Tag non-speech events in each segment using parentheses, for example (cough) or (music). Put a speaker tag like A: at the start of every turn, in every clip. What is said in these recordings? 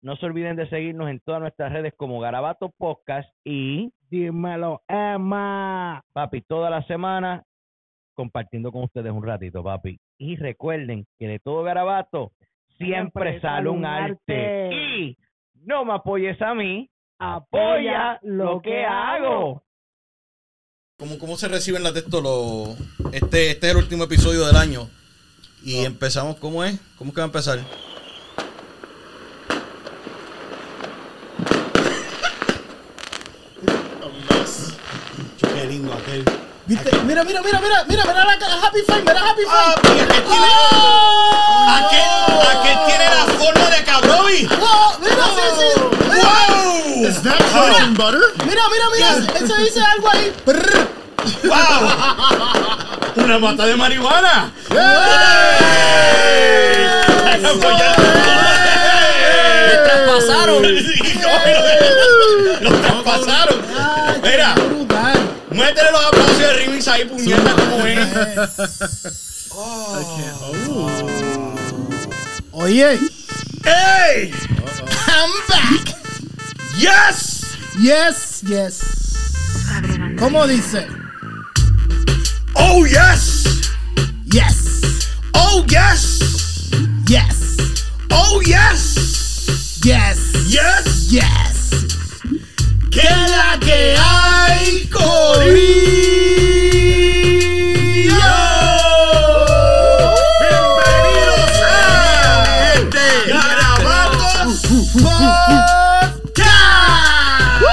A: no se olviden de seguirnos en todas nuestras redes como Garabato Podcast y,
B: Dímelo, Emma.
A: papi, toda la semana compartiendo con ustedes un ratito, papi. Y recuerden que de todo Garabato siempre,
B: Siempre
A: sale un arte.
B: arte.
A: Y no me apoyes a mí, apoya lo que hago.
C: ¿Cómo, cómo se reciben las de esto? Lo, este, este es el último episodio del año. Y
A: Ah.
C: empezamos, ¿cómo es? ¿Cómo es que va a empezar? Che, Qué lindo aquel.
D: ¿Viste? Mira, mira, mira, mira, mira, mira la cara, Happy Five, mira Happy Five.
C: aquel, tiene,
D: ¡Oh!
C: aquel, aquel tiene la forma de Cabrovi.
D: Wow, mira, sí, sí. Mira,
C: ¡Wow!
E: Is that frozen butter?
D: mira, mira, mira, eso dice algo ahí. Prrr.
C: ¡Wow!
D: (laughs)
C: ¡Una mata de marihuana!
D: ¡Me traspasaron!
C: ¡Los traspasaron!
D: Ay, qué
C: Mira.
D: brutal.
C: Métele los aplausos de remix ahí, puñeta, como es.
D: Oye,
C: ¡Ey!
D: I'm back.
C: ¡Yes!
D: Yes, yes. ¿Cómo dice?
C: ¡Oh, yes!
D: Yes,
C: ¡Oh, yes!
D: yes,
C: ¡Oh, yes!
D: yes,
C: ¡Yes!
D: yes.
C: ¡Que la que hay, Corillo! ¡Bienvenidos a Garabatos Podcast!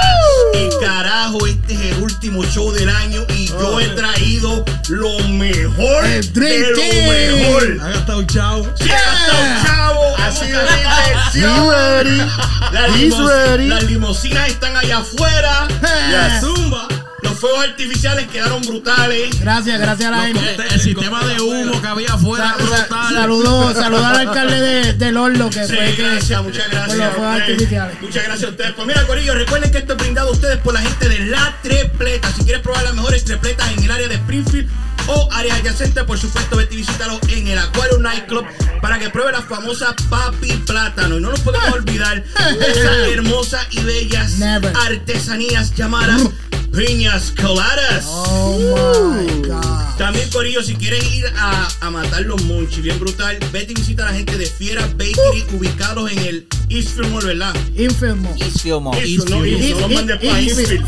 C: Y carajo, este es el último show del año y yo he traído lo mejor
D: El
C: de
D: Dream
C: lo
D: Team.
C: mejor.
E: gastado chavo.
C: Se ha gastado chavo, ha sido una inversión.
E: You ready?
C: Las,
E: He's
C: limo-
E: ready.
C: las limusinas están allá afuera. La zumba. Los fuegos artificiales quedaron brutales.
D: Gracias, gracias a la gente.
E: El sistema de humo que había afuera.
D: Sa- sa- Saludó, saludó al alcalde de, del Orlo que
C: Sí,
D: fue que
C: pues, gracias, muchas gracias. pues,
D: los fuegos
C: a ustedes.
D: artificiales.
C: Muchas gracias a ustedes. Pues mira, Corillo, recuerden que esto es brindado a ustedes por la gente de La Tripleta. Si quieres probar las mejores tripletas en el área de Springfield o áreas adyacentes, por supuesto, vete y visítalo en el Aquarium Nightclub para que pruebe la famosa Papi Plátano. Y no nos podemos olvidar de (laughs) esas hermosas y bellas
D: Never.
C: artesanías llamadas piñas coladas.
D: Oh my god.
C: También, Corillo, si quieres ir a, a matar los monchis, bien brutal, vete y visita a la gente de Fiera Bakery, ubicados en el Eastfield Mall, ¿verdad?
D: Infirmo.
C: Eastfield, no, Eastfield, no
D: Eastfield.
C: manden pa'
D: Eastfield.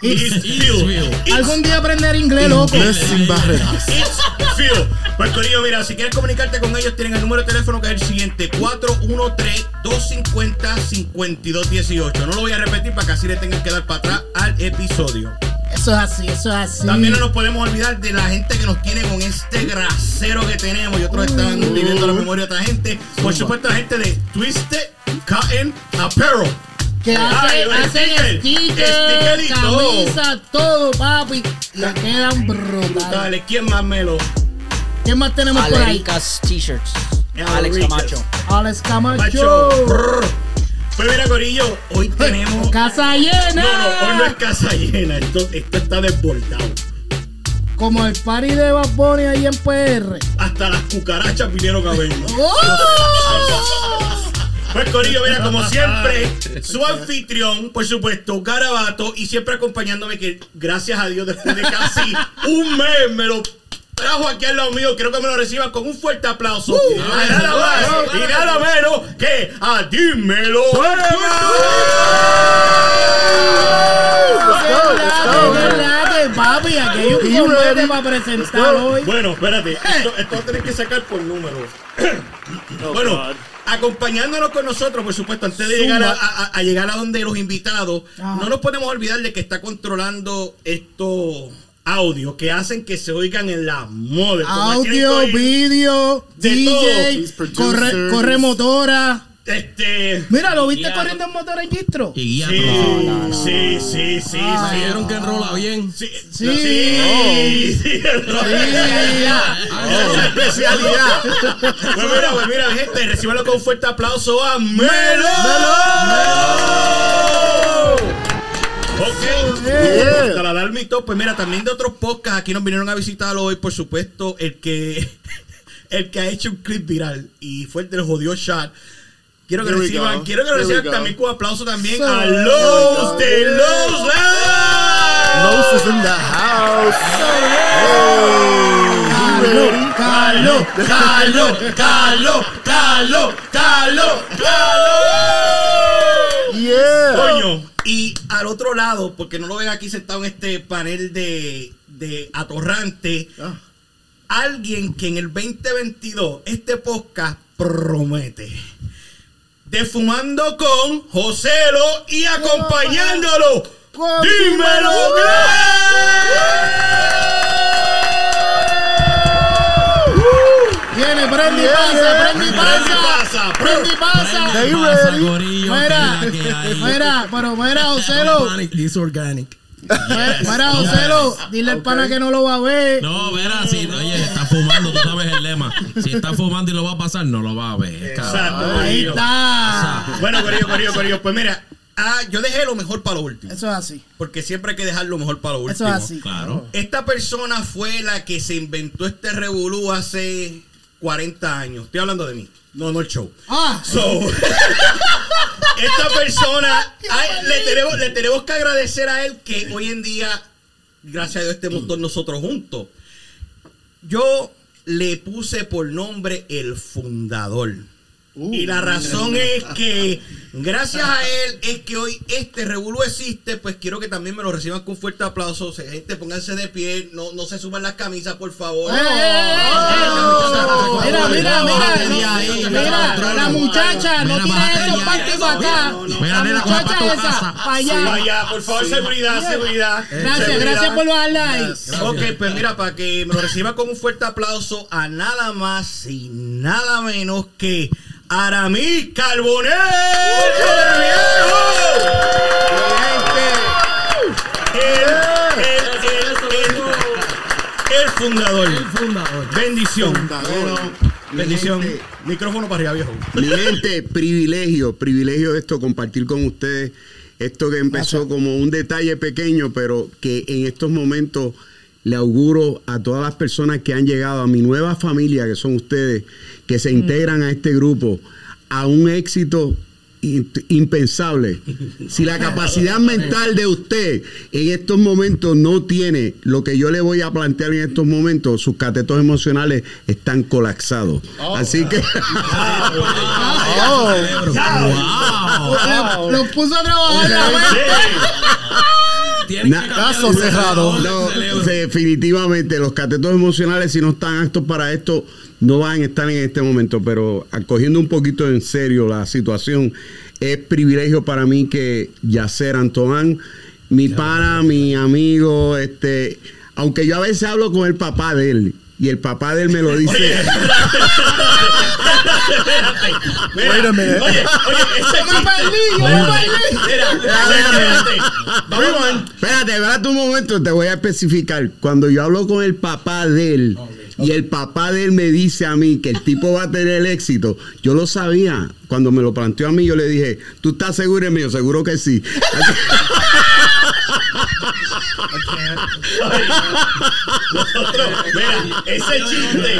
C: Eastfield. Eastfield.
D: Algún día aprender inglés, loco.
E: Inglés sin barreras.
C: Eastfield. Pues, Corillo, mira, si quieres comunicarte con ellos, tienen el número de teléfono que es el siguiente: 413-250-5218. No lo voy a repetir para que así le tengan que dar para atrás al episodio.
D: Eso es así, eso es así.
C: También no nos podemos olvidar de la gente que nos tiene con este grasero que tenemos. Y otros están
D: Mm.
C: viviendo la memoria de otra gente. Por supuesto, la gente de Twisted Cotton Apparel.
D: que
C: Ay,
D: hacen,
C: el sticker,
D: hacen stickers,
C: stickerito.
D: camisas, todo, papi. Le quedan brutales.
C: Dale, ¿quién más melo?
D: ¿Qué más tenemos por ahí?
F: Alericas T-shirts.
C: Alericas.
F: Alex Camacho.
D: Alex
C: Macho.
D: Camacho.
C: Brr. Pues mira, Corillo, hoy tenemos.
D: Pues, Casa
C: No, no, hoy no es
D: llena.
C: casa llena. Esto, esto está desbordado.
D: Como el party de Bad Bunny ahí en PR.
C: Hasta las cucarachas vinieron a vernos. (laughs)
D: ¡Oh!
C: Pues Corillo, mira, como siempre,
D: (laughs)
C: su anfitrión, por supuesto, Garabato, y siempre acompañándome, que gracias a Dios, después de
D: (laughs)
C: casi un mes, me lo trajo aquí al lado mío. Quiero que me lo reciban con un fuerte aplauso.
D: Uh.
C: A nada más y nada menos que a Dímelo.
D: Relájate, relájate, papi. Aquí hay un combate para presentar hoy.
C: Eh. (coughs) Bueno, espérate, esto, esto va a tener que sacar por número. bueno, acompañándonos con nosotros, por supuesto, antes de llegar a, a- a llegar a donde los invitados,
D: Ajá.
C: no nos podemos olvidar de que está controlando estos audios que hacen que se oigan en la moda. Como tienen
D: Audio,
C: todo el-
D: vídeo,
C: de
D: DJ,
E: todo.
D: corre,
E: Producers.
D: corre motora.
C: Este.
D: Mira, ¿lo viste
E: Guiado.
D: corriendo en motor en Gistro? Ah.
E: Y guía
C: Sí,
E: rola.
C: sí, sí, sí, sí.
E: Me dijeron que enrola bien.
C: Sí, Ah, sí,
D: Sí.
C: sí, Esa es su (laughs) especialidad. Pues mira, pues mira, gente, recíbalo con un fuerte aplauso a Melo. Ok,
D: Yeah.
C: para dar mi top, pues mira, también de otros podcasts aquí nos vinieron a visitar hoy, por supuesto, el que (laughs) el que ha hecho un clip viral y fue el del jodió chat. Quiero que
F: Here we
C: reciban,
F: go.
C: quiero que
F: Here we
C: reciban
F: go.
C: también con aplauso también
D: So-
C: a los de
F: Here we go.
C: los Laos.
F: Los is in the house.
D: Calor,
C: Calo, calo, calo, calo, calo, calo.
F: Yeah.
C: Coño, y al otro lado, porque no lo ven aquí sentado en este panel de, de atorrante,
F: Ah.
C: alguien que en el 2022 este podcast promete. Defumando con Joselo y acompañándolo.
D: Con-
C: ¡Dímelo,
D: Viene, prende y pasa, prende y pasa,
C: pasa?
D: prende y pasa.
F: They
E: Pasa,
F: ready.
E: gorillo,
D: Mira,
E: que la que hay.
D: mira, pero mira,
E: No
D: Joselo,
E: panic, this organic.
D: mira, mira, Joselo, dile al pana que no lo va a ver.
E: No, verá, si, oye, está fumando, tú sabes el lema. Si está fumando y lo va a pasar, no lo va a ver. cabrón.
C: Exacto,
D: Ahí
C: corillo.
D: está.
C: Bueno, Corillo, Corillo, Corillo. Pues mira, ah, yo dejé lo mejor para lo último.
D: Eso es así,
C: Porque siempre hay que dejar lo mejor para lo
D: eso
C: último.
D: es así.
E: Claro.
C: Esta persona fue la que se inventó este revolú hace 40 años. Estoy hablando de mí. No, no el show.
D: Ah,
C: So, esta
D: (laughs)
C: persona, ay, le, tenemos, le tenemos que agradecer a él que hoy en día, gracias a Dios, estemos todos nosotros juntos. Yo le puse por nombre el fundador. y la razón es que, gracias a él, es que hoy este revuelo existe. Pues quiero que también me lo reciban con fuerte aplauso. O sea, gente, pónganse de pie. No, no se suban las camisas, por favor.
D: Eh, eh, eh, eh. Mira, mira, mira, mira, la muchacha, no tires esos partes para acá. La muchacha esa, para allá.
C: Vaya, por favor, seguridad, seguridad.
D: Gracias,
C: Eh, Seguridad.
D: gracias por bajarla ahí.
C: Ok, pues mira, para que me lo reciba con un fuerte aplauso a nada más y nada menos que Aramis Carbonell el Viejo. El, el, el, el, el fundador.
E: Fundador.
C: Bendición.
F: Fundador.
C: Bendición.
F: Mi gente,
C: Micrófono para arriba, viejo.
F: Mi gente, privilegio, privilegio esto, compartir con ustedes esto que empezó como un detalle pequeño, pero que en estos momentos le auguro a todas las personas que han llegado, a mi nueva familia, que son ustedes, que se integran a este grupo, a un éxito in- impensable. Si la capacidad mental de usted en estos momentos no tiene lo que yo le voy a plantear en estos momentos, sus catetos emocionales están colapsados. Así que...
E: Wow.
D: La- Los puso a trabajar la vez.
E: Tienen
F: Na-
E: que cambiar
F: caso
E: el
F: cerrado.
C: (laughs)
E: cerebro,
F: No,
E: el cerebro.
F: definitivamente, los catetos emocionales, si no están aptos para esto, no van a estar en este momento. Pero acogiendo un poquito en serio la situación, es privilegio para mí que Yacer Antoine, mi pana, mi amigo, este, aunque yo a veces hablo con el papá de él, y el papá de él me lo dice.
C: Mira,
F: Wait a (laughs) minute.
C: Oye, oye, ese
D: Me perdí, yo me perdí.
C: Mira, espérate. Vamos a-
F: Espérate, espérate un momento, te voy a especificar. Cuando yo hablo con el papá de él y el papá de él me dice a mí que el tipo va a tener éxito, yo lo sabía. Cuando me lo planteó a mí, yo le dije, ¿tú estás seguro? Y me dijo, seguro que sí.
C: Nosotros, mira, ese
F: (laughs)
C: chiste,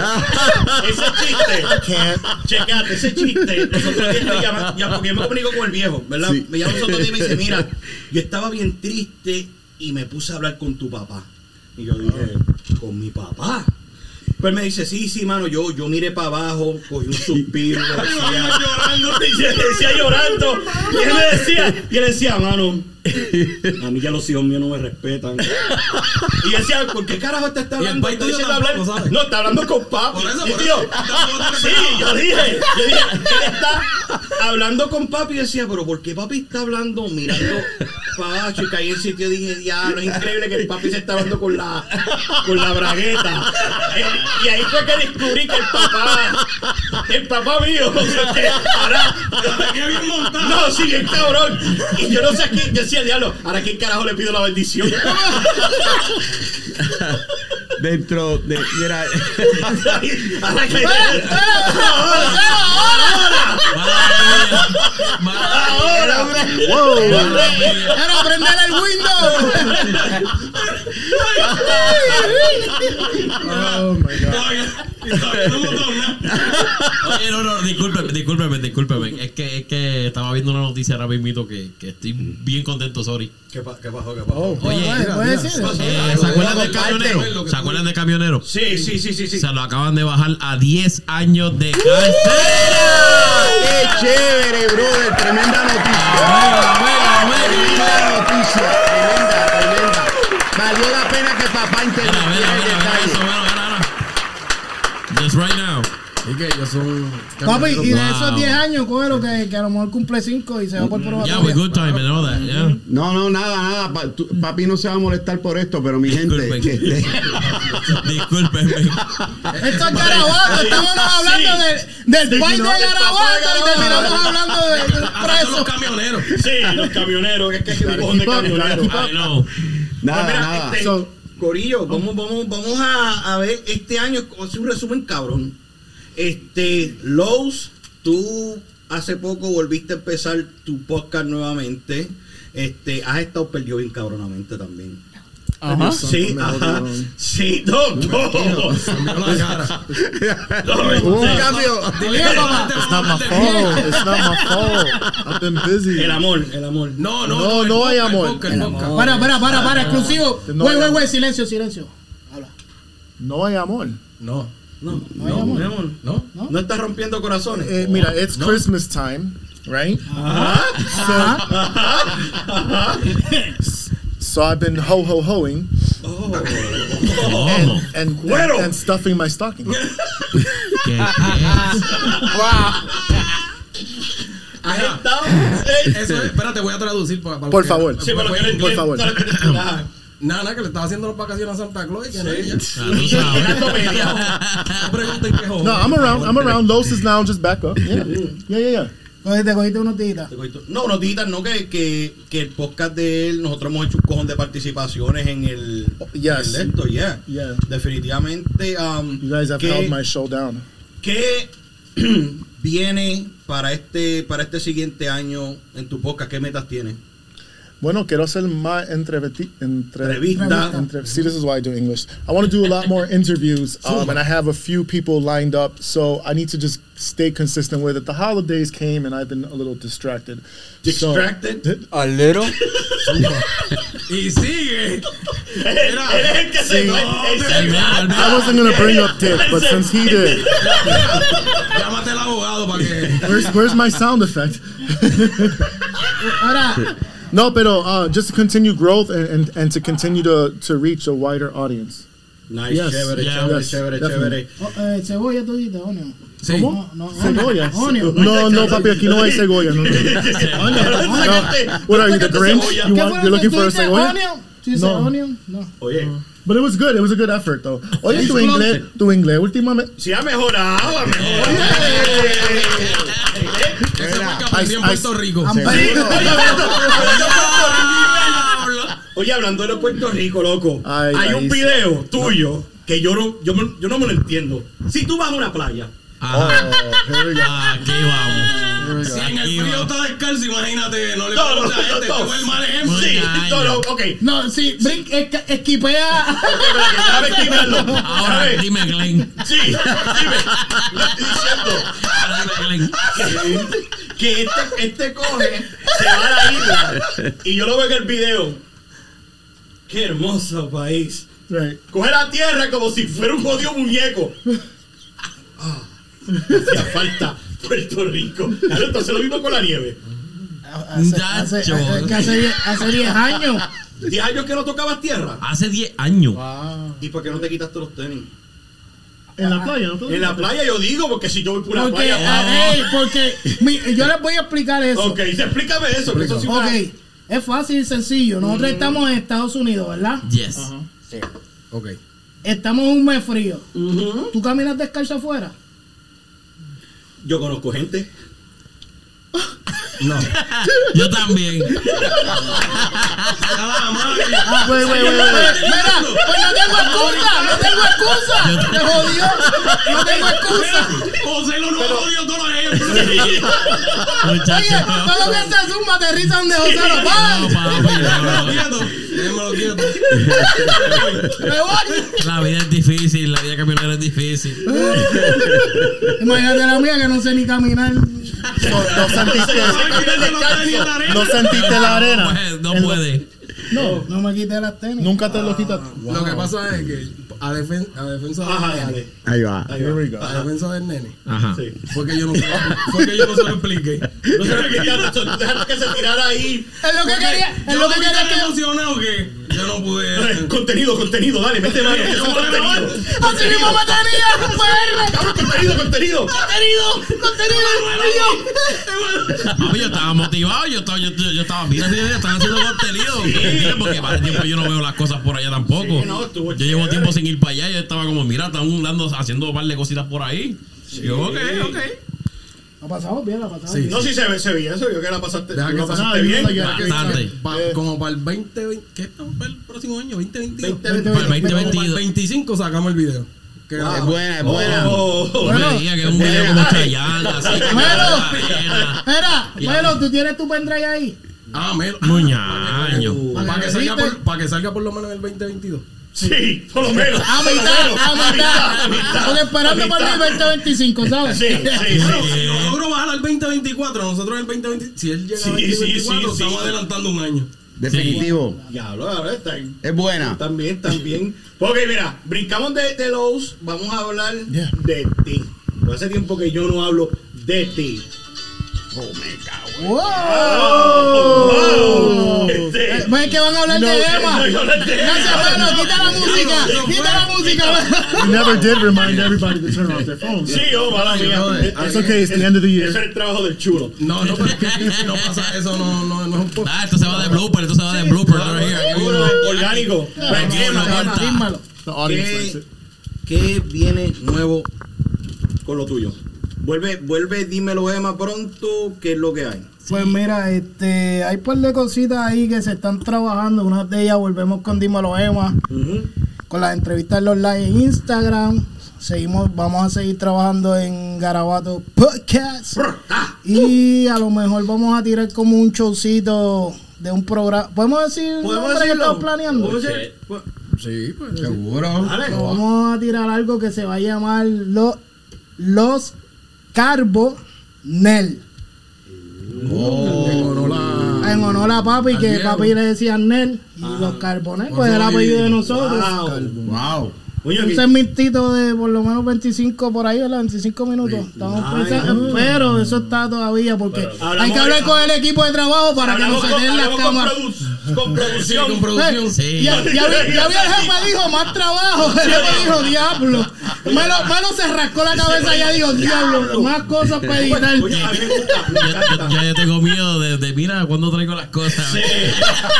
C: ese chiste, checate, ese chiste, nosotros siempre llama- ya, porque yo me comunico con el viejo, ¿verdad?
F: Sí.
C: Me llama un otro día y me
E: (laughs)
C: dice, mira, yo estaba bien triste y me puse a hablar con tu papá. Y yo dije,
E: Ah.
C: con mi papá. Pues me dice, sí, sí, mano, yo, yo miré para abajo, cogí
E: (laughs)
C: un suspiro, (laughs)
E: (laughs)
C: le decía, llorando, y yo le decía llorando, y él me decía, y él decía, mano, A mí ya los hijos míos no me respetan. Y yo decía, ¿por qué carajo te está
E: Y el
C: hablando?
E: pai
C: Está
E: tuyo
C: diciendo
E: tampoco,
C: hablar-
E: ¿sabes?
C: No, está hablando con papi.
E: Por eso,
C: Y
E: por
C: tío,
E: eso. Tampoco te
C: Sí, yo dije, yo dije, él está hablando con papi y decía, pero ¿por qué papi está hablando mirando para abajo? Y caí en sitio y dije, diablo, es increíble que el papi se está hablando con la, con la bragueta. Eh, Y ahí fue que descubrí que el papá, el papá mío, (laughs) o sea, que ahora, no, sí, el cabrón. Y yo no sé a quién, yo decía, diablo, ahora quién carajo le pido la
F: (laughs)
C: bendición.
F: Dentro de. Mira, (laughs)
C: Ahora que- ahora,
D: ¡Era prender el Windows!
E: Oye, no, no, discúlpeme, discúlpeme, discúlpeme. Es que, es que estaba viendo una noticia ahora mismo que, que estoy bien contento, sorry.
C: ¿Qué pa- qué pasó? ¿Qué pasó?
D: Oh, Oye, ¿puedes decir?
E: Eh, ¿Se acuerdan del camionero? ¿Se acuerdan del camionero?
C: Sí, sí, sí, sí, sí.
E: Se lo acaban de bajar a 10 años de cárcel.
F: ¡Qué chévere, brother! Tremenda noticia. Tremenda noticia. Tremenda, tremenda. Valió la pena que papá
E: Mira, mira,
F: interrumpiera el
E: mira, mira eso,
F: detalle.
E: mira, mira, mira. Just right now.
G: Es que ellos son.
D: Papi, y de esos
E: Wow.
D: 10 años, cógelo que, que a lo mejor cumple 5 y se va por
E: Yeah, we
D: probatoria.
E: good time and all that, yeah.
F: No, no, nada, nada. Pa- tú- papi no se va a molestar por esto, pero mi gente.
E: Disculpen. Discúlpenme.
D: Esto es Garabato, estamos hablando
C: Sí.
D: del, del
C: Sí,
D: país de
C: no, el papá de
D: Garabato y
C: Garabato.
D: terminamos hablando de, de preso.
E: camioneros.
C: Sí, los camioneros, que es que es un cojón de camioneros.
E: I know.
F: nada,
C: Pues mira,
F: nada.
C: este, Corillo, vamos, vamos, vamos a, a ver este año, es un resumen cabrón. Este, Lowe's, tú hace poco volviste a empezar tu podcast nuevamente. Este, has estado perdido bien cabronamente también.
G: Ajá.
C: Sí, ajá. Sí, no, no.
F: Hubo
C: No,
F: un
C: no.
F: cambio.
G: It's not my fault. It's not my fault. I've been busy.
C: El amor, el amor.
E: No, no,
G: No,
E: el
G: no hay
E: podcast, el
G: amor.
E: podcast, el podcast.
D: Para, para, para, para, exclusivo.
G: No,
D: Güey,
G: no.
D: güey, güey, silencio, silencio.
G: No hay amor.
E: No.
C: No, no,
D: hay amor.
C: mi amor.
E: No.
C: No estás rompiendo corazones.
G: Eh, mira, it's Christmas time, right? So, so I've been ho ho hoing
E: ¿Cómo?
G: and, and,
C: Oh. Cuero.
G: and stuffing my
C: (laughs)
G: stocking.
E: ¿Qué?
H: (laughs)
C: Has estado.
H: Eso es, espérate, voy a traducir para, Pues, para
G: Por
H: que-
G: favor.
C: Sí, para que no
G: Por favor.
C: entiendan. Ajá.
H: (laughs) Nada, nada, que le estaba haciendo las vacaciones a Santa Claus y que no, ya.
E: Ah, tú sabes.
C: Gato medio.
H: no pregunten qué joder.
G: No, I'm around. I'm around. Los is now just back up. Yeah,
C: Mm-hmm.
G: yeah, yeah. yeah.
D: Cogiste, cogiste unos titas.
C: No, no, Tita, no, que, que, que el podcast de él, nosotros hemos hecho un cojón de participaciones en el,
G: Yes.
C: en el esto, yeah.
G: Yeah.
C: Definitivamente. um,
G: You guys have held my
C: ¿qué,
G: show down.
C: qué viene para este, para este siguiente año en tu podcast? ¿Qué metas tienes?
G: Bueno, quiero hacer más entreveti- entre-
C: Entrevista.
G: entre- See, this is why I do English. I want to do a lot more interviews, um, and I have a few people lined up. So I need to just stay consistent with it. The holidays came, and I've been a little distracted. So-
C: Distracted.
H: A
C: (laughs)
H: little. y sigue.
C: Eres el que se. el- el-
E: Mira, mira,
G: I wasn't gonna bring up Dick, but since he did,
H: Llámate al abogado para que.
G: where's where's my sound effect? (laughs)
D: Eh, Ahora,
G: No, but uh, just to continue growth and, and, and to continue to, to reach a wider audience.
C: Nice,
G: Yes,
C: chévere,
E: yeah,
C: chévere,
G: yes,
C: chévere,
G: definitely.
C: chévere.
D: oh, eh, cebolla todita, onion.
H: Sí.
D: No, no, onion.
G: Cebolla.
D: Onion.
G: No, no, papi, aquí no hay cebolla.
D: (laughs)
G: No, no.
C: Sacaste-
G: What are you, the
C: sacaste
G: Grinch?
C: cebolla.
G: You want,
D: ¿Qué fue
G: you're
D: lo que
G: looking
D: tú
G: for a
D: dices?
G: cebolla?
D: Onion. ¿Tú dices
G: No.
D: onion? No.
E: Oh,
C: Oye,
G: Mm. But it was good. It was a good effort, though. Oye, tu inglés, tu inglés últimamente.
C: si ha mejorado, ha mejorado.
H: Ese fue el que aprendió en
G: Ay, ay,
H: Puerto Rico.
C: Oye, hablando- hablando de Puerto Rico, Oye, hablando de Puerto Rico, loco,
G: Ay,
C: hay un
G: ahí sí.
C: video tuyo que yo no, yo, me- yo no me lo entiendo. Si tú vas a una playa, Ah,
E: Ajá,
G: Here we go.
E: aquí vamos.
G: Here we
H: Si
G: go.
H: en el
E: Aquí
H: frío
E: va.
H: está descalzo, imagínate, no le
C: No, no,
H: va a
C: no,
H: gente.
C: no.
H: Este fue el mal ejemplo.
E: Muy
C: sí,
E: bien.
C: no, no, ok.
D: No, sí, brin- esca- esquipea.
C: espérate, déjame explicarlo,
E: Ahora
C: déjame-
E: dime, Glenn.
C: Sí, dime, lo estoy diciendo.
E: Ahora dime, Glenn.
C: que este, este coge, se va a la isla y yo lo veo en el video. Qué hermoso país.
G: Right.
C: Coge la tierra como si fuera un jodido muñeco. Ah, hacía falta Puerto Rico. Claro, entonces lo mismo con la nieve.
D: Hace- hace-
E: Muchacho.
D: hace- que hace die- Hace 10 años.
C: 10 años que no tocabas tierra.
E: Hace 10 años.
G: Wow.
C: ¿Y por qué no te quitaste los tenis?
G: En la playa, ¿no?
C: (laughs) En la playa yo digo, porque si yo voy por la
D: Porque,
C: playa.
D: ah, ey, porque mi- yo les voy a explicar eso.
C: Ok, explícame eso. que eso sí
D: Ok,
C: una-
D: es fácil y sencillo. Nosotros estamos en Estados Unidos, ¿verdad?
E: Yes.
F: Ok.
D: Estamos en un mes frío. ¿Tú caminas descalzo afuera?
C: Yo conozco gente. (laughs)
E: Yo también.
D: Wait, wait, wait, wait. Mira, pues no tengo excusa, no tengo excusa. Te jodió. No tengo excusa.
H: José lo no odio todos los ejemplos.
D: Oye,
E: Muchacho.
D: todo lo que se suma aterriza donde José lo
E: No,
D: paga.
E: papi, no, no.
H: Déjamelo quieto.
D: Me
E: (laughs)
D: voy.
E: La vida es difícil, la vida camionera es
D: (laughs)
E: difícil.
D: Imagínate la mía que no sé ni caminar.
G: No,
C: (laughs)
G: no
E: (laughs)
G: sentiste, no sentiste la
E: No
G: arena.
E: puede, no puede.
D: No, no me quité las tenis.
G: Nunca te lo quitas.
I: Ah. Lo que pasa es que a, defen- a defensa del
C: Ajá,
I: nene,
C: dale.
F: Ahí va.
G: Here we go.
I: a defensa del nene,
E: Ajá.
C: Sí.
I: fue que yo no, se lo- fue que yo no se lo expliqué.
C: No sé por qué ya- (laughs) dejaste que se tirara ahí.
D: Es lo que quería, es
H: Yo
D: lo
H: lo
D: que
H: vi
D: quería
H: tan
D: que.
H: emocionado que yo no pude.
C: Eh, (laughs) Contenido, contenido, dale, mete mano. que eso este es Contenido,
D: (laughs) Así mismo
C: (laughs)
D: me tenía, un PR.
C: Cabrón, contenido, contenido.
D: Contenido, contenido.
E: Papi, yo estaba motivado, yo estaba, yo, yo- yo estaba, mira, mira, están haciendo contenido. Mira, Porque para el tiempo yo no veo las cosas por allá tampoco.
C: Sí, no, estuvo
E: yo llevo
C: chévere.
E: tiempo sin ir para allá, yo estaba como, mira, están dando, haciendo un par de cositas por ahí. Y yo, ok, ok.
D: La pasamos bien, la pasamos
I: Sí.
C: No, si se, ve- se veía, se vio que la pasaste,
I: Deja que
C: la
I: salga
C: pasaste
I: ayuda,
C: bien.
I: ya que-
E: Bastante.
I: pa- como para el 20, 20 ¿qué estamos para el próximo año? 2022.
C: 20,
E: Para el 2022.
I: Para el 25 sacamos el video. Que
F: Es
I: grabamos.
F: buena, es buena.
C: Oh, oh, oh.
E: No me digas que es un video como Chayanne, así. que-
D: Bueno. Espera, bueno, tú tienes tu pendrive ahí.
I: Ah, mero.
E: Muñaño.
I: Para que, salga
D: ¿Viste?
I: por, para que salga por lo menos en el 2022.
C: Sí, por lo menos.
D: A
C: por lo
D: mitad,
C: menos,
D: a mitad.
C: a mitad,
D: Porque
C: a
D: esperando para el
C: mitad.
D: 2025, ¿sabes?
C: Sí, sí,
I: Bueno,
C: sí.
I: si yo logro bajar al 2024, nosotros el 2020, si él llega
C: Sí,
I: al
C: sí,
I: 2024,
C: sí, sí.
I: estamos adelantando un año.
F: Definitivo.
C: Diablo, ahora está bien.
F: Es buena.
C: También, también. Ok, mira, brincamos de, de los, vamos a hablar
G: Yeah.
C: de ti. Hace tiempo que yo no hablo de ti. Oh, Este,
D: Eh, pues es que van a hablar de Emma.
C: no, yo no te-
D: Gracias, Pedro. Quita la música. Quita la música.
G: We never did remind everybody to turn off their phones.
C: Sí, oh, mala mía.
I: brother.
C: Este-
G: It's okay, it's the end of the
C: Ese
G: year.
C: era el trabajo del chulo.
I: No, no, pero es que si no pasa eso, no, no, no es
C: (laughs)
I: un poco.
E: Ah, esto se va de blooper, esto se va de blooper. right here, aquí mismo.
C: Orgánico.
D: Ah,
C: Pues,
E: Aquí mismo,
C: Emma,
E: la vuelta.
D: Dímalo.
G: The audience likes it.
J: ¿Qué viene nuevo?
C: con lo tuyo.
J: Vuelve, vuelve, dímelo Emma pronto, ¿qué es lo que hay?
D: Pues mira, este, hay un par de cositas ahí que se están trabajando. Una de ellas volvemos con Dímelo Emma, con las entrevistas en los live en Instagram. Seguimos, vamos a seguir trabajando en Garabato Podcast. Y a lo mejor vamos a tirar como un showcito de un programa. ¿Podemos decir el
J: ¿Podemos
D: nombre que
J: decirlo?
D: estamos planeando?
I: Sí, pues.
F: Seguro.
C: Dale.
D: Nos vamos a tirar algo que se va a llamar Lo- Los Carbonel.
C: Oh.
I: En honor a-
D: En honor a papi,
I: Al
D: que
I: viejo.
D: papi le decía Nel. Y los Carbonel, pues era apellido de nosotros.
C: Wow.
F: Wow.
C: Oye,
D: Un
C: que-
D: segmentito de por lo menos 25 por ahí, ¿verdad? 25 minutos. Estamos pensando, pero eso está todavía porque hay que
C: Hablamos-
D: hablar con el equipo de trabajo para que nos
C: hablamos con,
D: den las
C: hablamos con
D: cámaras.
I: (laughs)
C: produ- con producción.
I: Con
D: Eh,
I: producción.
E: Sí.
D: Ya, ya vi, ya vi el
C: (laughs)
D: jefe dijo más trabajo. El jefe dijo diablo. (laughs) Melo, Melo se
C: (laughs)
D: rascó la cabeza y ya dijo diablo. Más cosas para editar.
C: Oye, a mí me gusta, me
E: Yo- yo-
C: encanta.
E: yo- yo tengo miedo de, de, mira cuando traigo las cosas. (laughs)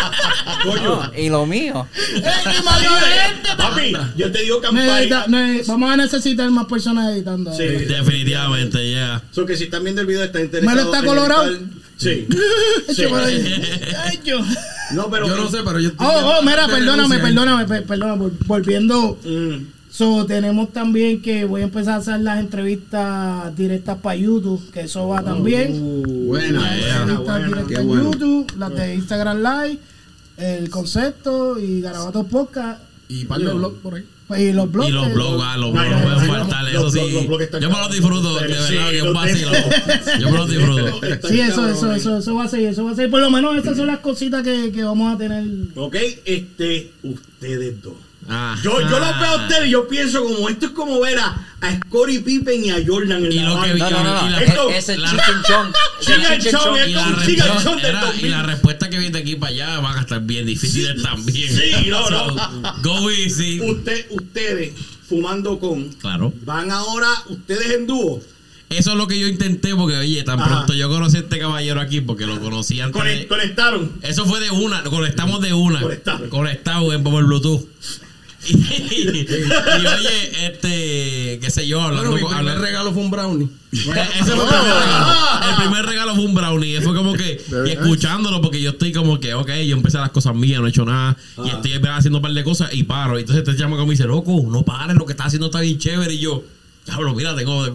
C: Coño.
K: Y lo mío.
D: Ey, y Mario Valente.
C: Papi, yo te digo
D: Necesita-
C: campanita.
D: ne- Vamos a necesitar más personas editando.
C: Sí.
D: (laughs)
E: Definitivamente, ya.
C: So que si están viendo el video, está interesado.
D: Melo está
C: en
D: colorado.
C: editar.
D: (laughs)
C: Sí.
D: Eche por
C: (laughs)
D: ahí. Ay, yo.
C: No, pero.
I: Yo no sé, pero yo estoy.
D: Oh, oh, mira,
I: de
D: perdóname,
I: denuncia.
D: perdóname, per- perdóname. vol- Volviendo.
C: Mm,
D: So, tenemos también que voy a empezar a hacer las entrevistas directas para YouTube, que eso va también.
F: Buena.
D: Entrevistas
C: buena,
D: directas
F: qué
D: en
F: bueno.
D: YouTube, las de Instagram Live, el concepto y Garabato Podcast
I: Y par de blogs por ahí.
D: pues, y los blogs.
E: Y los blogs, ah, los blogs
C: Ay,
E: no
C: sí,
E: pueden
C: los-
E: faltar,
C: los-
E: eso
C: los-
E: sí.
C: los blogs están
E: Yo me los
C: caros.
E: disfruto, de verdad,
C: Sí,
E: que es un
C: los-
E: vacilo. Yo me los disfruto.
C: está
D: Sí, eso, eso,
C: cabrón.
D: eso, eso va a seguir, eso va a seguir. Por lo menos esas son las cositas que, que vamos a tener.
C: Ok, este, ustedes dos.
E: Ah.
C: Yo, yo los veo a ustedes y yo pienso como esto es como ver a, a Scottie Pippen y a Jordan en
E: Y
C: la
E: lo que vi-
C: banda.
K: No, no, no.
E: Y la-
K: no.
C: Esto-
K: E- Ese chicken chong. ese
C: Chicken
K: chicken
C: chong,
K: chong.
C: eh.
E: Y la,
C: Un chica
E: respuesta,
C: son del
E: era-
C: 2000.
E: y la respuesta que viene de aquí para allá van a estar bien difíciles también.
C: Sí,
E: (laughs)
C: no, no.
E: Go easy.
C: Usted, ustedes fumando con
E: Claro.
C: van ahora ustedes en dúo.
E: Eso es lo que yo intenté porque, oye, tan
C: Ajá.
E: pronto yo conocí a este caballero aquí porque lo conocí antes.
C: Cone-
E: de-
C: conectaron.
E: Eso fue de una, lo conectamos de una.
C: Conectado.
E: Conectado en por Bluetooth. Y, y, oye, este, qué sé yo, hablando
I: Bueno, mi
E: con-
I: primer
E: hablando-
I: regalo fue un brownie.
E: Pues,
C: (laughs)
E: Ese fue el primer regalo. El primer regalo fue un brownie. Eso Fue como que, y escuchándolo, porque yo estoy como que, ok, yo empecé las cosas mías, no he hecho nada.
C: Ah.
E: Y estoy haciendo un par de cosas y paro. Y entonces este te llama como y dice, loco, no pares, lo que estás haciendo está bien chévere. Y yo, diablo, mira, tengo.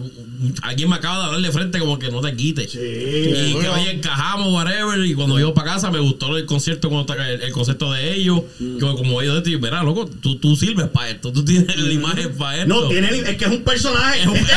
E: Alguien me acaba de hablar de frente, como que no te quites. Y que oye, encajamos, whatever. Y cuando yo para casa, me gustó el concierto, cuando ta- el, el concepto de ellos.
C: Mm.
E: Yo, como ellos, te digo, mira, loco, tú, tú sirves para esto, tú tienes la imagen para esto.
C: Mm. No, tiene, es que es un personaje.
E: Es un (laughs)
C: Este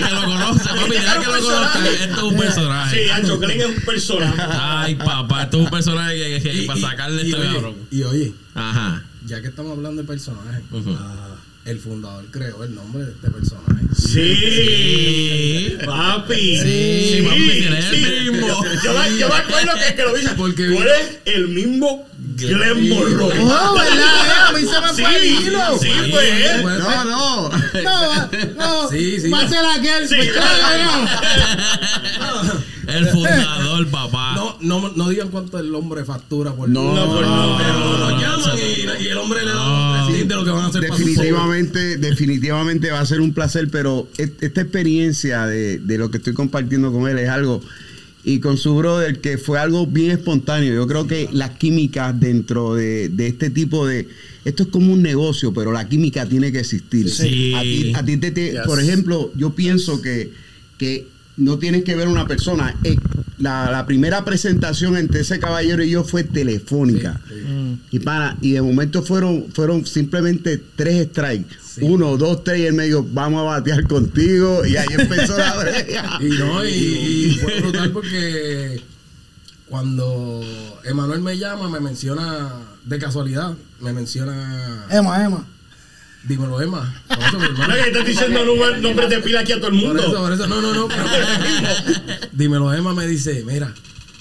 C: cabrón es un
E: personaje.
C: personaje.
E: Que lo conoce, papi. Ya
C: Este cabrón
E: que
C: es
E: lo conoce. Esto
C: un personaje.
E: es un personaje.
C: Sí, Ancho Glenn es un personaje.
E: Ay, papá, esto es un personaje que, que- que
I: Y-
E: para
I: y-
E: sacarle
I: y
E: este
I: oye,
E: cabrón.
I: Y oye,
E: Ajá.
I: ya que estamos hablando de personajes,
E: Ujú.
I: ah, el fundador creó el nombre de este personaje.
C: Sí, papi.
E: Sí, papi, tiene el mismo.
C: Yo, me- yo me acuerdo que, que lo dice.
I: Porque
C: tú
I: vino-
C: eres el mismo Glenn Monroe.
D: Oh, ¿verdad? A mí se me fue el
C: Sí,
D: hilo.
C: sí,
I: Sí,
C: pues.
I: pues,
F: No, no.
I: (laughs)
D: No, no.
I: Sí, sí.
D: Va a ser aquel.
C: Sí.
D: pues, claro, no.
E: (laughs) El fundador, papá.
I: No, no, no digan cuánto el hombre factura por
F: No,
I: no, por-
F: no,
I: pero
E: no,
I: lo
E: no,
I: llaman y, y el hombre le da un de lo que van a hacer para su
F: Definitivamente, definitivamente va a ser un placer, pero et- esta experiencia de, de lo que estoy compartiendo con él es algo, y con su brother, que fue algo bien espontáneo. Yo creo que las químicas dentro de, de este tipo de... Esto es como un negocio, pero la química tiene que existir.
E: Sí.
F: A ti- a ti te- te- Por ejemplo, yo pienso que, que no tienes que ver a una persona. Eh, La, la primera presentación entre ese caballero y yo fue telefónica.
D: Mm.
F: Y para, y de momento fueron, fueron simplemente tres strikes. Uno, dos, tres, y él me dijo, vamos a batear contigo. Y ahí empezó
E: (laughs)
F: la
C: (laughs)
F: brea.
I: Y no, y, y fue brutal porque cuando Emanuel me llama, me menciona, de casualidad, me menciona,
D: Emma, Emma.
I: dímelo Emma, por eso, mi hermano.
C: No, que estás diciendo número- nombres de pila aquí a todo el
I: Por eso,
C: mundo.
I: por eso, no, no, no, pero- dímelo Emma me dice, mira,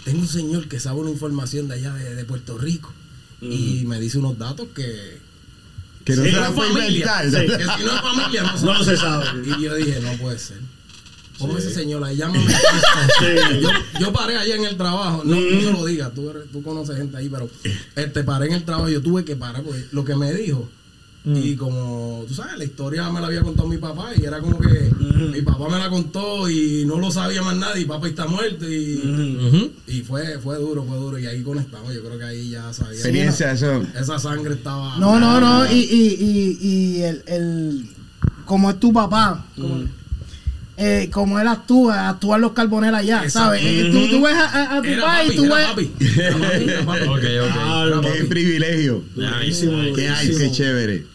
I: tengo un señor que sabe una información de allá de, de Puerto Rico y me dice unos datos que,
F: Que no
C: Sí,
F: se
C: la
F: la puede
I: familia.
F: inventar.
I: que si no es familia no se
C: No se sabe.
I: sabe. Y yo dije, no puede ser. Ponme ese señor ahí, llámame.
F: (laughs)
I: yo, yo paré ahí en el trabajo. No, no
F: Mm.
I: se lo digas, tú, eres- tú conoces gente ahí, pero este, paré en el trabajo. Yo tuve que parar porque lo que me dijo.
F: Mm.
I: Y como, tú sabes, la historia me la había contado mi papá y era como que
F: Mm.
I: mi papá me la contó y no lo sabía más nadie. Papá está muerto y,
F: Mm,
E: Ujú.
I: y fue, fue duro, fue duro. Y ahí conectamos. Yo creo que ahí ya sabía.
F: Experiencia, eso.
I: Esa sangre estaba.
D: No, no, no. Y, y, y, y el, el. Como es tu papá. Como, eh, como él actúa, actúan los carboneros allá,
I: Exacto.
D: ¿sabes? Eh, Tú, tú ves a, a- a tu
I: Era
D: papá
I: papi,
D: y tú
I: era
D: ves.
I: papi. Era papi, era papi.
E: Ok, ok.
C: Ah,
F: Qué privilegio.
E: Nice.
F: Qué, ay, qué chévere.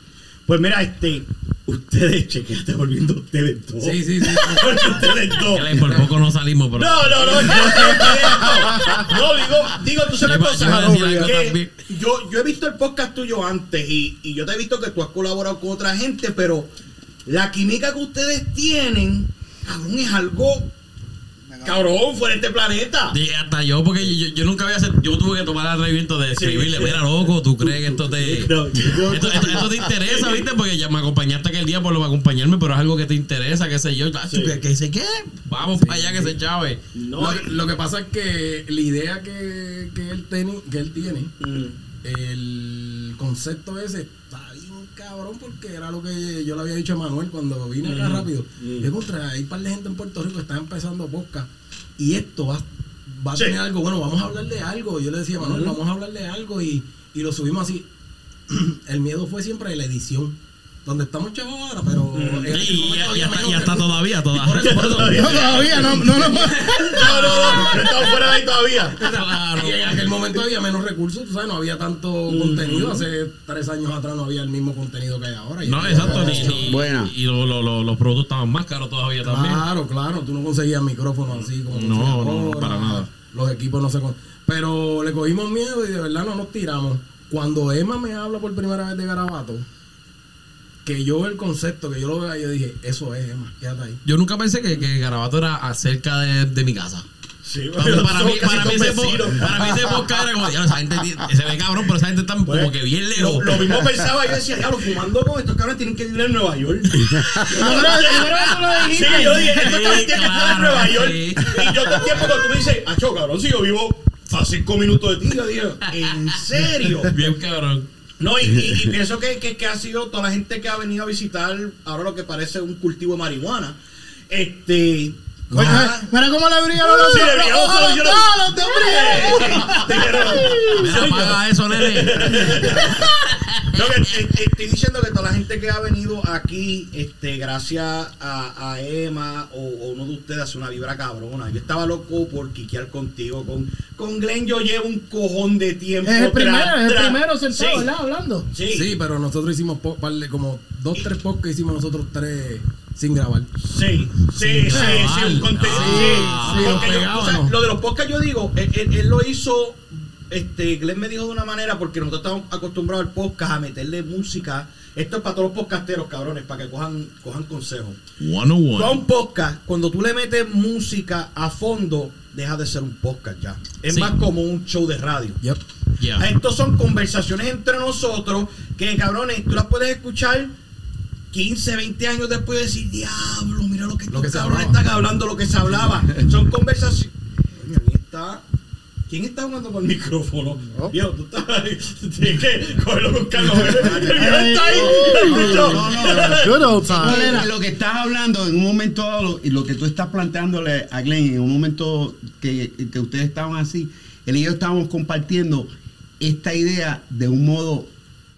C: Pues mira, este, ustedes, chequen, está volviendo ustedes (laughs) dos.
I: Sí, sí, sí.
C: Porque ustedes dos.
E: Dale, Por poco no salimos, pero.
C: No,
E: (laughs)
C: no, no, yo estoy No, digo, digo, tú sabes
E: Yo iba-
C: cosas,
E: yo iba a
C: Harold,
E: decir algo
C: que
E: también.
C: yo, yo he visto el podcast tuyo antes y, y yo te he visto que tú has colaborado con otra gente, pero la química que ustedes tienen, cabrón, es algo, cabrón, fuera de este planeta.
E: Y hasta yo, porque yo, yo nunca había sent- yo tuve que tomar el reviento de escribirle,
C: sí.
E: mira loco, tú crees que esto te
C: No, yo-
E: esto, esto- esto te interesa, viste, porque ya me acompañaste aquel día por lo de acompañarme, pero es algo que te interesa, qué sé yo, Ah,
C: Sí.
E: que, que sé qué, vamos para allá que se chave.
C: No,
I: Lo, que- lo que pasa es que la idea que, que él, teni- que él tiene,
F: Mm.
I: el concepto ese está bien cabrón
D: (laughs)
I: porque era lo que yo le había dicho a Manuel cuando vine acá rápido. Yo contra, hay un par de gente en Puerto Rico que está empezando podcast y esto va, va a
C: Sí.
I: tener algo, bueno, vamos a hablar de algo. Yo le decía a Manuel, vamos a hablar de algo y, y lo subimos así. el miedo fue siempre la edición. Donde estamos chavos ahora, pero... en este
E: Y
I: momento
E: ya, ya
I: había
E: está,
I: menos
E: ya
I: que-
E: está todavía, toda.
I: Por eso, por eso.
D: No, todavía, no, no, no.
C: no, no, no, no estamos fuera de ahí todavía.
E: Claro.
I: Y en aquel momento había menos recursos, tú sabes, no había tanto contenido. Hace tres años atrás no había el mismo contenido que hay ahora. Y
E: No,
I: ahora-
E: exacto, ni, ni-
F: Buena.
E: y lo- lo- lo- los productos estaban más caros todavía también.
I: Claro, claro, tú no conseguías micrófonos así como
E: No,
I: consigues
E: no, no, para nada.
I: Los equipos no se con... Pero le cogimos miedo y de verdad no nos tiramos. Cuando Emma me habla por primera vez de garabato, que yo el concepto, que yo lo vea, yo dije, eso es Emma, quédate ahí.
E: Yo nunca pensé que, que Garabato era acerca de, de mi casa.
C: Sí,
E: Para, para mí,
C: somos
E: para, mí
C: casi
E: ese, po-
C: convencidos.
E: para mí ese podcast era como, "Diablo, esa gente tiene- se ve cabrón, pero esa gente está
C: Bueno,
E: como que bien lejos.
C: Pues, Lo, lo mismo
E: (laughs)
C: pensaba, yo decía, diablo, fumando con estos cabrones tienen que vivir en Nueva York. Sí, yo dije, estos cabrones tienen que estar en
E: claro,
C: Nueva York.
E: sí.
C: Y yo todo el tiempo cuando tú me dices, acho, cabrón, si yo vivo a cinco minutos de ti, yo dije, ¿en (laughs) serio?
E: Bien cabrón.
C: No, y, y-
E: (laughs)
C: y pienso que, que, que ha sido toda la gente que ha venido a visitar ahora lo que parece un cultivo de marihuana. Este. pues,
D: Mira, mira cómo le brillan los
C: Sí,
D: ojos.
C: le brilló,
D: ¡Oh,
C: yo este, lo-
D: no, los de brillan!
C: nada,
D: (laughs)
C: te quiero.
E: Mira,
C: Soy yo.
E: apaga eso, nene.
C: No, que, eh, eh, estoy diciendo que toda la gente que ha venido aquí, este, gracias a, a Emma o, o uno de ustedes hace una vibra cabrona. Yo estaba loco por quiquear contigo. Con, con Glenn yo llevo un cojón de tiempo.
D: Es el primero,
C: tra-
D: es el
C: tra-
D: primero sentado,
C: Sí,
D: ¿verdad? Hablando.
C: Sí.
I: Sí, pero nosotros hicimos po- par de- como dos, tres podcasts que hicimos nosotros tres sin grabar.
C: Sí, sí, sí, sí, un contenido.
E: Sí,
C: sí,
I: Ah, sí,
C: porque
I: lo
C: yo-
I: pegaba,
C: o sea,
I: ¿no?
C: Lo de los podcasts yo digo, él, él- él lo hizo, este, Glenn me dijo de una manera, porque nosotros estamos acostumbrados al podcast a meterle música. Esto es para todos los podcasteros, cabrones, para que cojan, cojan consejos. Tú a
E: 101.
C: un podcast, cuando tú le metes música a fondo, deja de ser un podcast ya. Es
E: Sí.
C: más como un show de radio.
I: Yep.
E: Yeah.
C: Estos son conversaciones entre nosotros que, cabrones, tú las puedes escuchar 15, 20 años después y decir, diablo, mira lo que
I: Lo
C: estos
I: que se
C: cabrones
I: hablaba".
C: están hablando, lo que
F: (laughs)
C: se hablaba. Son conversaciones... Coño, ¿quién está? ¿Quién está jugando con el micrófono? Viejo, tú estás ahí. Tienes que cogerlo con calma. El viejo está ahí.
F: No, no, no.
G: Good old time.
F: Lo- Lo que estás hablando en un momento dado lo- y lo que tú estás planteándole a Glenn en un momento que, que ustedes estaban así, él y yo estábamos compartiendo esta idea de un modo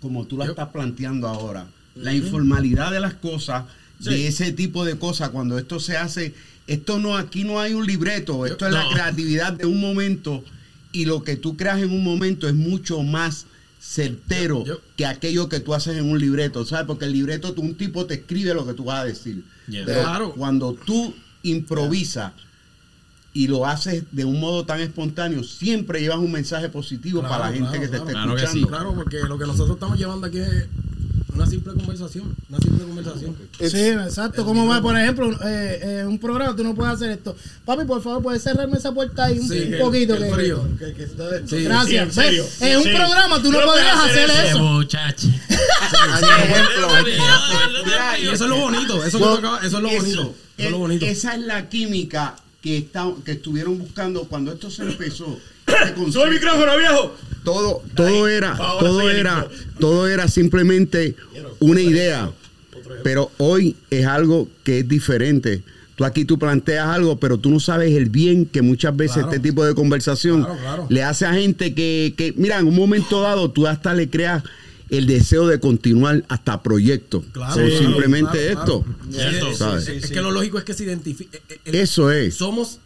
F: como tú la estás planteando ahora. La informalidad de las cosas, de ese tipo de cosas, cuando esto se hace, esto no, aquí no hay un libreto, esto es la
E: No.
F: creatividad de un momento y lo que tú creas en un momento es mucho más certero
I: Yo- yo-
F: que aquello que tú haces en un libreto, ¿sabes? Porque el libreto, tú, un tipo te escribe lo que tú vas a decir.
E: Yeah.
F: Pero
I: Claro.
F: cuando tú improvisas y lo haces de un modo tan espontáneo, siempre llevas un mensaje positivo
I: Claro,
F: para la gente
I: claro,
F: que te
I: claro.
F: está
E: Claro que
F: escuchando.
E: sí.
I: Claro, porque lo que nosotros estamos llevando aquí es una simple conversación. Una simple conversación.
G: It's-
D: Sí, exacto. Como va, por ejemplo, eh, eh, un programa, tú no puedes hacer esto. Papi, por favor, puedes cerrarme esa puerta ahí un
I: Sí, que-
D: poquito.
I: que el
D: que-
I: frío.
D: que- que está-
I: Sí,
D: Gracias.
C: sí, en serio.
D: Ves, en un
C: Sí.
D: programa tú no,
C: No puedes
D: podrías hacer,
C: hacer
E: Eh,
D: eso.
E: muchacho.
I: Y eso es lo bonito. Eso, que
G: Well,
I: tú acabas- eso es lo bonito. Eso es lo
F: Es-
I: bonito.
F: eh, Esa es la química que, está, que estuvieron buscando cuando esto se
C: (coughs)
F: empezó. este
C: Sube el
F: concepto.
C: micrófono, viejo.
F: todo todo
C: Ahí,
F: era
C: ahora
F: todo
C: soy el
F: era
C: hijo.
F: todo era simplemente una idea pero hoy es algo que es diferente tú aquí tú planteas algo pero tú no sabes el bien que muchas veces
I: Claro.
F: este tipo de conversación
I: Claro, claro.
F: le hace a gente que, que mira en un momento dado tú hasta le creas el deseo de continuar hasta proyectos
I: Claro,
F: Con
I: claro,
F: simplemente
I: claro,
F: esto
I: claro.
E: Cierto.
I: Sí, sí,
F: ¿Sabes?
I: sí, Es que lo lógico es que se identifique. eh, eh,
F: eso es
I: Somos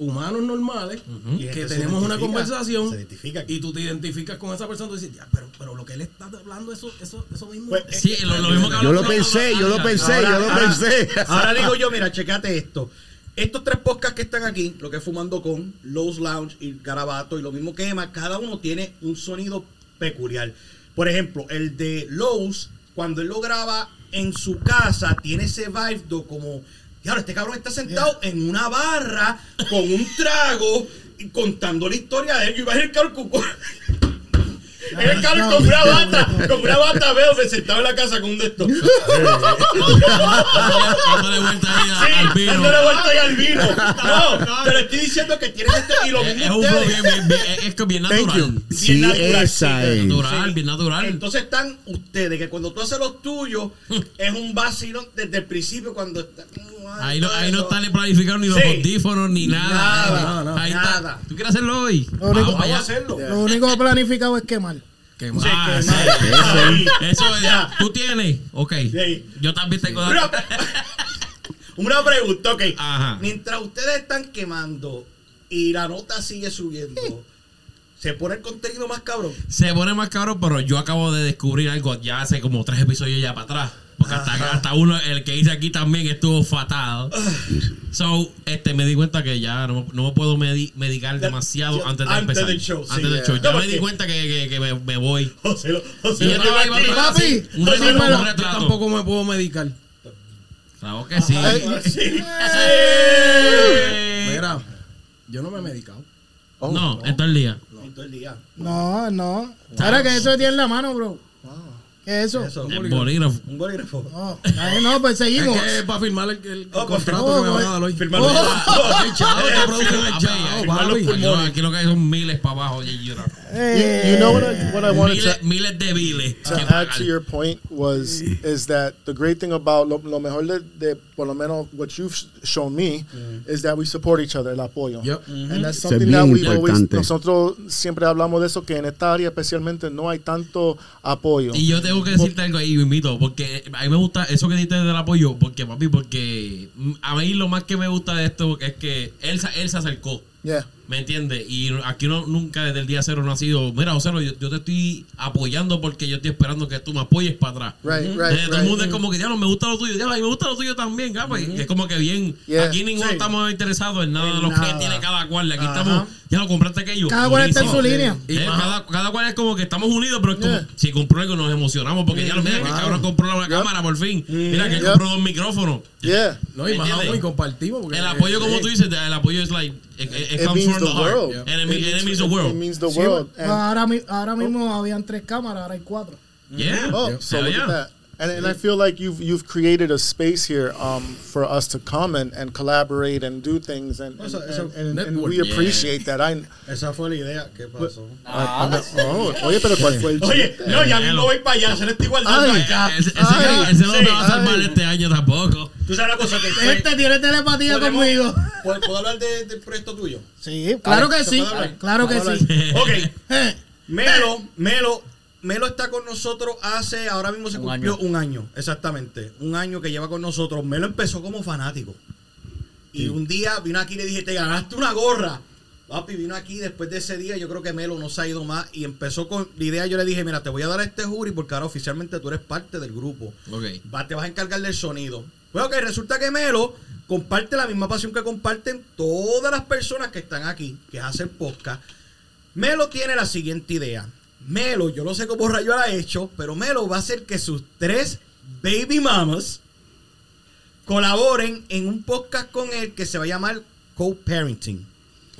I: humanos normales
C: Y
I: que
C: este se
I: tenemos una
C: identifica, se
I: conversación
C: identifica.
I: y tú te identificas con esa persona y dices, ya, pero, pero lo que él está hablando, eso, eso, eso mismo.
C: Pues,
E: Sí, lo, lo mismo que
F: yo
E: hablamos
F: lo
E: con-
F: pensé yo lo pensé yo lo pensé
C: ahora digo yo, mira, checate esto. Estos tres podcasts que están aquí, lo que es Fumando con, Lowe's Lounge y Garabato, y lo mismo que Emma, cada uno tiene un sonido peculiar. Por ejemplo, el de Lowe's, cuando él lo graba en su casa, tiene ese vibe de como, claro, este cabrón está sentado en una barra con un trago y contando la historia de él. Yo iba a ir el cabrón con- con- en el cabrón con una bata, con una bata, veo, me sentaba en la casa con un de estos.
E: Dándole vuelta ahí
C: Sí,
E: a- al vino.
C: dándole vuelta ahí al vino. No, pero estoy diciendo que tienen este y lo
E: Es,
C: mismo
E: es un flow
C: ustedes.
E: bien, bien, bien- es que bien
F: thank
E: natural.
F: you
C: Bien
F: sí
C: natural,
F: esa
C: sí,
F: es
E: Natural, bien natural.
C: Entonces están ustedes, que cuando tú haces los tuyos, es un vacilón desde el principio cuando está.
E: Ahí no, ahí no está ni planificado ni los
C: Sí.
E: audífonos ni nada.
C: Nada,
E: Ahí-
C: nada,
E: ahí
C: nada.
E: está. ¿Tú quieres hacerlo hoy?
D: Lo único-
E: para
C: Vamos a
E: allá.
C: hacerlo.
D: Lo único planificado es quemar.
I: que
E: Ah, Sí,
I: más.
E: que
C: sí.
E: mal. Eso, es.
C: Ya.
E: ¿Tú tienes? Ok.
C: Sí.
E: Yo también tengo.
C: Una, una (laughs) pregunta, ok.
E: Ajá.
C: Mientras ustedes están quemando y la nota sigue subiendo, ¿se pone el contenido más cabrón?
E: Se pone más cabrón, pero yo acabo de descubrir algo ya hace como tres episodios ya para atrás. Porque hasta, hasta uno, el que hice aquí también estuvo fatal.
C: Ah.
E: So, este, me di cuenta que ya no, no me puedo medi- medicar demasiado
C: ya-
E: antes de
C: antes
E: empezar.
C: del show, sí,
E: antes del
C: ya.
E: show. Ya
C: No,
E: me di
C: porque-
E: cuenta que, que, que me, me voy.
C: José, lo-
E: Y
C: José,
E: yo
C: lo tengo
E: estaba ahí,
C: aquí.
E: papi, así, un
I: Yo
E: retrato,
I: tampoco-
E: un
I: yo
E: retrato.
I: tampoco me puedo medicar.
E: Claro que sí.
C: Sí.
I: Mira, yo no me he medicado.
F: Oh,
E: No, esto es el día.
C: Todo el día.
D: No, no. Ahora que eso tiene en la mano, bro.
I: Ah.
D: ¿Qué es eso?
E: El bolígrafo.
C: Un bolígrafo.
F: Ah,
D: No, ay, no, pues seguimos.
I: Es que es para firmar el, el
C: Oh,
I: contrato
D: por
I: que me
D: favor.
I: van
E: eh,
I: a dar hoy.
C: Firmarlo.
E: Oh, (laughs)
I: Ay, chavo, te producen el chavo,
E: Firmar los
I: papi.
E: pulmones. Aquí lo que hay son miles para abajo. y yo-
D: Eh,
G: You know what I, what I wanted
E: Miles,
G: to, Ah,
E: miles de biles. que
G: to add
E: pagar.
G: to your point was is that the great thing about lo, lo mejor de, de por lo menos what you've sh- shown me
E: Mm.
G: is that we support each other, el apoyo.
I: Yep.
G: And that's
F: Eso es
G: something
F: bien
G: that we've always
F: importante.
G: nosotros siempre hablamos de eso que en esta área especialmente no hay tanto apoyo.
E: Y yo tengo que decirte algo ahí, invito, porque a mí me gusta eso que diste del apoyo, porque papi, porque mm, a mí lo más que me gusta de esto es que él, se- él se acercó,
G: Yeah.
E: ¿me entiendes? Y aquí uno nunca desde el día cero no ha sido, mira, José, yo, yo te estoy apoyando porque yo estoy esperando que tú me apoyes para atrás.
G: Right,
E: Entonces,
G: right,
E: todo el mundo
G: right.
E: es como que, diablo, me gusta lo tuyo, diablo, a mí me gusta lo tuyo también, pues. capa. Y Es como que bien,
G: Yeah,
E: aquí ninguno
G: sí.
E: estamos interesados en nada de lo que
G: nada.
E: tiene cada cual. Aquí estamos, ya lo compraste aquello.
D: Cada cual está en su
E: Buenísimo.
D: línea.
E: Eh, cada, cada cual es como que estamos unidos, pero es como, si compró algo nos emocionamos porque ya lo mira que el cabrón compró una cámara por fin. Mira que él
G: Yep.
E: compró dos micrófonos.
G: Yeah.
I: Mm. No, y más
E: ¿Entiendes?
I: aún, y compartimos. porque- eh,
E: El apoyo, como
I: Sí.
E: tú dices, el apoyo es like, it, it- it
G: It
E: comes
G: means
E: from
G: the
E: the heart.
G: world.
E: And it, mean- and it means the
G: It
E: world.
G: means the
D: sí,
G: world. And-
D: ahora, mi- ahora mismo habían tres cámaras, ahora hay cuatro.
E: Yeah.
G: Oh, so
E: Hell
G: look
E: yeah.
G: at that. And, and I feel like you've you've created a space here um, for us to come and, and collaborate and do things and and,
C: Eso- eso-
G: and- and
I: network.
G: we appreciate that. I,
C: Esa fue la idea. ¿Qué pasó?
G: I- I'm- oh, oye, pero cuál fue el
C: Ah, Oye,
G: chiste?
C: no, ya mismo voy para allá. Se lo estoy guardando
G: Ay.
C: acá.
E: Ese, ese-
G: Ay,
E: ese no
C: sí,
E: me va a salvar
G: ay.
E: este año tampoco.
C: Tú sabes la cosa que...
D: Este tiene telepatía
C: ¿Podemos-
D: conmigo.
C: ¿Puedo puedo hablar de- del proyecto tuyo?
D: Sí, claro que
C: ¿se
D: sí.
C: puede hablar?
D: Claro que sí.
C: (laughs) Ok,
D: Eh,
C: Melo, Melo, Melo está con nosotros hace, ahora mismo se cumplió un año. exactamente. Un año que lleva con nosotros. Melo empezó como fanático. Y un día vino aquí y le dije, te ganaste una gorra. Papi vino aquí después de ese día, yo creo que Melo no se ha ido más y empezó con la idea, yo le dije, mira, te voy a dar este jury porque ahora oficialmente tú eres parte del grupo.
E: Ok.
C: Va- te vas a encargar del sonido. Pues ok, resulta que Melo comparte la misma pasión que comparten todas las personas que están aquí, que es hacer podcast. Melo tiene la siguiente idea. Melo, yo no sé cómo rayo la ha hecho, pero Melo va a hacer que sus tres baby mamas colaboren en un podcast con él que se va a llamar Co-Parenting.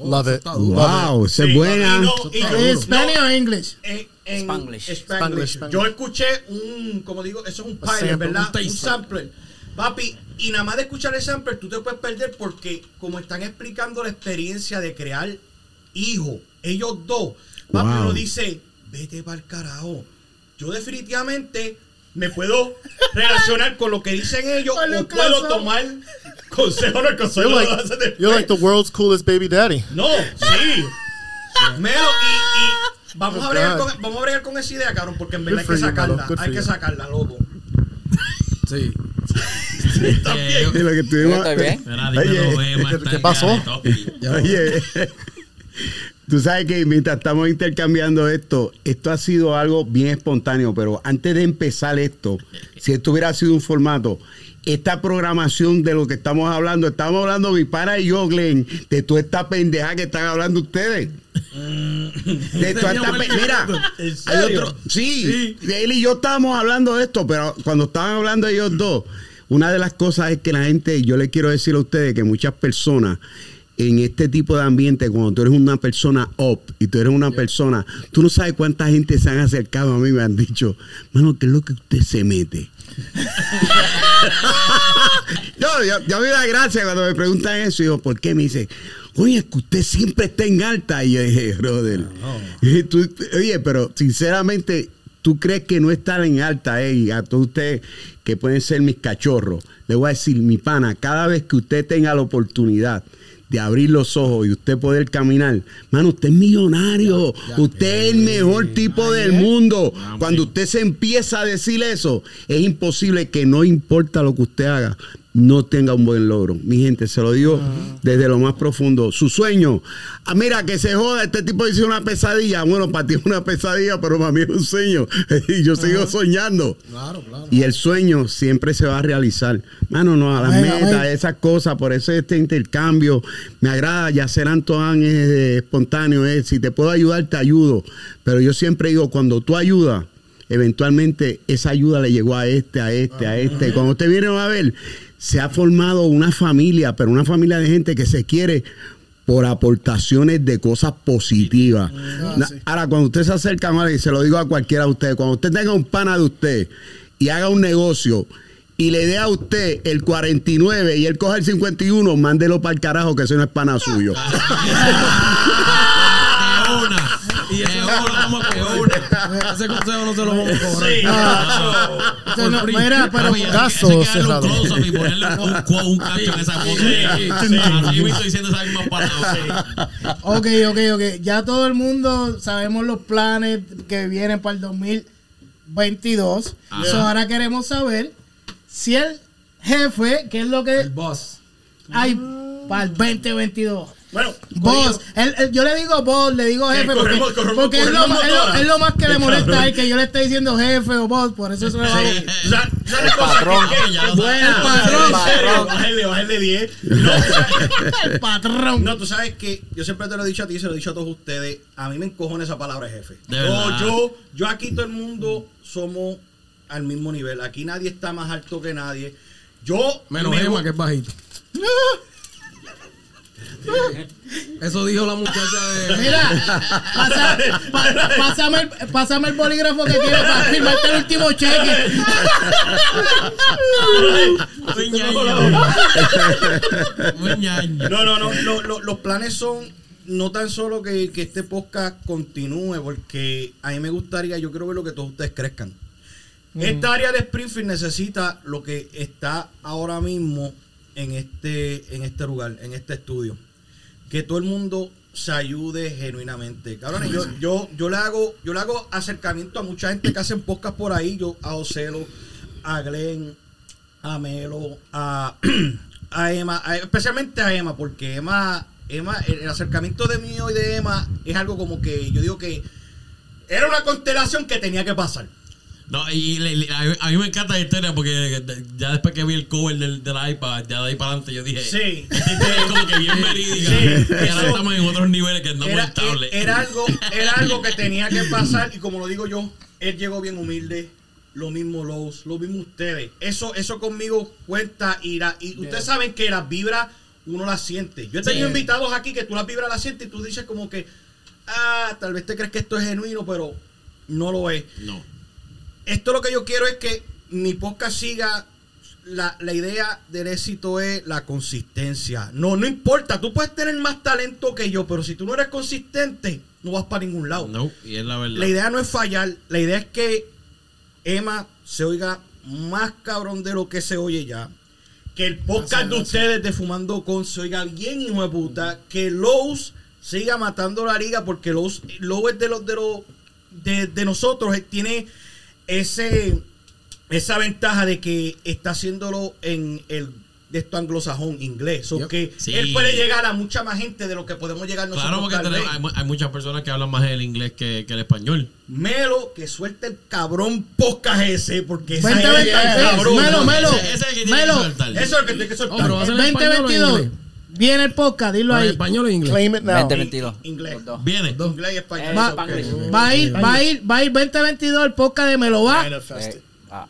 G: Love it.
F: Oh, Wow, esa es buena.
C: Y no- y yo-
D: ¿Es
C: no,
D: Spanish o English?
C: en, en
K: Spanglish.
C: Spanglish.
G: Spanglish,
C: Yo escuché un, como digo, eso es un pilot,
G: sample,
C: ¿verdad?
G: un taste.
C: Un, sampler. Papi, y nada más de escuchar el sampler, tú te puedes perder porque como están explicando la experiencia de crear hijo, ellos dos, papi
F: Wow.
C: uno dice, vete para el carajo. Yo definitivamente me puedo relacionar con lo que dicen ellos
D: Con lo
C: o
D: que
C: puedo
D: son.
C: tomar consejo, no consejo.
G: You're like,
C: no, de- (laughs)
G: you're like the world's coolest baby daddy.
C: no, sí. Melo, y, y vamos, a
G: Oh,
C: bregar
G: God.
C: con, vamos a bregar con esa idea, cabrón, porque en verdad hay
G: for
C: que
G: you,
C: sacarla.
G: Melo. Good
C: Hay
G: for
C: que
G: you.
C: sacarla, loco.
I: Sí.
E: Eh,
F: Es lo que estuvimos-
K: Estoy bien.
E: espera, dímelo,
F: (laughs) Oye,
E: Emma,
G: ¿qué
E: está
G: pasó?
E: en cara de
F: (laughs)
E: topi.
F: Oye, tú sabes que mientras estamos intercambiando esto, esto ha sido algo bien espontáneo, pero antes de empezar esto, si esto hubiera sido un formato, esta programación de lo que estamos hablando, estamos hablando mi pana y yo, Glenn, de toda esta pendeja que están hablando ustedes.
E: Este
F: De toda esta pe- Mira, hay otro. Sí, él y yo estábamos hablando de esto, pero cuando estaban hablando ellos dos, una de las cosas es que la gente, yo le quiero decir a ustedes que muchas personas en este tipo de ambiente, cuando tú eres una persona up y tú eres una persona, tú no sabes cuánta gente se han acercado a mí y me han dicho, mano, ¿qué es lo que usted se mete? Yo, yo, yo me da gracia cuando me preguntan eso. Y digo, ¿por qué? Me dice, oye, es que usted siempre está en alta. Y yo dije, (laughs) brother. y tú- oye, pero sinceramente, ¿tú crees que no estar en alta? Eh? Y a todos ustedes que pueden ser mis cachorros, le voy a decir, mi pana, cada vez que usted tenga la oportunidad de abrir los ojos y usted poder caminar, mano, usted es millonario, usted es el mejor tipo del mundo. Cuando usted se empieza a decir eso, es imposible que no importa lo que usted haga, no tenga un buen logro. Mi gente, se lo digo
I: Ah.
F: desde lo más profundo. Su sueño, ah, mira, que se joda, este tipo dice una pesadilla. Bueno, para ti es una pesadilla, pero para mí es un sueño. (laughs) y yo sigo soñando.
I: Claro, claro.
F: Y el sueño siempre se va a realizar. Mano, no, a las
D: Amén,
F: metas,
D: amén.
F: esas cosas, por eso este intercambio me agrada. Yacer Antoine es eh, espontáneo, es, si te puedo ayudar, te ayudo. Pero yo siempre digo, cuando tú ayudas, eventualmente esa ayuda le llegó a este, a este, a este. Cuando usted viene a ver, se ha formado una familia, pero una familia de gente que se quiere por aportaciones de cosas positivas. Na- Ahora, cuando usted se acerca más, y se lo digo a cualquiera de ustedes, cuando usted tenga un pana de usted y haga un negocio y le dé a usted el 49 y él coge el 51, mándelo para el carajo que eso no es pana suyo.
E: Es una. Y eso no lo vamos a cobrar.
I: Ese consejo no se lo vamos a cobrar.
C: Sí.
D: O sea, no, mira, pero
E: Papi,
G: caso
E: eso hay que darle un
G: cerrado.
E: close-up y ponerle un, un, un cacho en esa foto.
C: (laughs) sí, sí.
E: Así me estoy diciendo esa misma palabra.
D: Ok, ok, ok. Ya todo el mundo sabemos los planes que vienen para el 2022. So, ahora queremos saber si el jefe, ¿qué es lo
I: El
D: que
I: boss.
D: hay para el 2022?
C: Bueno,
D: Vos, él- él- yo le digo vos, le digo jefe, porque,
C: corremos- corremos-
D: porque es, lo,
C: corremos
D: es lo-
C: motora.
D: es lo más que le
C: Qué
D: molesta
C: cabrón.
D: a él que yo le esté diciendo jefe o vos, por eso se lo hago.
C: O sea, ¿sabes cosa
E: patrón.
C: que- que-
E: Ya lo
C: Buena,
E: sabes.
D: patrón.
C: en serio, Bájale, bájale 10. No, o sea,
D: El patrón.
C: No, tú sabes que yo siempre te lo he dicho a ti, se lo he dicho a todos ustedes. A mí me encojona esa palabra jefe.
E: De
C: Yo-
E: verdad.
C: yo, yo aquí todo el mundo somos al mismo nivel. Aquí nadie está más alto que nadie. Yo
I: Menos
C: me-
I: Emma, que es bajito. Eso dijo la muchacha de.
D: Mira,
C: (laughs)
D: pasa- pa- pásame, el, pásame el bolígrafo que tiene para firmarte el último cheque.
E: Muy ñaño. Muy ñaño.
C: No, no, no. lo- lo- los planes son no tan solo que, que este podcast continúe, porque a mí me gustaría, yo quiero ver lo que todos ustedes crezcan. Esta área de Springfield necesita lo que está ahora mismo en este, en este lugar, en este estudio. Que todo el mundo se ayude genuinamente. Cabrones, yo, yo, yo le hago, yo le hago acercamiento a mucha gente que hacen podcast por ahí, yo a Ocelo, a Glenn, a Melo, a, (clears throat) a Emma, a- especialmente a Emma, porque Emma, Emma, el, el acercamiento de mío y de Emma es algo como que yo digo que era una constelación que tenía que pasar.
E: No, y le- le- a, mí, a mí me encanta la historia porque ya después que vi el cover del, del iPad, ya de ahí para adelante yo dije.
C: Sí.
E: Esta historia Eh, este, es como que bien verídica.
C: Sí.
E: y ahora
C: Eso-
E: estamos en otros niveles que andamos
C: Era, eh,
E: estables.
C: era algo, era algo que tenía que pasar y como lo digo yo, él llegó bien humilde. Lo mismo los, lo mismo ustedes. Eso, eso conmigo cuenta y, la- y ustedes saben que las vibras uno las siente. Yo he tenido
E: Sí.
C: invitados aquí que tú las vibras las sientes y tú dices como que, ah, tal vez te crees que esto es genuino, pero no lo es.
E: No.
C: esto lo que yo quiero es que mi podcast siga. La, la idea del éxito es la consistencia. No, no importa. Tú puedes tener más talento que yo, pero si tú no eres consistente, no vas para ningún lado.
E: No, y es la verdad.
C: La idea no es fallar. La idea es que Emma se oiga más cabrón de lo que se oye ya. Que el podcast de ustedes de Fumando Con se oiga bien, hijo de puta. Que Lowe's siga matando la liga porque Lowe's, Lowe's es de los de los de, de nosotros. Él tiene ese esa ventaja de que está haciéndolo en el de esto anglosajón inglés. So
I: Yep.
C: que
E: Sí.
C: él puede llegar a mucha más gente de lo que podemos llegar nosotros.
E: Claro, porque
C: tal
E: tenemos-
C: vez.
E: hay, mu- hay muchas personas que hablan más el inglés que, que el español.
C: Melo, que suelte el cabrón podcast ese, porque esa
D: Vente,
C: gente
D: vente,
C: está
D: vente.
C: cabrón.
D: Melo, Melo,
E: Ese, ese es el que tiene
D: Melo.
E: que soltar.
C: Eso es lo que tiene que soltar.
I: No, pero va a ser en español o en
D: 2022.
I: inglés.
D: Viene el podcast, dilo
I: ¿En
D: ahí.
I: español o en inglés?
G: Claim it now.
K: 2022.
C: Inglés.
K: Los dos.
E: Viene.
C: Inglés y español.
K: Va-
C: ok.
K: Spanglish.
D: Va a ir, va a ir, va a ir 2022 el podcast de Me (laughs) lo va.
G: Manifest it.
K: Va.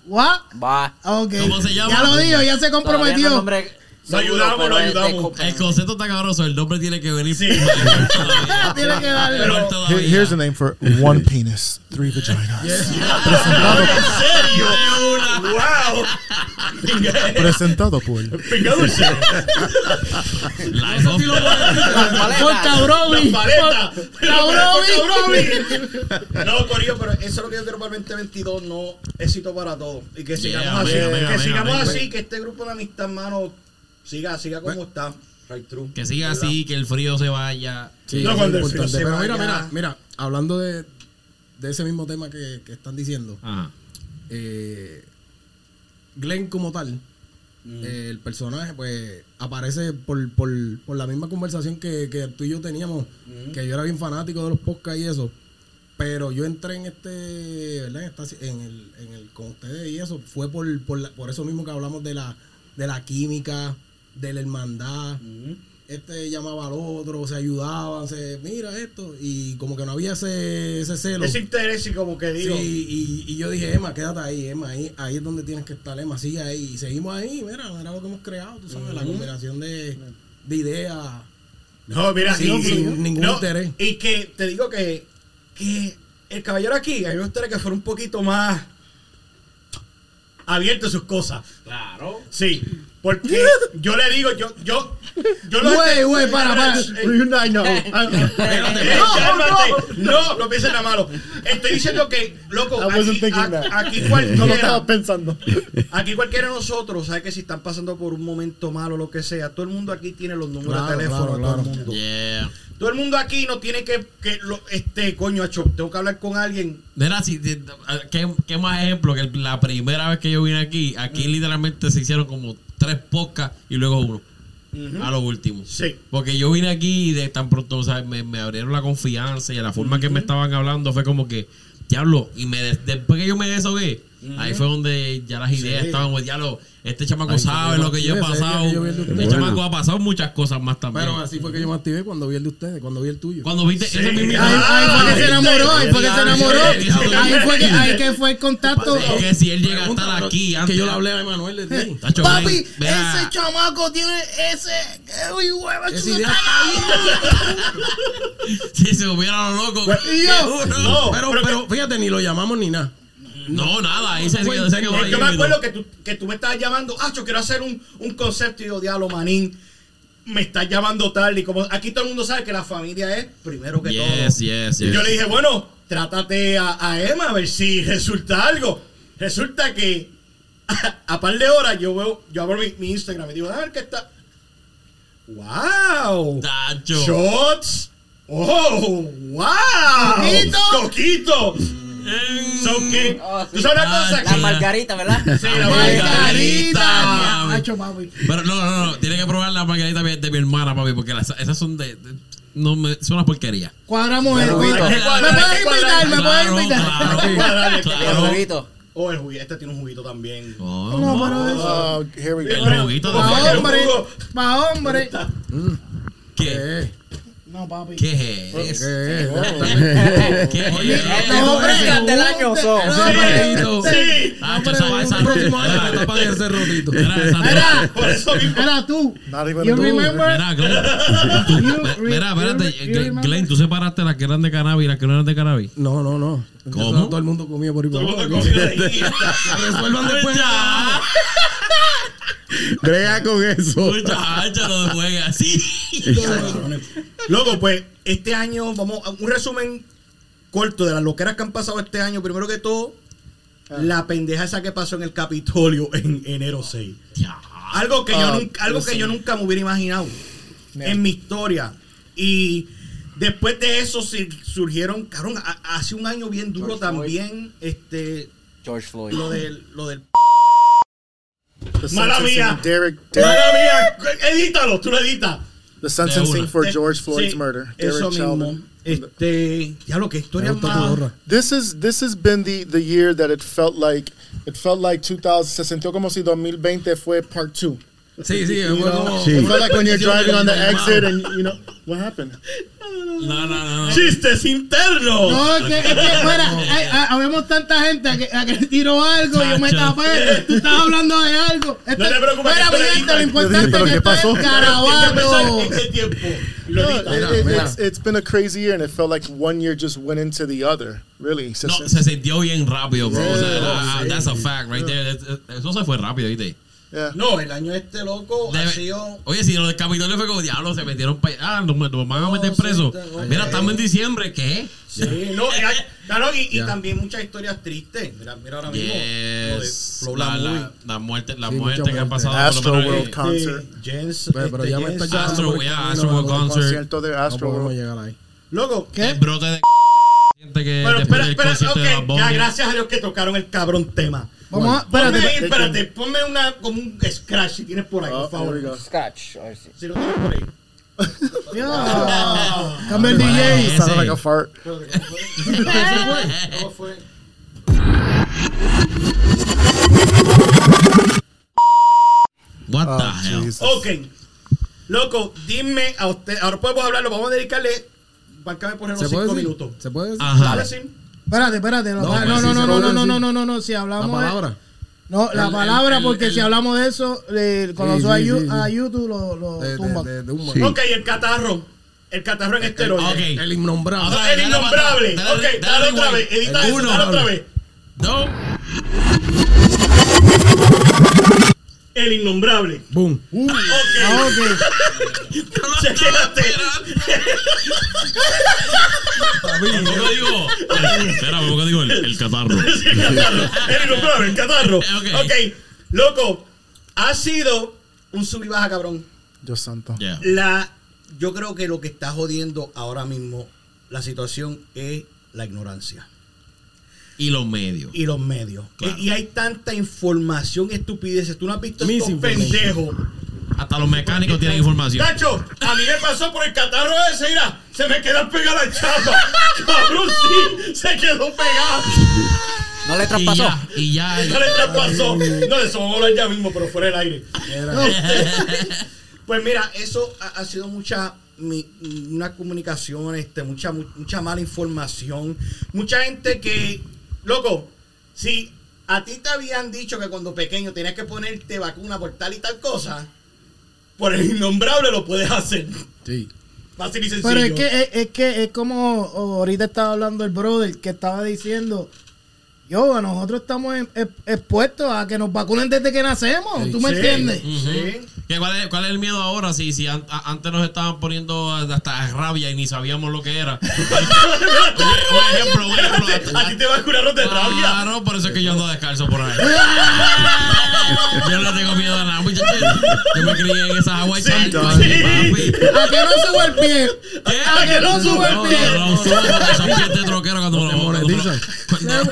D: ¿What?
K: Eh, ah, Va.
D: Ok.
E: ¿Cómo se llama?
D: Ya lo dijo, ya
K: Todavía no
D: se
K: es
D: comprometió.
K: nombre seguro,
C: ayudamos,
K: pero
C: lo
K: es de
C: ayudamos.
K: Copa.
E: El concepto está cabroso, el nombre tiene que venir.
C: Sí. (laughs)
D: Tiene que darle.
E: Pero
G: Here-
E: todavía.
G: here's a name for one penis, three vaginas.
C: ¿En serio? ¡Wow! Pinga-
G: Presentado por.
C: Pinga
G: (laughs)
C: dulce.
E: Life of
K: Las paletas.
D: Por
C: La
D: cabrón.
C: paleta.
D: Cabrobi.
C: No, Corillo, pero eso es lo que yo quiero para el 2022. No, éxito para todos. Y que sigamos
E: Yeah,
C: así.
E: amén, amén,
C: que
E: amén,
C: sigamos
E: amén.
C: así. Que este grupo de amistad, hermano, siga, siga como está. Right true.
E: Que siga así, que el frío se vaya.
I: Sí,
C: No,
I: eso
C: cuando
I: es
C: el frío
I: importante.
C: se
I: Pero mira,
C: vaya.
I: mira, mira, hablando de, de ese mismo tema que, que están diciendo,
E: Ajá.
I: eh, Glenn como tal
C: Mm.
I: eh, el personaje, pues aparece por, por, por la misma conversación que, que tú y yo teníamos,
C: Mm.
I: que yo era bien fanático de los podcasts y eso. Pero yo entré en este, ¿verdad? En, esta- en el, en el con ustedes y eso fue por, por, la- por eso mismo que hablamos de la, de la química, de la hermandad. Este llamaba al otro, se ayudaban, se, mira esto, y como que no había ese, ese celo.
C: Ese interés y como que digo.
I: Sí, y, y yo dije, Emma, quédate ahí, Emma, ahí, ahí es donde tienes que estar, Emma, sigue ahí. Y seguimos ahí, mira, mira lo que hemos creado, tú sabes, la combinación de, de ideas.
C: No, mira,
I: Sí,
C: y,
I: sin
C: y-
I: ningún
C: no,
I: interés.
C: Y que te digo que, que el caballero aquí, a mí me gustaría que fuera un poquito más abierto a sus cosas. Claro. Sí,
I: (laughs)
C: porque yo le digo, yo, yo, yo lo-
D: Güey, güey,
C: (laughs)
D: para, para.
C: Eh,
G: Reunite, no. I-
C: eh, cálmate. No, no pienses nada malo. Estoy diciendo que, loco,
I: Ah,
G: I
I: pues,
G: wasn't
C: aquí,
G: thinking
C: a-
G: that.
I: (laughs)
C: aquí
G: No lo estaba
C: cualquiera,
G: pensando.
C: aquí cualquiera de nosotros sabe que si están pasando por un momento malo o lo que sea, todo el mundo aquí tiene los números de
I: Claro,
C: teléfono
I: claro,
C: de todo el
I: claro.
C: mundo.
E: Yeah.
C: Todo el mundo aquí no tiene que, que lo- este, coño, acho, tengo que hablar con alguien.
E: Mira, si, si- ¿qué, qué más ejemplo que el- la primera vez que yo vine aquí, aquí
C: Mm.
E: literalmente se hicieron como tres podcasts y luego uno. A los últimos.
C: Sí.
E: Porque yo vine aquí y de tan pronto, o sea, me, me abrieron la confianza y la forma que me estaban hablando fue como que, diablo, y me des- después que yo me desogué, ahí fue donde ya las ideas estaban, como, diablo, este chamaco
I: Ahí fue
E: sabe
I: que
E: lo que yo he
I: yo activé ese día
E: pasado.
I: que yo vi el de
E: Este
I: ustedes.
E: chamaco ha pasado muchas cosas más también.
I: Pero así fue que yo me activé cuando vi el de ustedes, cuando vi el tuyo.
E: Cuando viste ese mismo...
D: Ahí, ahí fue que
I: Ah,
D: se enamoró, ahí fue que se enamoró. Ahí fue que, ahí que fue el contacto.
E: Es que si él llega a
I: Pregúntalo,
E: estar aquí antes...
I: que yo le hablé a Emanuel de ti.
E: Tacho,
D: Papi,
E: ven, ven a-
D: ese chamaco tiene ese. uy, huevo,
I: Esa
D: eso
I: idea
D: está
I: (laughs)
E: Si se hubiera lo loco.
D: Y yo,
C: No,
I: pero,
C: pero
I: pero fíjate, ni lo llamamos ni nada.
E: No, nada, ahí se se- se- que
C: Eh, yo me acuerdo que tú, que tú me estabas llamando, ah, yo quiero hacer un, un concepto y yo, diablo, manín, me estás llamando tal y como aquí todo el mundo sabe que la familia es primero que
E: Yes,
C: todo.
E: yes,
C: Y
E: yes.
C: Yo le dije, bueno, trátate a, a Emma a ver si (laughs) resulta algo. Resulta que (laughs) a par de horas yo veo, yo abro mi, mi Instagram y digo, a ver qué está. ¡Wow!
E: Tacho.
C: Shots. Oh, wow. Coquito. Coquito. So, ¿qué?
K: Oh,
C: ¿Tú sabes una cosa?
E: La
C: Que-
E: margarita,
C: Sí, la
E: Margarita,
C: margarita.
E: mami.
D: Acho, papi.
E: Pero no, no, no. Tiene que probar la margarita de, de mi hermana, papi, porque las- esas son de. de- no me, son una porquería.
D: Cuadramos el.
C: Hay que
D: cuadra-
C: cuadrar,
D: Me
C: hay
D: puedes
C: que cuadrar.
D: invitar, me puedes
E: Claro,
D: invitar.
E: claro,
C: Hay que cuadrar, hay que
E: claro.
C: cuadrar. Oh, el juguito. Este tiene un juguito también.
E: Oh,
D: No, pero eso.
G: Uh, here we go.
E: el juguito de
C: Vamos.
D: Pa' hombre,
C: Hugo.
D: pa' hombre.
E: ¿Qué?
D: No, papi.
E: ¿Qué es? ¿Qué es?
I: Oye,
D: No, hombre,
I: del
D: año son.
E: Margarito.
C: Sí.
E: Tacho, Ah, pues, esa va esa-
I: El próximo año te tapan ese rotito.
E: Mira, esa-
D: Era,
C: Por eso mismo.
D: era tú.
G: Not even
D: You
G: a dude.
D: remember?
E: Mira, Glenn. tú- Mira, espérate. Glenn, Glenn, tú separaste las que eran de cannabis y las que no eran de cannabis.
I: No, no, no.
E: ¿Cómo?
I: Todo el mundo comía por ahí.
C: Todo
I: por
C: el
I: ahí.
C: mundo comió de ahí.
I: Resuelvan después.
E: Ya.
F: Brega con eso.
E: Muchacha, no me juegue así.
C: Loco, pues este año, vamos a un resumen corto de las loqueras que han pasado este año. Primero que todo,
G: Ah.
C: la pendeja esa que pasó en el Capitolio en enero 6.
E: Ya.
C: Algo que yo
G: Ah,
C: nunca, algo
G: yo
C: que
G: sé.
C: yo nunca me hubiera imaginado en mi historia. Y después de eso sí surgieron, cabrón, a- hace un año bien duro también, este,
K: George Floyd.
C: lo del, lo del.
G: The
C: Mala mía.
G: sentencing, Derek, Derek,
C: ¡Madre mía! Edítalo, tú lo editas.
G: the sentencing for
C: Eh,
G: George
C: sí,
G: Floyd's murder.
C: Eso
G: Derek
C: mismo.
G: Chauvin.
C: Este, ya lo que historia
I: gusta tu
C: más.
I: gorra.
G: This is this has been the the year that it felt like it felt like 2000 se sintió como si 2020 fue part 2.
I: Sí, sí, es
G: You know?
I: como.
G: It felt like when you're
I: Sí.
G: driving on the exit and you know what happened.
E: No, no, no. no.
C: ¡Chistes internos!
D: Ah. No, es que, es que fuera, hay- hay- habemos tanta gente a que, a que tiró algo, yo me
E: Chacho.
D: tapé, tú estabas hablando de algo. Este, Esto-
C: No te preocupes,
D: Fuera,
C: esto
D: mi
C: lo
D: gente, lo
C: editan.
D: importante
G: Pero
D: es que
G: ¿qué
D: esto
G: pasó?
D: es carabato.
C: ¿En qué tiempo? Lo
G: No,
C: editas.
G: it, it, it's, it's been a crazy year and it felt like one year just went into the other. Really. Se-
E: No, se sintió bien rápido, bro. O sea, ah, that's a fact right there. Es- Eso se fue rápido, ¿viste?
G: yeah.
C: No, el año este loco ha
E: Debe-
C: sido.
E: Oye, si lo del Capitolio fue como diablo, se metieron para Ah, nos, nos van a meter preso. Mira, estamos en diciembre, ¿qué?
C: Sí, no, y, hay- claro, y, y también muchas historias tristes. Mira, mira ahora mismo. lo de
E: Yes.
C: Flow
E: La,
C: la,
E: la-
C: movie.
E: la muerte, la
I: Sí,
E: muerte
I: mucha
E: que ha
I: muerte.
E: pasado.
G: Astro
E: por lo menos,
G: World
E: eh,
G: concert.
C: De Jens,
I: Pero, pero
C: este,
I: ya me
C: Jens-
I: está llamando
E: Astro,
I: porque
E: yeah,
I: no
E: Astro World
I: vamos a
E: Concert.
G: Concierto de
I: No
G: Astro
I: podemos
G: World.
I: llegar ahí.
C: Loco,
E: El brote de siente que
C: Pero
E: después
C: espera,
E: del
C: espera,
E: concierto de Bad
C: ok.
E: Bunny-
C: Ya, gracias a Dios que tocaron el cabrón tema.
D: Vamos a,
C: Ponme
D: espérate,
C: ahí, espérate, ponme una, como un scratch si tienes por ahí,
G: Oh,
C: por favor.
K: Scratch. A ver si.
C: Si lo tienes por ahí.
D: ya. cambia el DJ.
E: Ese.
G: Sounded like a fart.
C: Ah,
E: What
G: Oh,
E: the hell?
G: Jesus.
C: Ok. Loco, dime a usted. Ahora podemos hablarlo, vamos a dedicarle. Bancame por ejemplo
I: ¿Se puede
C: 5
I: decir?
C: minutos.
I: ¿Se puede decir?
E: Ajá.
C: ¿Vale, sí?
D: Espérate, espérate. la-
I: No,
D: No,
I: pues,
D: no,
I: sí,
D: no,
I: se
D: no,
I: lo
D: no,
I: voy a
D: no, no,
I: decir.
D: no, no, no, no, si
I: La
D: hablamos de-
I: palabra.
D: No, la
I: El-
D: palabra,
I: el-
D: porque
I: el-
D: si hablamos de eso, eh, cuando
I: Sí,
D: suba a,
I: sí,
D: Yu-
I: sí, sí.
D: a YouTube lo, lo
I: De,
D: tumba.
I: de, de, de un
F: Sí.
C: Ok, el catarro. El catarro en esteroides.
E: Ok.
I: El innombrable.
E: Otra
C: No,
E: vez,
C: el
E: dale para
C: innombrable.
E: atrás, dale, dale
C: ok, dale otra
E: rewind.
C: vez. Edita eso,
E: Uno.
C: dale otra vez.
E: Dos.
C: El innombrable. Ah,
I: Boom.
C: Ok, (laughs) chequéate.
E: Tampoco digo. Espera, tampoco digo el, el catarro.
C: (laughs) el catarro. El innombrable, el catarro.
E: Ok.
C: Ok, loco. Ha sido un sub y baja, cabrón.
G: Dios santo.
E: Yeah.
C: La, yo creo que lo que está jodiendo ahora mismo la situación es la ignorancia
E: Y los medios.
C: y los medios.
E: Claro.
C: Y, y hay tanta información estupideces. Tú no has visto estos
I: Misinformation.
C: pendejos.
E: Hasta los mecánicos tienen información.
C: Nacho, a mí me pasó por el catarro ese, mira, se me quedó pegada la chapa. Cabrón, sí, se quedó pegada.
K: No le
E: Y
K: traspasó.
E: ya, y ya.
C: Ya (laughs) le traspasó. No, de eso vamos a hablar ya mismo, pero fuera del aire. Este, (laughs) pues mira, eso ha, ha sido mucha mi- una comunicación, este, mucha, mu- mucha mala información. Mucha gente que, loco, si a ti te habían dicho que cuando pequeño tenías que ponerte vacuna por tal y tal cosa, por el innombrable lo puedes hacer.
I: Sí.
C: Fácil y sencillo.
D: Pero es que, es, es que es como ahorita estaba hablando el brother que estaba diciendo, yo, a nosotros estamos en- ex- expuestos a que nos vacunen desde que nacemos, ¿tú me
C: Sí.
D: entiendes?
C: Sí.
E: ¿Qué, cuál, es, ¿Cuál es el miedo ahora? Si, si an- a- antes nos estaban poniendo hasta rabia y ni sabíamos lo que
C: (laughs)
E: era. Oye, un ejemplo, un ejemplo.
C: A ti te vacunaron de rabia.
E: Claro, por eso es que yo ando descalzo por
C: (laughs)
E: ahí. Yo no tengo miedo a nada, muchachos. Yo me crié en esas aguas y
C: Sí,
E: tal,
C: sí.
E: papi, papi.
D: A que no suba el pie,
E: ¿Qué?
D: a que no
E: No,
D: suba
E: no,
D: el pie.
E: no, subo, porque son pies de troquero cuando me lo monetizan. No,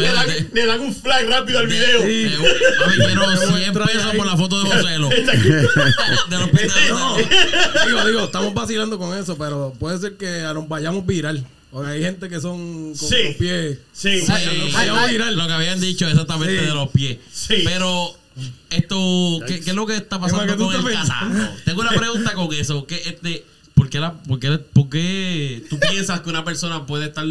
C: le, dan,
E: espérate.
C: le dan un flag rápido al video.
E: Mami, quiero 100 pesos por la foto de Bocelo.
I: (laughs)
L: (laughs)
E: De los pies de
I: No. digo, digo, estamos vacilando con eso, pero puede ser que a nos vayamos viral. Porque hay gente que son con
C: Sí.
I: los pies.
C: Sí.
E: Sí, Lo que habían dicho exactamente
I: Sí.
E: de los pies.
C: Sí.
E: Pero esto, ¿qué, qué es lo que está
I: Es más
E: pasando
I: que tú
E: con el
I: también.
E: catarro? Tengo una pregunta con eso. ¿Qué, este, ¿por, qué la- por, qué, por qué tú piensas que una persona puede estar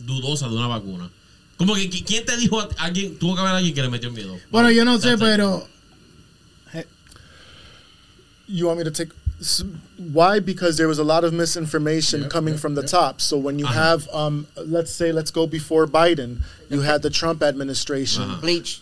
E: dudosa de una vacuna? Como que qui- quién te dijo a a alguien, tuvo que haber alguien que le metió miedo.
D: Bueno, yo no sé,
E: That's it.
D: pero
G: You want me to take s- why? Because there was a lot of misinformation coming from the top. So when you
E: Uh-huh.
G: have, um, let's say, let's go before Biden, you had the Trump administration.
E: Uh-huh.
K: Bleach.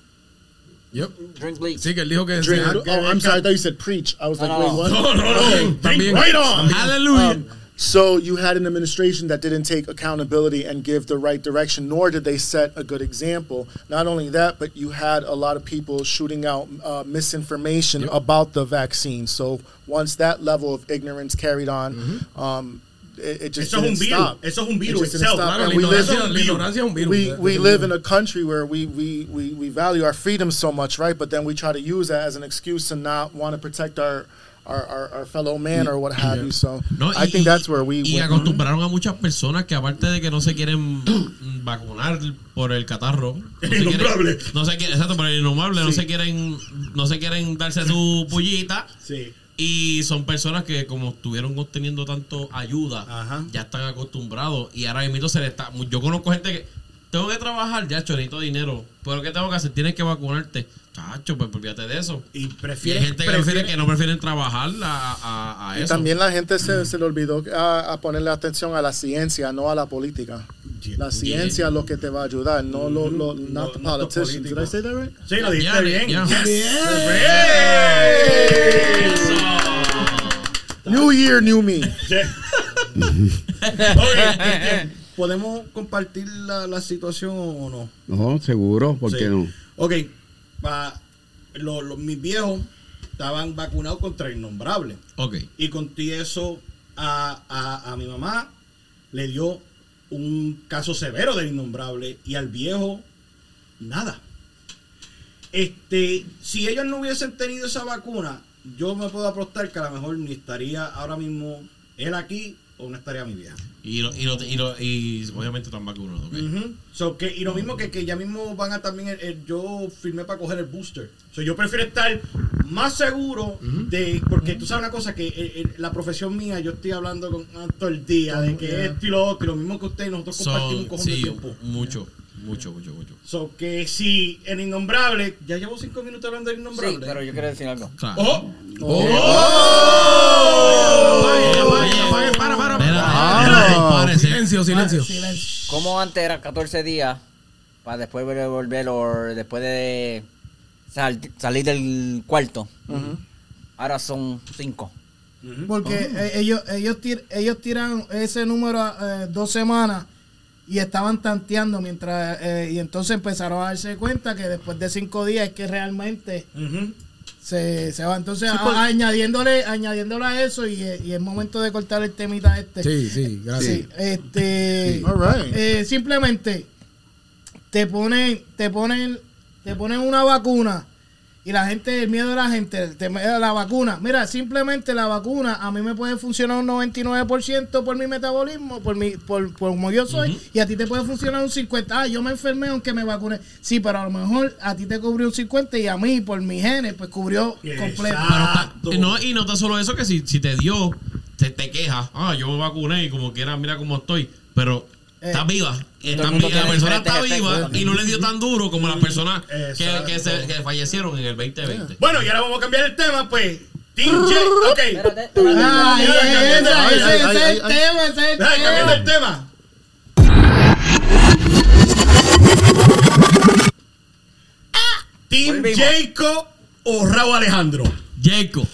I: Yep.
K: Drink bleach.
I: Sí, que él dijo que
G: Drink-
I: se-
G: oh, I'm sorry. I thought you said preach. I was like,
K: No, no,
G: wait,
K: no.
G: what?
C: No, no, no.
I: También.
C: Right on.
E: Aleluya.
G: Um, so you had an administration that didn't take accountability and give the right direction, nor did they set a good example. Not only that, but you had a lot of people shooting out uh, misinformation about the vaccine. So once that level of ignorance carried on, um, it, it just
C: Mm-hmm. Eso es
G: didn't
C: un virus.
G: stop.
C: Eso es un
G: It
C: virus
G: just didn't
C: itself.
G: stop.
I: Claro, la
G: And we live-
I: ignorancia, la ignorancia es un virus.
G: we, we live in a country where we, we, we, we value our freedom so much, right? But then we try to use that as an excuse to not want to protect our, our, our, our fellow man or what have you. So
E: No,
G: I
E: y-
G: think that's where we.
E: y
G: went wrong.
E: acostumbraron a muchas personas que aparte de que no se quieren (clears throat) mm, vacunar por el catarro, no se quieren-
C: Innombrable.
E: no se quieren, exacto, por el innombrable, no se quieren, no se quieren
G: (laughs)
E: darse su pullita.
C: Sí.
E: Y son personas que como estuvieron obteniendo tanto ayuda,
C: Ajá.
E: ya están acostumbrados. Y ahora mismo se le está. Yo conozco gente que tengo que trabajar, ya cho, necesito dinero. Pero ¿qué tengo que hacer? Tienes que vacunarte. Chacho, pues olvídate de eso.
C: Y
E: Y
C: prefieren.
E: hay gente que, prefiere, que no prefieren trabajar a, a- a
G: Y
E: eso.
G: también la gente se, se le olvidó ah, a, a ponerle atención a la ciencia, no a la política. La ciencia es lo que te va a ayudar, Mm-hmm. no lo, lo not the
C: no los
G: politicians. Did I say that right?
C: Sí, lo dijiste
E: Ya,
C: bien.
E: ya.
C: Yes.
G: New year, new me.
D: (laughs)
C: Oye, este, ¿podemos compartir la, la situación o no?
F: No, seguro, ¿por
C: Sí.
F: qué no?
C: Ok, pa- lo- lo- mis viejos estaban vacunados contra el innombrable.
E: Ok.
C: Y conté eso a, a- a mi mamá le dio un caso severo del innombrable y al viejo nada. Este, si ellos no hubiesen tenido esa vacuna, yo me puedo apostar que a lo mejor ni estaría ahora mismo él aquí o no estaría mi vieja.
E: Y, lo- y, lo- y, lo- y obviamente están vacunados, ¿ok?
C: Ujú. So que- y lo mismo que, que ya mismo van a también. el- el- yo firmé para coger el booster. So yo prefiero estar más seguro de. Porque tú sabes una cosa, que el- el- la profesión mía, yo estoy hablando con ah, todo el día de que
E: Yeah.
C: esto y lo otro, y lo mismo que ustedes, nosotros
E: So,
C: compartimos un cojón de
E: sí,
C: tiempo.
E: mucho, mucho, mucho, mucho.
C: So que si el innombrable. Ya llevo cinco minutos hablando del innombrable.
K: Sí, pero yo quiero decir algo.
E: Claro.
C: ¡Oh!
I: Para, para,
E: Silencio, silencio.
K: Como antes eran 14 días, para después vol- volver o después de sal- salir del cuarto, ahora son Oh. 5.
D: Porque
G: Oh.
D: eh, ellos, ellos, tir- ellos tiran ese número eh, dos semanas y estaban tanteando mientras eh, y entonces empezaron a darse cuenta que después de cinco días es que realmente se, se va. Entonces a- añadiéndole, añadiéndole a eso y, eh, y es momento de cortar el temita este.
I: Sí, sí, gracias.
D: Sí, este,
I: Sí.
G: All right.
D: eh, simplemente te ponen, te ponen, te ponen una vacuna y la gente, el miedo de la gente, el tema de la vacuna. Mira, simplemente la vacuna a mí me puede funcionar un 99% por mi metabolismo, por mi, por, por como yo soy, y a ti te puede funcionar un 50. Ah, yo me enfermé aunque me vacuné. Sí, pero a lo mejor a ti te cubrió un 50 y a mí por mis genes pues cubrió completo.
E: Pero está- no, y no está solo eso, que si, si te dio, te, te quejas. Ah, yo me vacuné y como quiera, mira cómo estoy. Pero está viva. Está
K: el mundo
E: vi- la
K: tiene
E: persona
K: diferentes
E: está viva
K: efectos.
E: y no le dio tan duro como las personas que,
C: Exacto.
E: que, se- que fallecieron en el 2020.
C: Bueno, y ahora vamos a cambiar el tema, pues. Tinche, ok.
D: Ah,
C: Ay,
D: ese-
C: ay,
D: ese-
C: ay,
D: ese-
C: ay,
D: ese es
C: ay,
D: el
C: ay.
D: tema, ese es el
C: Ay, cambiando
D: tema.
C: el tema. Team
K: Volvimos.
C: Jacob o Raúl Alejandro.
E: Jacob.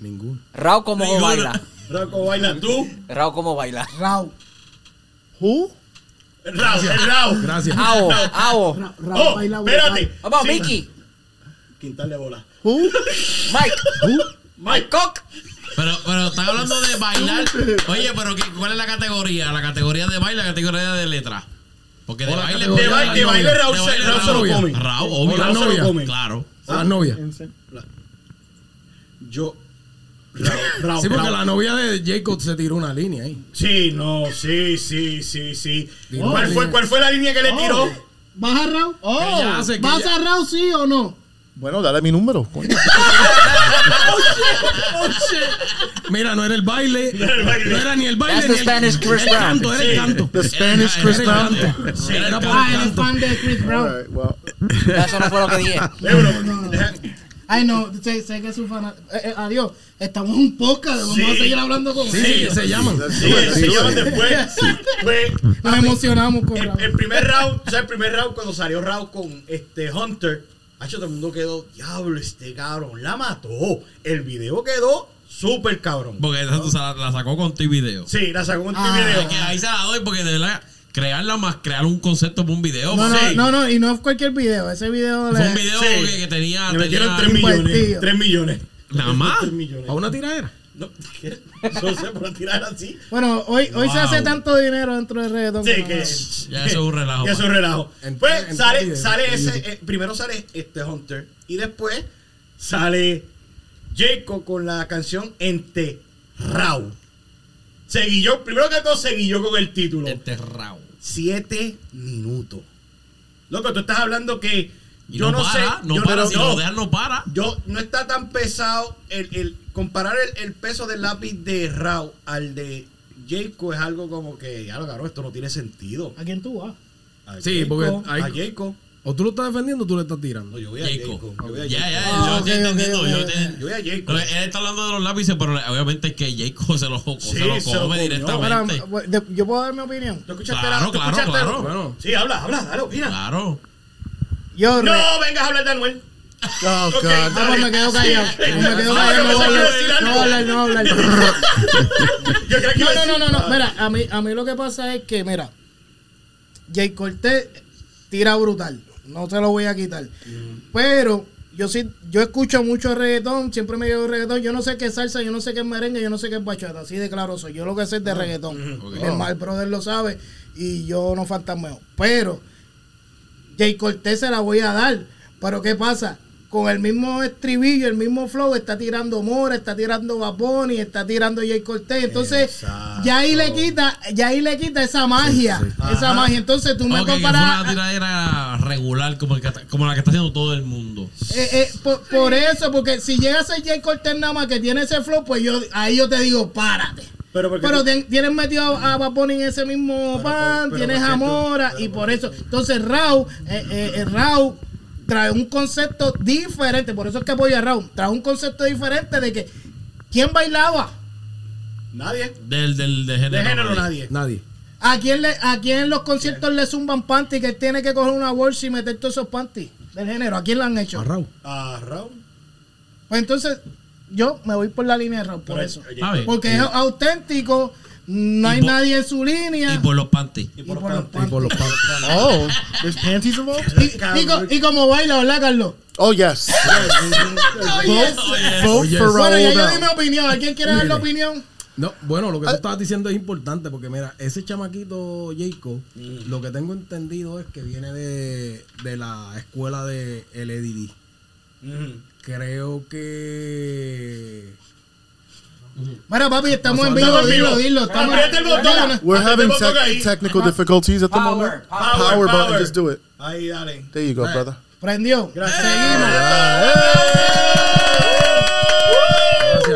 I: Ninguno.
K: Rao como
E: Ninguna.
K: baila.
C: Raco baila tú.
K: Rao como baila.
D: Raúl.
G: Who?
C: Raúl, el Raúl.
I: Gracias.
K: Ao, ao.
C: Oh, espérate.
K: Vamos,
C: Sí.
K: Mickey,
C: Quintarle bola.
G: Who?
K: Mike,
C: Mike.
K: Cock.
E: Pero, pero están hablando de bailar. Oye, pero ¿qué- ¿cuál es la categoría? La categoría de baile, la categoría de letra. Porque de
I: O la
E: baile,
I: categoría
C: de baile- de baile Raúl se- Raúl se lo come.
E: Raúl,
I: O la
E: obvio.
C: se lo
I: novia.
C: come.
E: Claro.
I: La novia.
C: Ah, Yo. Raúl, Raúl,
I: Sí, porque
C: Raúl.
I: la novia de Jacob se tiró una línea ahí.
C: Sí, no, sí, sí, sí, sí.
I: Dime.
C: ¿Cuál, fue, ¿Cuál fue la línea que le tiró?
D: ¿Vas a Raúl? Oh,
I: ya hace, que
D: ¿Vas
I: ya-
D: a Raúl sí o no?
G: (laughs) Bueno, dale mi número. coño.
I: (laughs)
D: (laughs) Oh,
I: Mira, no era el baile.
C: era el
I: No
C: baile.
I: era ni el
K: That's
I: baile.
K: the
I: Ni el,
K: Spanish Chris
I: era el
K: Brown.
I: canto, era el
C: Sí.
I: canto.
G: The Spanish
I: Era
G: Chris
I: el
G: Brown.
I: canto. Era por
D: Ah,
I: el
D: eres
I: canto.
D: fan de Chris Brown.
G: All right, well,
K: Eso no fue lo que dije.
G: (laughs)
C: Ebro. deja-
D: Ay, no, sé, sé que es un fan. eh, eh, adiós, estamos en un podcast, vamos
C: Sí.
D: a seguir hablando con
I: Sí,
D: ellos.
I: se llaman.
C: Sí, se llaman después. Fue
D: Nos emocionamos con
C: el,
D: Raúl.
C: el primer round, o sea, el primer round cuando salió Raúl con este Hunter, hacho, todo el mundo quedó, diablo, este cabrón la mató. El video quedó súper cabrón.
E: Porque esa tú sa- la sacó con tu video.
C: Sí, la sacó en tu
D: Ah,
C: video.
E: Es que ahí se la doy porque de verdad, crearla más, crear un concepto para un video.
D: No, no,
E: sí.
D: no, no, y no es cualquier video, ese video
E: Fue un
D: le...
E: video
C: Sí.
E: que, que tenía.
C: Le metieron
E: tenía-
C: 3 millones.
D: Invertido.
C: 3 millones.
E: Nada más.
C: 3
I: A
C: millones.
I: una tiradera.
C: No, ¿qué? Eso se puede tirar así.
D: Bueno, hoy, hoy se
E: Wow.
D: hace tanto dinero dentro del reggaetón.
C: Sí,
D: no-
C: que.
E: Ya eso es un relajo.
C: Ya es un relajo.
I: En-
C: Pues
I: en-
C: sale,
I: en-
C: sale
I: en-
C: ese. eh, primero sale este Hunter. Y después sale Jacob con la canción Ente Rau. Seguí yo, primero que todo, seguí yo con el título.
E: Enterrado.
C: Siete minutos. Loco, tú estás hablando que.
E: Y
C: yo
E: no,
C: no,
E: para,
C: sé.
E: no
C: yo
E: para. si
C: no,
E: lo dejan, no para.
C: yo no está tan pesado el, el comparar el, el peso del lápiz de Rao al de Jacob es algo como que ya lo cabrón, esto no tiene sentido.
D: ¿A quién tú vas?
C: A
I: Sí,
C: Jacob,
I: porque hay-
C: a Jacob.
I: O tú lo estás defendiendo o tú le estás tirando.
C: No, yo voy a Jacob.
E: Jacob.
C: Yo voy a Jacob.
E: Ya, ya,
D: Ah,
E: yo
D: ok,
E: estoy
D: ok,
E: entendiendo.
D: ok,
E: yo
D: ok.
E: te-
C: Yo voy a Jacob.
E: Pero él está hablando de los lápices, pero obviamente es que Jacob se los co-
C: Sí,
E: se lo
C: se lo
E: come
C: comió.
D: Ahora,
E: directamente.
D: bueno, de- yo puedo dar mi opinión.
C: ¿Tú escuchaste
E: Claro,
C: la- tú
E: claro,
C: escuchaste la-
E: claro.
I: Bueno,
C: Sí, habla, habla, dale, opina.
E: Claro.
D: Yo, re-
C: No vengas a hablar de Anuel.
G: oh,
C: Ok,
G: God.
D: Ah, pues me
C: (laughs)
D: quedo callado. Me quedo
C: No,
D: callado.
C: yo
D: No voy a
C: pensé que
D: hablar,
C: iba a decir
D: no voy a hablar, no (laughs) voy a hablar.
C: Yo creo que iba a
D: No,
C: decir-
D: no, no, no, no. Mira, a mí, a mí lo que pasa es que, mira, Jay Cortés tira brutal. No te lo voy a quitar. Pero yo sí, yo escucho mucho reggaetón, siempre me llevo reggaetón. Yo no sé qué es salsa, yo no sé qué es merengue, yo no sé qué es bachata. Así de claro soy. Yo lo que sé es de reggaetón.
E: Ah, ok.
D: El mal brother lo sabe y yo no fantasmeo. Pero Jay Cortés se la voy a dar. Pero ¿qué pasa? Con el mismo estribillo, el mismo flow, está tirando Mora, está tirando Baboni, está tirando Jay Cortés. Entonces, ya ahí le quita, ya ahí le quita esa magia, esa magia. Entonces tú me
E: Ok, que fue
D: comparas
E: una tiradera regular como, el que está- como la que está haciendo todo el mundo.
D: eh, eh, por, por eso, porque si llega a ser Jay Cortez nada más que tiene ese flow, pues yo ahí yo te digo, párate.
C: Pero, porque
D: Pero
C: tú-
D: ten- tienes metido a, a Bad Bunny en ese mismo pan, tienes a Mora y por eso. Entonces Raúl, eh, eh, eh, Raúl trae un concepto diferente, por eso es que apoyo a Raúl, trae un concepto diferente de que ¿quién bailaba?
C: nadie.
E: Del, del, de género.
C: De género nadie.
I: Nadie.
D: ¿A quién, le, ¿A quién en los conciertos le zumban panty que él tiene que coger una bolsa y meter todos esos panty del género? ¿A quién le han hecho?
I: A Raúl.
C: A Raúl.
D: Pues entonces, yo me voy por la línea de Raúl, por
C: Pero-
D: eso.
C: oye,
E: A ver,
D: Porque es auténtico, no hay
E: por-
D: nadie en su línea.
E: Y por los panties.
C: y
D: y por
C: por
D: los
C: los
D: pan-
C: pan-
I: Y por los padres.
G: Oh, there's panties involved?
D: y, y co- y como baila, ¿verdad, Carlos?
G: Oh, yes. Vote for
D: Bueno, ya yo di
G: Raúl.
D: mi
G: now.
D: opinión. ¿Alguien quiere dar la opinión?
I: No, bueno, lo que tú estabas diciendo es importante porque mira, ese chamaquito Jacob,
G: Mm.
I: lo que tengo entendido es que viene de, de la escuela de LDD.
G: Mm.
I: Creo que
D: Mira, papi, estamos en vivo,
C: Estamos en
D: dilo,
C: vivo.
D: dilo. Estamos
C: Aprieta el botón.
D: Dilo.
G: We're
C: Aprieta
G: having
C: el botón
G: tec-
C: ahí.
G: technical difficulties at the
K: Power,
G: moment.
K: power,
C: power.
G: button, just do it.
C: Ahí, dale.
G: There you go, brother.
D: Prendió.
C: Gracias.
I: Gracias,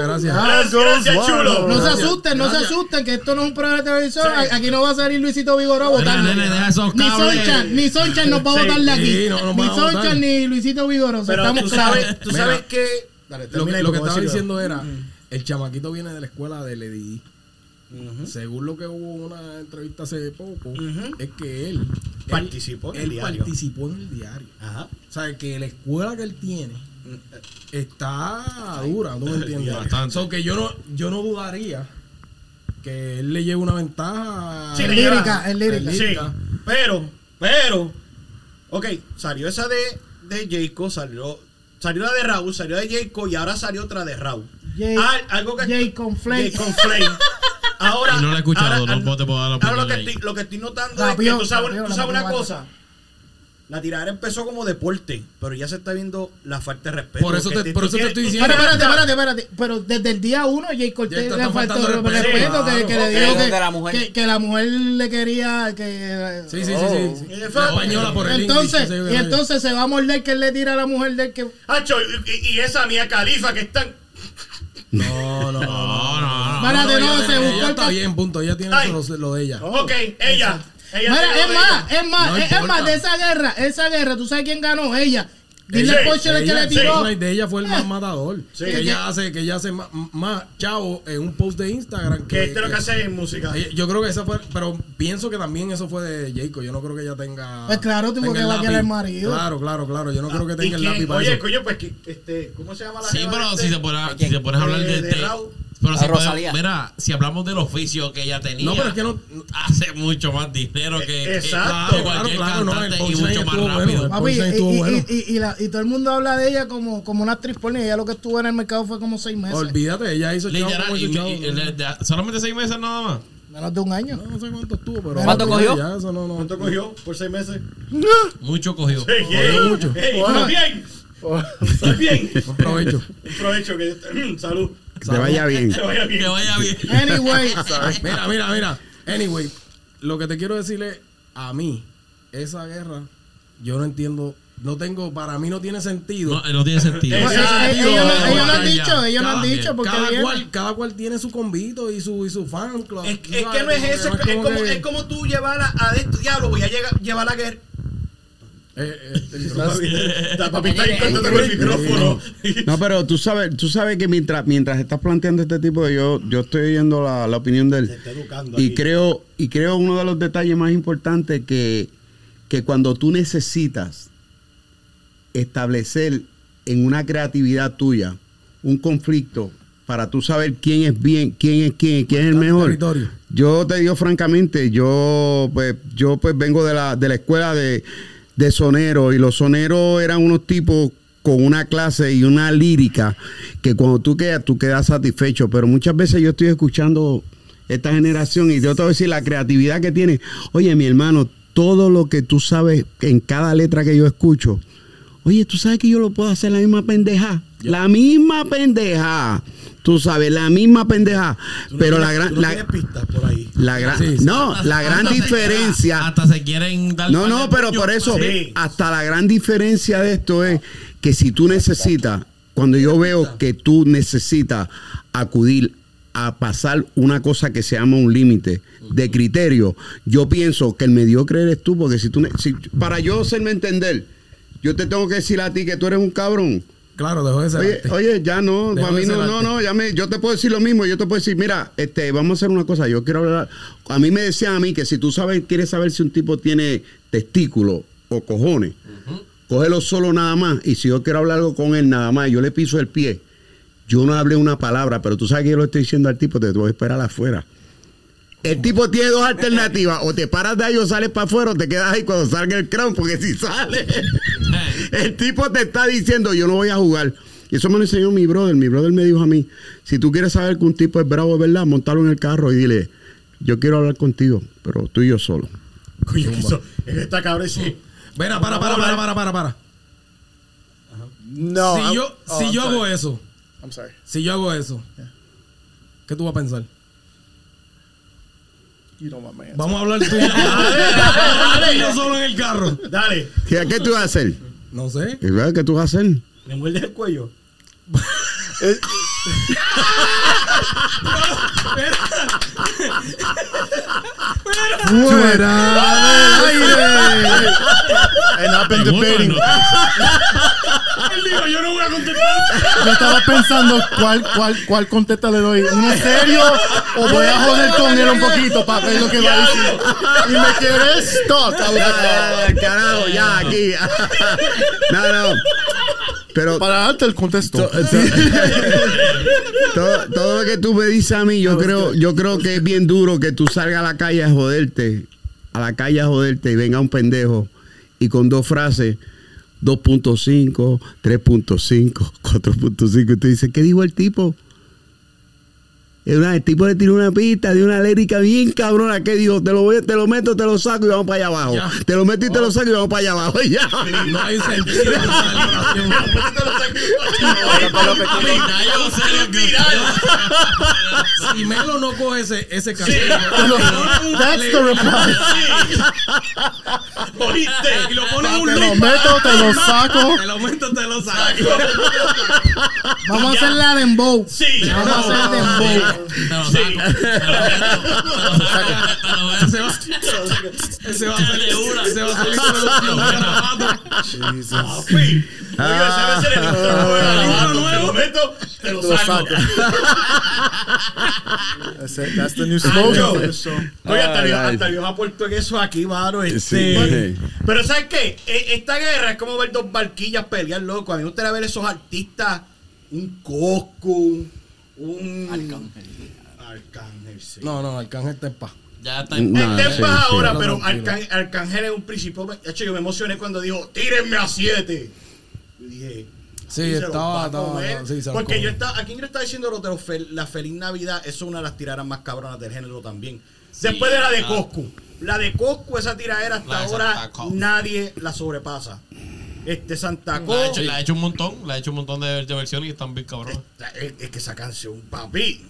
I: gracias.
C: Gracias, gracias, chulo.
D: Ah, No se
I: Gracias,
D: asusten, no se
I: gracias.
D: asusten, que esto no es un programa de televisión. A- Aquí no va a salir Luisito Vigoró a votar.
E: nene, deja esos
D: Ni
E: cables.
D: Sonchan,
H: Eh,
D: ni Sonchan nos va a
C: Sí,
D: votar de aquí.
I: sí, no nos
D: Ni
I: van a votar.
D: Sonchan ni Luisito Vigoró.
C: Pero
D: Estamos
C: tú
D: claros. (laughs)
C: sabes, tú
I: Mira,
C: sabes que. Dale,
I: Lo,
C: termina y
I: lo que
C: como
I: estaba
C: decirlo.
I: diciendo era,
D: Mm.
I: el chamaquito viene de la escuela de LDD. Según lo que hubo una entrevista hace poco, es que él él-
C: Participó en el
I: él
C: diario.
I: participó en el diario.
C: Ajá.
I: O sea, que la escuela que él tiene está dura,
C: (laughs)
I: ¿tú me entiendes?
E: Bastante.
I: So que yo no, yo no dudaría que él le lleve una ventaja.
C: Sí,
D: Es
C: le lleva.
D: lírica, es lírica.
C: Sí, pero, pero, ok, salió esa de, de Jayco, salió, salió la de Raúl, salió de Jayco y ahora salió otra de Raúl.
D: Jay-
C: Al- algo que
D: Jay con
C: Jay
D: Flake.
C: con Flake. Ahora,
I: (laughs)
E: Y no la he escuchado,
C: ahora-
E: no te puedo dar la
C: ahora lo
E: opinión
C: que,
E: ahí.
C: estoy, lo que estoy notando
D: Rápido,
C: es que tú sabes,
D: rápido,
C: tú sabes
D: rápido,
C: una
D: rápido.
C: cosa. La tiradera empezó como deporte, pero ya se está viendo la falta de respeto.
I: Por eso
C: que
I: te- por eso te
C: tienes-
I: estoy
C: tú
I: diciendo-
D: Pero
C: tienes-
D: espérate, espérate, espérate. Pero desde el día uno, Jay
I: Ya
D: Cortés
I: está-
D: le
I: está
D: faltó
I: faltando
D: respeto,
I: respeto,
D: que, que le
K: claro.
D: dijo
K: Ok,
D: que
K: de la
D: la,
K: mujer.
D: mujer. Que, que la mujer le quería que...
I: Sí, sí, sí, sí, sí.
C: Oh.
I: La española por el
D: entonces,
I: English,
D: y entonces se va a morder que él le tira a la mujer de él que...
I: Ah,
C: Acho, y, y- y esa mía califa que están.
I: No, no, no.
E: No, no, no.
D: Márate, no,
I: ella,
D: se
I: ella
D: buscó el
I: está
D: pa- Oh.
I: bien, punto. Ella tiene
C: Ay.
I: lo, lo de ella.
C: ok, ella. ella
D: Mira,
C: tiene
D: es
C: lo de ella.
D: más, es más,
I: No
D: es, es
I: importa.
D: más, de esa guerra, esa guerra, ¿tú sabes quién ganó? Ella. Dile
C: Ella,
D: al coche que
I: Ella,
D: le
I: el
D: tiró. Eh.
I: personaje de ella fue el más matador.
C: Sí.
I: Que ella hace, que ella hace ma- más, chavo en un post de Instagram.
C: Que esto es lo que hace en música.
I: Ay, Yo creo que esa fue, pero pienso que también eso fue de Jacob. Yo no creo que ella tenga.
D: Pues claro, tuvo
I: tenga
D: que
I: el
D: vaquear
I: lápiz.
D: al marido.
I: Claro, claro, claro. Yo no creo que
C: Ah, ¿Y
I: tenga el
C: quién?
I: lápiz para
C: Oye,
I: eso.
C: coño, pues, que, este, ¿cómo se llama la
E: Sí,
C: jeva
E: pero
C: este?
E: si te pones, si te pones a hablar
C: De-
E: de,
C: de
E: de-
C: Raúl.
E: pero si
K: A Rosalía.
E: podemos- mira, si hablamos del oficio que ella tenía,
I: No, pero es que no-
E: hace mucho más dinero que, que-
C: Exacto.
E: que cualquier
I: Claro, claro, no,
E: cantante
I: el
E: y
I: boxeo
E: mucho más
I: estuvo
E: rápido.
I: bueno.
D: Papi, y,
I: Por eso Pues estuvo
D: y-
I: bueno.
D: y- y- y la- y todo el mundo habla de ella como, como una actriz porno y ella lo que estuvo en el mercado fue como seis meses.
I: Olvídate, ella hizo chavo
E: Literal,
I: como
E: y-
I: hizo chavo.
E: y- y- le- de- solamente seis meses nada más.
D: Menos de un año.
I: No, no sé cuánto estuvo, pero.
K: ¿Cuánto
I: olvídate,
K: cogió?
I: ya, eso no- no-
C: ¿Cuánto cogió por seis meses?
E: Mucho cogió.
C: Ey, ey, ey, ¿estás bien? ¿Estás bien?
I: Buen provecho.
C: Un provecho que mm, salud.
F: Te vaya bien.
C: Que vaya bien.
E: Que vaya bien.
I: (laughs)
D: Anyway,
I: Mira, mira, mira. Anyway, lo que te quiero decir es, a mí, esa guerra, yo no entiendo, no tengo, para mí no tiene sentido.
E: No, no tiene sentido.
D: pues,
C: Exacto.
D: eh, eh, ellos no- ellos no han
E: Ya,
D: dicho, ellos no
E: cada
D: han
E: quien,
D: dicho porque
I: cada,
D: viene.
I: cual, cada cual tiene su convito y su, y su fan club.
C: Es,
I: Tú
C: es que
I: sabes,
C: no es
I: como
C: eso, es,
I: que no
C: como,
I: que-
C: es como tú llevarla a de este diablo, voy a llegar, llevarla a guerra.
I: Eh, eh, yo creo que-
C: La papi está ahí cantando con el micrófono.
F: No, pero tú sabes, tú sabes que mientras, mientras estás planteando este tipo de yo, yo estoy oyendo la, la opinión de él.
C: está educando
F: Y
C: aquí.
F: creo, y creo uno de los detalles más importantes que, que cuando tú necesitas establecer en una creatividad tuya un conflicto para tú saber quién es bien, quién es quién, quién es el mejor.
I: territorio.
F: Yo te digo francamente, yo pues, yo pues vengo de la, de la escuela de, de sonero y los soneros eran unos tipos con una clase y una lírica que cuando tú quedas, tú quedas satisfecho. Pero muchas veces yo estoy escuchando esta generación y yo te voy a decir la creatividad que tiene. Oye, mi hermano, todo lo que tú sabes en cada letra que yo escucho, oye, tú sabes que yo lo puedo hacer la misma pendeja. La misma pendeja. Tú sabes, la misma pendeja. Pero la gran. la-
H: pistas
C: pues.
H: por ahí.
F: la gran,
E: Sí, sí.
F: no, la gran
E: Hasta se-
F: diferencia.
E: hasta se quieren dar.
F: No,
E: par de
F: no, pero
E: puños.
F: por eso,
E: Sí.
F: ve, hasta la gran diferencia de esto es que si tú necesitas, cuando yo veo que tú necesitas acudir a pasar una cosa que se llama un límite de criterio, yo pienso que el mediocre eres tú, porque si tú, ne- si- para yo hacerme entender, yo te tengo que decir a ti que tú eres un cabrón.
I: Claro, dejó de ser.
F: Oye,
I: arte.
F: oye, ya no,
I: Dejó
F: para mí
I: de
F: no,
I: ser
F: no,
I: arte.
F: no, ya me, yo te puedo decir lo mismo, yo te puedo decir, mira, este, vamos a hacer una cosa, yo quiero hablar, a mí me decían a mí que si tú sabes, quieres saber si un tipo tiene testículo o cojones, cógelo solo nada más, y si yo quiero hablar algo con él nada más, yo le piso el pie, yo no hablé una palabra, pero tú sabes que yo lo estoy diciendo al tipo, te voy a esperar afuera. El tipo tiene dos alternativas, o te paras de ahí o sales para afuera, o te quedas ahí cuando salga el crown, porque si sale... El tipo te está diciendo, yo no voy a jugar. Y eso me lo enseñó mi brother. Mi brother me dijo a mí, si tú quieres saber que un tipo es bravo de verdad, montalo en el carro y dile, yo quiero hablar contigo, pero tú y yo solo.
C: Coño, que eso- Está cabrón eso.
I: Mira, para, para, para, para, para, para.
G: No.
I: si
G: I'm-
I: yo,
G: oh,
I: si
G: I'm
I: yo
G: sorry.
I: hago eso,
G: I'm sorry.
I: si yo hago eso, ¿qué tú vas
E: (laughs)
I: a pensar?
G: You don't want my answer.
I: Vamos a hablar tú y yo. Tú y yo solo en el carro.
C: Ah, Dale,
F: ¿Qué, qué tú vas a hacer?
I: No sé.
F: ¿Qué qué tú vas a hacer?
C: me muerdes el (laughs) cuello.
F: ¡Fuera del aire!
G: And I've been
E: Te gustan,
G: debating.
E: ¿no?
C: Él dijo, yo no voy a contestar.
D: Yo estaba pensando cuál, cuál, cuál contesta le doy. ¿Uno serio o voy a joder con él un poquito para ver lo que va
F: (laughs)
D: a decir? Y me quedé stuck. I was
F: Ah,
D: like,
F: carajo, ya, aquí.
D: (laughs)
F: No, no. Pero
D: Para darte el
F: To- (laughs)
D: contexto.
F: to- todo, todo lo que tú me dices a mí, yo creo, yo creo que es bien duro que tú salgas a la calle a joderte, a la calle a joderte y venga un pendejo y con dos frases, 2.5, (laughs) 3.5, 4.5, y tú dices, ¿qué dijo el tipo? Es una- el tipo le tiró una pista de una lírica bien cabrona que dijo, te lo, voy- te lo meto, te lo saco y vamos para allá abajo.
I: Ya.
F: Te lo meto y
D: Oh.
F: te lo saco y vamos para allá abajo. (laughs) y ya.
I: No hay sentido en la celebración. Si Melo no coge ese, ese castigo,
D: That's the reply.
I: (laughs) y lo pone en un
D: Te lo
I: ritmo,
D: meto, te lo saco.
I: el aumento (laughs) te lo saca.
D: Vamos a hacer la dembow.
C: Sí.
D: Vamos a hacer dembow.
E: Te lo saco. Te lo saco. Te lo voy a
I: Ese va, ese va a ser ese va a ser el
C: Papi. Oiga, ese va a ser el intro nuevo de Garabato. Te lo meto, te lo saco. (laughs)
G: That's it. That's the new
C: Ay,
G: slogan
C: yo.
G: for the show.
C: Oye, hasta
F: Ay,
C: Dios,
F: ay.
C: hasta Dios aportó en eso aquí, mano. Este.
F: Sí.
C: Pero ¿sabes qué? E- Esta guerra es como ver dos barquillas pelear, loco. A mí me gustaría ver esos artistas, un Coscu, un...
K: Arcángel.
C: Arcángel, sí.
I: No, no, Arcángel está en paz.
E: Ya está en
F: No,
C: Está en
F: sí,
C: paz
F: sí.
C: Este ahora,
I: No,
C: pero
I: tranquilo.
C: Arcan- Arcángel es un principio. De hecho, yo me emocioné cuando dijo, tírenme a siete. Y dije...
I: Sí,
C: "Y se los va
I: estaba,
C: a
I: estaba,
C: comer".
I: sí, se lo
C: Porque
I: come.
C: yo estaba, aquí yo estaba diciendo lo de los fel- la Feliz Navidad, eso es una de las tiradas más cabronas del género también. Después de la de
E: ah.
C: Coscu. La de Coscu, esa tiradera hasta
E: La de
C: ahora
E: Santa Claus.
C: nadie la sobrepasa. Este Santa
E: La ha
C: Claus.
E: hecho, la ha hecho un montón, la ha hecho un montón de, de versiones y están bien cabrones.
C: Esta- Es, es que esa canción, papi.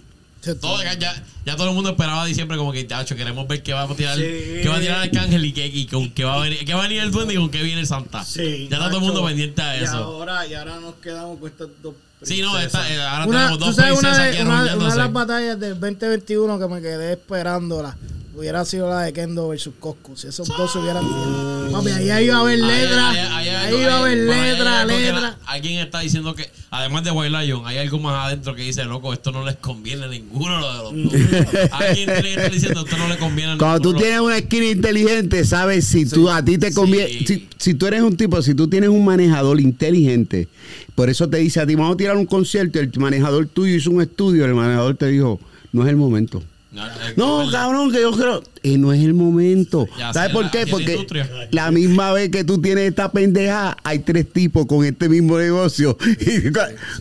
E: Todo, ya, ya- ya todo el mundo esperaba diciembre como que, tacho, queremos ver qué va a tirar,
C: Sí.
E: qué va a tirar Arcángel y, qué, y con qué va a venir, qué va a venir el duende y con qué viene el Santa.
C: Sí,
E: ya está todo el mundo
C: macho.
E: pendiente a
C: Y
E: eso.
C: ahora, y ahora nos quedamos con estas dos.
E: Sí, no,
C: princesas.
E: esta, eh, ahora
D: Una,
E: tenemos
D: tú
E: dos
D: sabes,
E: princesas
D: una
E: aquí
D: de, una- una de las
E: arrullándose.
D: batallas del 2021 que me quedé esperándola hubiera sido la de Kendo versus Cosco. Si esos dos se hubieran. Mami, ahí iba a haber letra.
E: Ahí- ahí- ahí hay
D: Ahí
E: algo-
D: iba a haber
E: hay- bueno, ahí hay
D: letra,
E: algo que la-
D: letra.
E: Alguien está diciendo que, además de White Lion, hay algo más adentro que dice, loco, esto no les conviene a ninguno lo de los dos. alguien tiene que estar diciendo, esto no le conviene a ninguno.
F: Cuando tú tienes una esquina inteligente, sabes si tú a ti te conviene.
E: Sí.
F: Si, si tú eres un tipo, si tú tienes un manejador inteligente, por eso te dice a ti, vamos a tirar un concierto. y El manejador tuyo hizo un estudio. El manejador te dijo, no es el momento. No, cabrón, que yo creo. eh, no es el momento.
E: Ya
F: ¿Sabes
E: sé
F: por
E: la-
F: qué?
E: ya sé
F: Porque
E: industria.
F: la misma vez que tú tienes esta pendeja, hay tres tipos con este mismo negocio. (laughs) Y cu-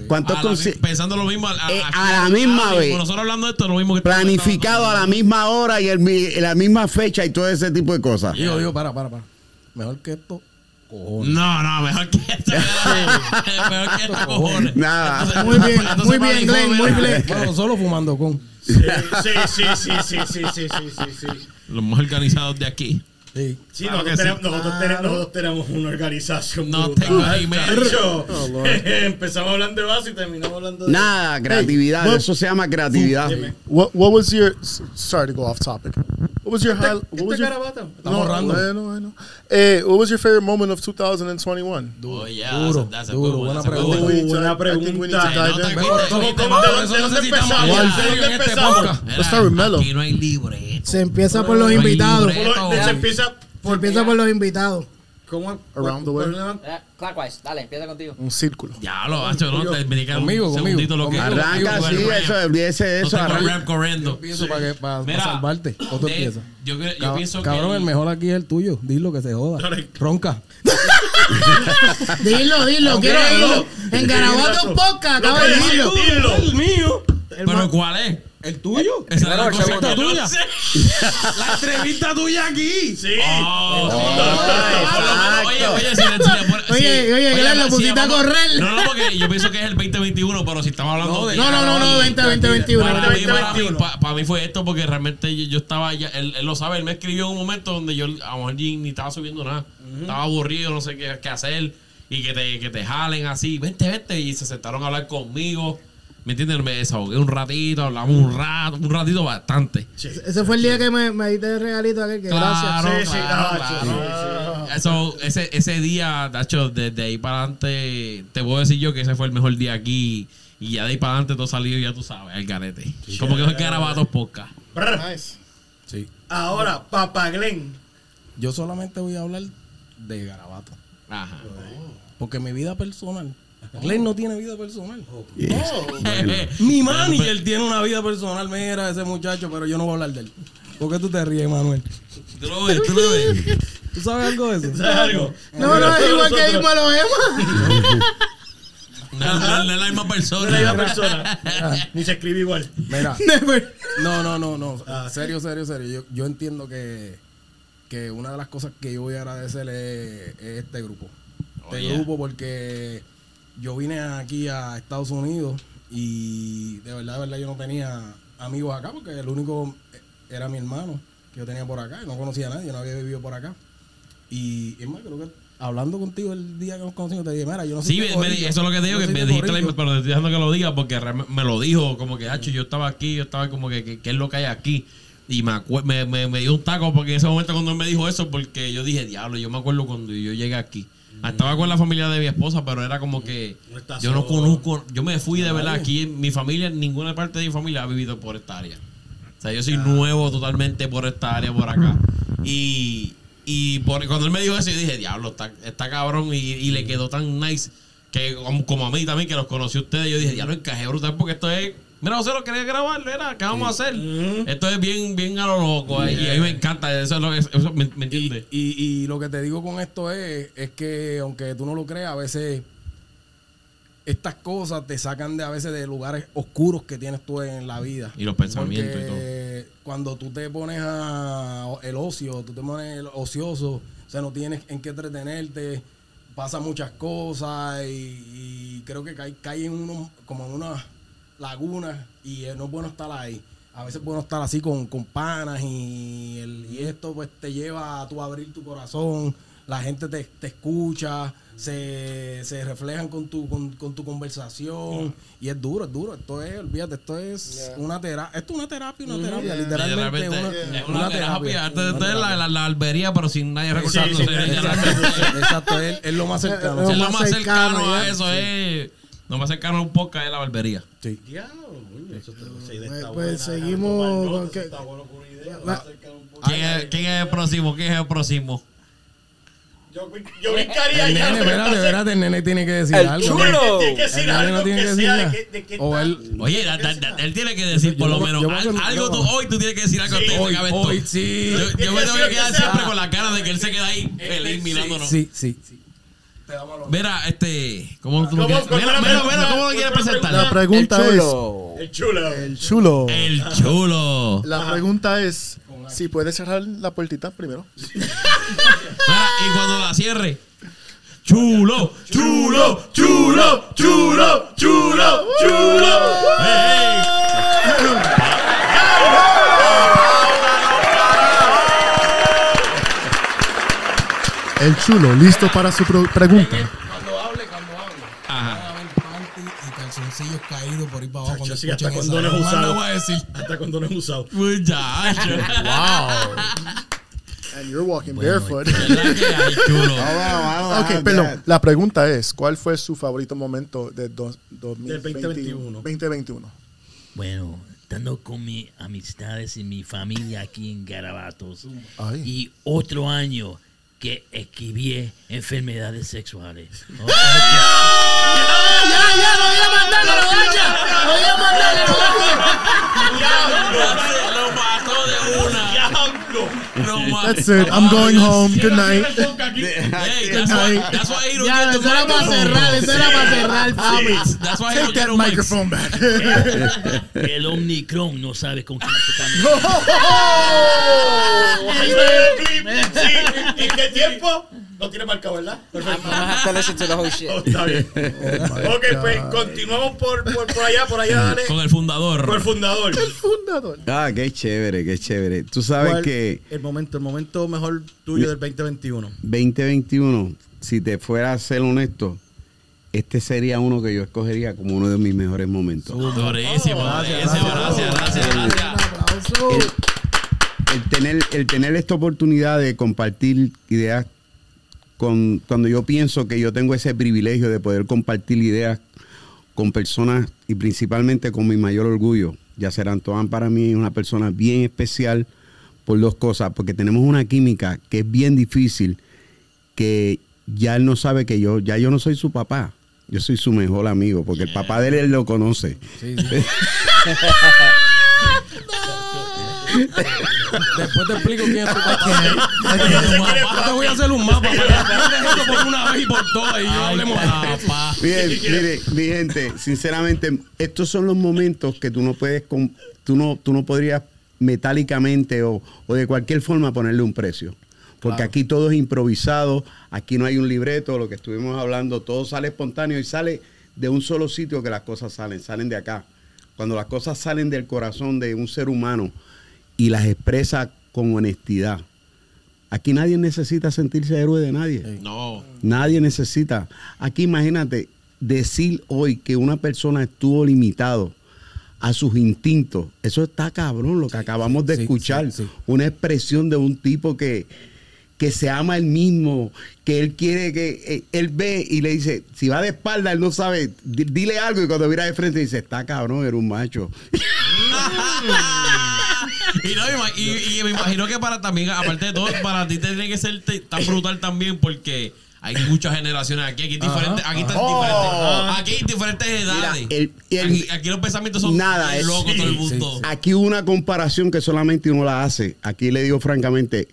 F: ¿Cuántos
E: A la
F: consi-
E: mi- Pensando lo mismo.
F: Eh, a la misma
E: ahora mismo,
F: vez.
E: Nosotros hablando de esto, lo mismo que estamos
F: planificado a la misma hora y el mi- en la misma fecha y todo ese tipo de cosas?
I: Digo, digo, para, para, para. Mejor que esto,
E: hablando.
I: cojones.
E: No, no, mejor que
I: (laughs)
E: esto. mejor que esto, cojones.
F: Nada.
E: Entonces-
D: Ah, Muy bien,
E: entonces
D: muy
E: para
D: bien,
E: Nicole,
D: Glenn, muy
E: mira, (laughs)
D: bien.
I: Bueno, solo fumando con.
C: Sí, sí, sí, sí, sí, sí, sí, sí, sí, sí.
E: Los más organizados de aquí.
I: Sí.
C: Sí,
E: Claro que
C: nosotros, tenemos,
E: sí.
C: nosotros, tenemos, nosotros tenemos una organización.
E: No
C: brutal,
E: tengo ni idea.
C: chacho.
D: Oh,
C: (laughs) Empezamos hablando de base y terminamos hablando de.
F: Nada, creatividad. eso se llama creatividad.
G: What What was your? s- Sorry to go off topic. What was your high? What was
C: Este
G: your?
C: garabato.
G: No, I know, I know. Hey, what was your favorite moment of 2021?
E: Oh, yeah,
I: Duro,
E: that's a good
I: duro,
E: one,
I: buena
E: that's a good
I: pregunta.
E: one.
C: Uy,
G: I think
C: buena
G: we need to
C: pregunta.
G: dive
E: Ay, no,
G: in.
E: te-
C: ¿Cómo- cómo-
E: Viste,
C: cómo-
E: por
C: de-
E: eso
C: de dónde
E: necesitamos
C: empezamos?
E: ya
C: ¿De
E: serio
C: dónde
E: en este
C: empezamos?
E: podcast.
G: Let's start with Melo.
E: Aquí no hay libre.
D: Se empieza por los invitados.
C: Por lo- Se empieza.
D: Se empieza por los invitados.
C: ¿Cómo?
G: Around the way.
K: Eh, Clockwise, dale, empieza contigo.
G: Un círculo.
E: Ya lo hacho, no te me
I: Conmigo,
E: un
I: conmigo.
E: segundito lo que
I: Conmigo.
F: Arranca
E: Bueno,
F: así,
E: bueno,
F: eso, olvídese
E: No
F: de eso.
E: tengo
F: arranca.
E: rap corriendo.
I: Empiezo para, que, para,
E: Mira,
I: salvarte. O tú
E: de-
I: empiezas.
E: Yo, cre- yo
I: Cab-
E: pienso
I: cabrón,
E: que.
I: el mejor aquí es el tuyo. Dilo que se joda. Ronca.
D: Dilo, dilo, quiero oírlo. En Garabato Poca,
C: Lo
D: acaba
C: que
D: de
C: decía,
D: decirlo.
C: dilo.
I: El mío. El,
E: ¿Pero cuál es?
I: el tuyo.
E: Esa es la
K: Claro, el
E: cosa
K: segundo.
E: tuya.
F: (laughs)
E: La entrevista tuya aquí. Oh,
C: Sí.
F: Oh,
E: Ah, Oye, oye, si le- si le pone-
D: Oye,
E: sí.
D: oye, Glenn, lo
E: si
D: pusiste a
E: vamos-
D: correr.
E: No, no, porque yo pienso que es el 2021, pero si estamos hablando. de-
D: No, no, no, no, 20, 20, 21.
E: Para mí, para, mí,
C: 2021.
E: pa- para mí fue esto porque realmente yo, yo estaba ya, él, él lo sabe, él me escribió en un momento donde yo a lo mejor ni ni estaba subiendo nada, estaba aburrido, no sé qué, qué hacer y que te, que te jalen así, vente, vente y se sentaron a hablar conmigo, ¿me entiendes? Me desahogué un ratito, hablamos un rato, un ratito bastante.
D: Ese fue el día que me, me diste el regalito aquel, que gracias.
E: Claro,
C: Sí, sí,
E: claro,
C: ah,
E: claro. Eso, ese, ese día, Nacho, desde ahí para adelante, te puedo decir yo que ese fue el mejor día aquí. Y ya de ahí para adelante todo salido, ya tú sabes, el garete. Como que fue que grabados podcast.
C: Brr.
I: Sí.
C: Ahora, Papá Glenn.
I: Yo solamente voy a hablar de garabato.
E: Ajá.
I: Porque mi vida personal. Glenn no tiene vida personal.
E: Eh,
I: Mi manager tiene una vida personal. Mira, ese muchacho, pero yo no voy a hablar de él. ¿Por qué tú te ríes, Manuel?
E: Tú lo ves, tú lo ves.
I: ¿Tú sabes algo de eso?
C: ¿Sabes algo?
D: No, no, es igual que Irma lo
E: No, no, no es la misma persona.
C: No era la (laughs) misma persona. (laughs) Ni se escribe igual. (laughs)
I: Mira.
C: Ah,
D: Never.
I: No, no, no, no. Serio, serio, serio. Yo, yo entiendo que, que una de las cosas que yo voy a agradecer es, es este grupo. Este
E: Oh, yeah.
I: grupo porque yo vine aquí a Estados Unidos y de verdad, de verdad yo no tenía amigos acá porque el único eh, era mi hermano que yo tenía por acá. y No conocía a nadie, no había vivido por acá. Y es más, creo que hablando contigo el día que nos conocimos te dije, mira, yo no sé.
E: Sí, me- me- eso es lo que te digo, que me dijiste, la- pero te estoy dejando que lo diga porque realme- me lo dijo, como que, hacho, yo estaba aquí, yo estaba como que, que- ¿qué es lo que hay aquí? Y me, acue- me, me, me dio un taco porque en ese momento cuando él me dijo eso, porque yo dije, diablo, yo me acuerdo cuando yo llegué aquí. Ah, Estaba con la familia de mi esposa, pero era como que
C: No estás
E: yo no
C: solo.
E: conozco, yo me fui de verdad aquí, mi familia, ninguna parte de mi familia ha vivido por esta área. O sea, yo soy nuevo totalmente por esta área, por acá. Y, y por- cuando él me dijo eso, yo dije, diablo, está, está cabrón. Y, y le quedó tan nice que como, como a mí también, que los conocí a ustedes, yo dije, diablo, encajé brutal porque esto es... Mira, José, lo quería grabar, era, ¿qué vamos a hacer?
I: Mm,
E: Esto es bien, bien a lo loco. eh, Y a mí me encanta, eso es lo que... eso- ¿Me, me entiendes?
I: Y, y lo que te digo con esto es, es que aunque tú no lo creas, a veces estas cosas te sacan de a veces de lugares oscuros que tienes tú en la vida.
E: Y los pensamientos y
I: Porque Cuando tú te pones a el ocio, tú te pones el ocioso, o sea, no tienes en qué entretenerte, pasa muchas cosas y, y creo que cae, cae en unos, como en unas lagunas y eh, no es bueno estar ahí. A veces es bueno estar así con, con panas y, el- y esto pues te lleva a tú abrir tu corazón, la gente te, te escucha, se, se reflejan con tu, con, con tu conversación y es duro, es duro. Esto es, olvídate, esto es una terapia, esto es una terapia, una terapia, literalmente.
E: Literalmente,
I: una,
E: es una terapia. Esto esto
I: una
E: es la,
I: terapia.
E: la, la albería, pero sin nadie recordándose.
C: sin nadie.
E: Ya la-
I: Exacto, exacto, es, es lo más cercano.
E: Es
I: Sí.
E: lo más cercano, a
D: ya.
E: eso, es. Lo más cercano a un podcast es la barbería.
I: Sí.
C: Diablo, coño, eso te lo sé,
D: Pues-
C: está
D: pues
C: buena,
D: seguimos
C: tomar nota,
D: con
C: eso
D: que-
C: está bueno con una idea,
D: La-
C: acerca un poco.
E: ¿Quién, es, quién es el próximo? ¿Quién es el próximo?
C: Yo, yo brincaría
I: El nene,
C: ya, pero
I: espérate,
C: entonces-
I: espérate, el nene tiene que decir
K: El
I: algo.
K: chulo.
I: El
C: Tiene que decir
I: nene
C: algo
I: no tiene
C: que
I: que decir
C: sea de
I: nada.
C: que- de que
I: O
C: está-
I: él,
E: Oye, da- da- da- él tiene que decir por
I: Yo
E: lo
I: voy-
E: menos
I: yo voy
E: al-
I: con-
E: algo
I: yo
E: tú
I: voy.
E: hoy tú tienes que decir algo antes de
I: hoy,
E: que acabe esto.
I: hoy, sí.
E: Yo, yo me
C: que
E: tengo que
C: decir
E: quedar
C: que sea- Ah. Eh,
E: siempre con la cara de que él se queda ahí feliz mirándonos.
I: Sí, sí. sí.
E: Mira, este, ¿cómo tú lo
C: ¿Cómo-
E: quieres?
C: cómo
E: Mira,
C: la
E: mira,
C: pregunta?
E: mira, ¿cómo lo quieres
C: ¿Cómo la
E: presentar?
C: pregunta?
L: La pregunta
K: el
L: es,
K: chulo.
C: El
L: el chulo.
C: chulo.
E: El chulo.
L: La pregunta es, si puedes cerrar la puertita primero.
E: Mira, y cuando la cierre. Chulo, chulo, chulo, chulo, chulo, chulo. Ey,
L: El chulo, listo para su pro- pregunta.
I: Cuando hable, cuando hable.
E: Ajá.
I: Van a haber panty y calzoncillos caídos por ahí para abajo. cuando
C: Chacho, sí,
I: escuchen
C: hasta
I: esa.
C: condones
I: Lo más no
C: usados.
I: voy a decir.
C: Hasta cuando no es usado. (laughs)
E: Muchacho.
L: And you're walking barefoot.
E: ¿Verdad que hay,
K: (laughs)
E: chulo? Ah,
L: Ok, perdón. La pregunta es, ¿cuál fue su favorito momento de dos- 2021?
C: 2021.
L: 2021.
M: Bueno, estando con mis amistades y mi familia aquí en Garabatos.
L: Ay.
M: Y otro año que escribí enfermedades sexuales. Oh,
E: Lo mató de una.
C: ¡Diablo!
E: Lo mató.
L: That's it. I'm going home. Good night.
E: Hey, that's why, that's why Hiro
D: Ya,
E: get
D: eso
E: the
D: era para
E: microphone.
D: cerrar, eso era para cerrar, papi.
E: Sí, That's (laughs) why Hiro
L: Take
E: get
L: that
E: the mic.
L: microphone back.
M: (laughs) el Omnicron no sabe con quién se está metiendo.
C: Sí, ¿Y qué tiempo? No tiene marcado, ¿verdad?
K: I'm
C: Perfecto.
K: gonna have to listen to the whole shit.
C: Oh,
K: (laughs)
C: está bien.
K: Oh,
C: ok, pues continuamos por, por, por allá, por allá, dale.
E: Con el fundador.
C: Por el fundador.
L: Fundador.
F: Ah, qué chévere, qué chévere. Tú sabes
J: ¿Cuál?
F: que
J: El momento, el momento mejor tuyo del 2021.
F: 2021, si te fuera a ser honesto, este sería uno que yo escogería como uno de mis mejores momentos. Oh,
E: Durísimo, durísimo. Gracias, gracias, gracias.
F: el, el tener, el tener esta oportunidad de compartir ideas con cuando yo pienso que yo tengo ese privilegio de poder compartir ideas con personas y principalmente con mi mayor orgullo. Yacer Antoine para mí es una persona bien especial por dos cosas, porque tenemos una química que es bien difícil, que ya él no sabe que yo, ya yo no soy su papá, yo soy su mejor amigo, porque el papá de él, él lo conoce. (laughs)
E: (laughs)
I: pues, Después te explico quién es tu papá.
C: ya sé quién es
I: Yo te voy a hacer un mapa para que aprendas esto por una vez y por todas y yo hablemos de eso. (laughs)
F: Miren, mire, mi gente, sinceramente, estos son los momentos que tú no puedes, com- tú no, tú no podrías metálicamente o, o de cualquier forma ponerle un precio. Porque aquí todo es improvisado, aquí no hay un libreto, lo que estuvimos hablando, todo sale espontáneo y sale de un solo sitio que las cosas salen, salen de acá. Cuando las cosas salen del corazón de un ser humano y las expresa con honestidad. Aquí nadie necesita sentirse héroe de nadie.
E: No.
F: Nadie necesita. Aquí imagínate decir hoy que una persona estuvo limitado a sus instintos. Eso está cabrón lo que acabamos de
I: sí,
F: escuchar.
I: sí, sí.
F: Una expresión de un tipo que, que se ama él mismo, que él quiere que eh, él ve y le dice, si va de espalda, él no sabe, di- dile algo y cuando mira de frente dice, está cabrón, era un macho.
E: Mm. (laughs) Y, no, ima- y- y me imagino que para también, aparte de todo, para ti tiene que ser te- tan brutal también porque hay muchas generaciones aquí, aquí, diferentes, aquí están diferentes, aquí hay diferentes edades.
F: el- el-
E: aquí, aquí los pensamientos son
F: Nada,
E: bien
F: es-
E: locos todo el mundo.
F: Aquí hubo una comparación que solamente uno la hace. Aquí le digo francamente,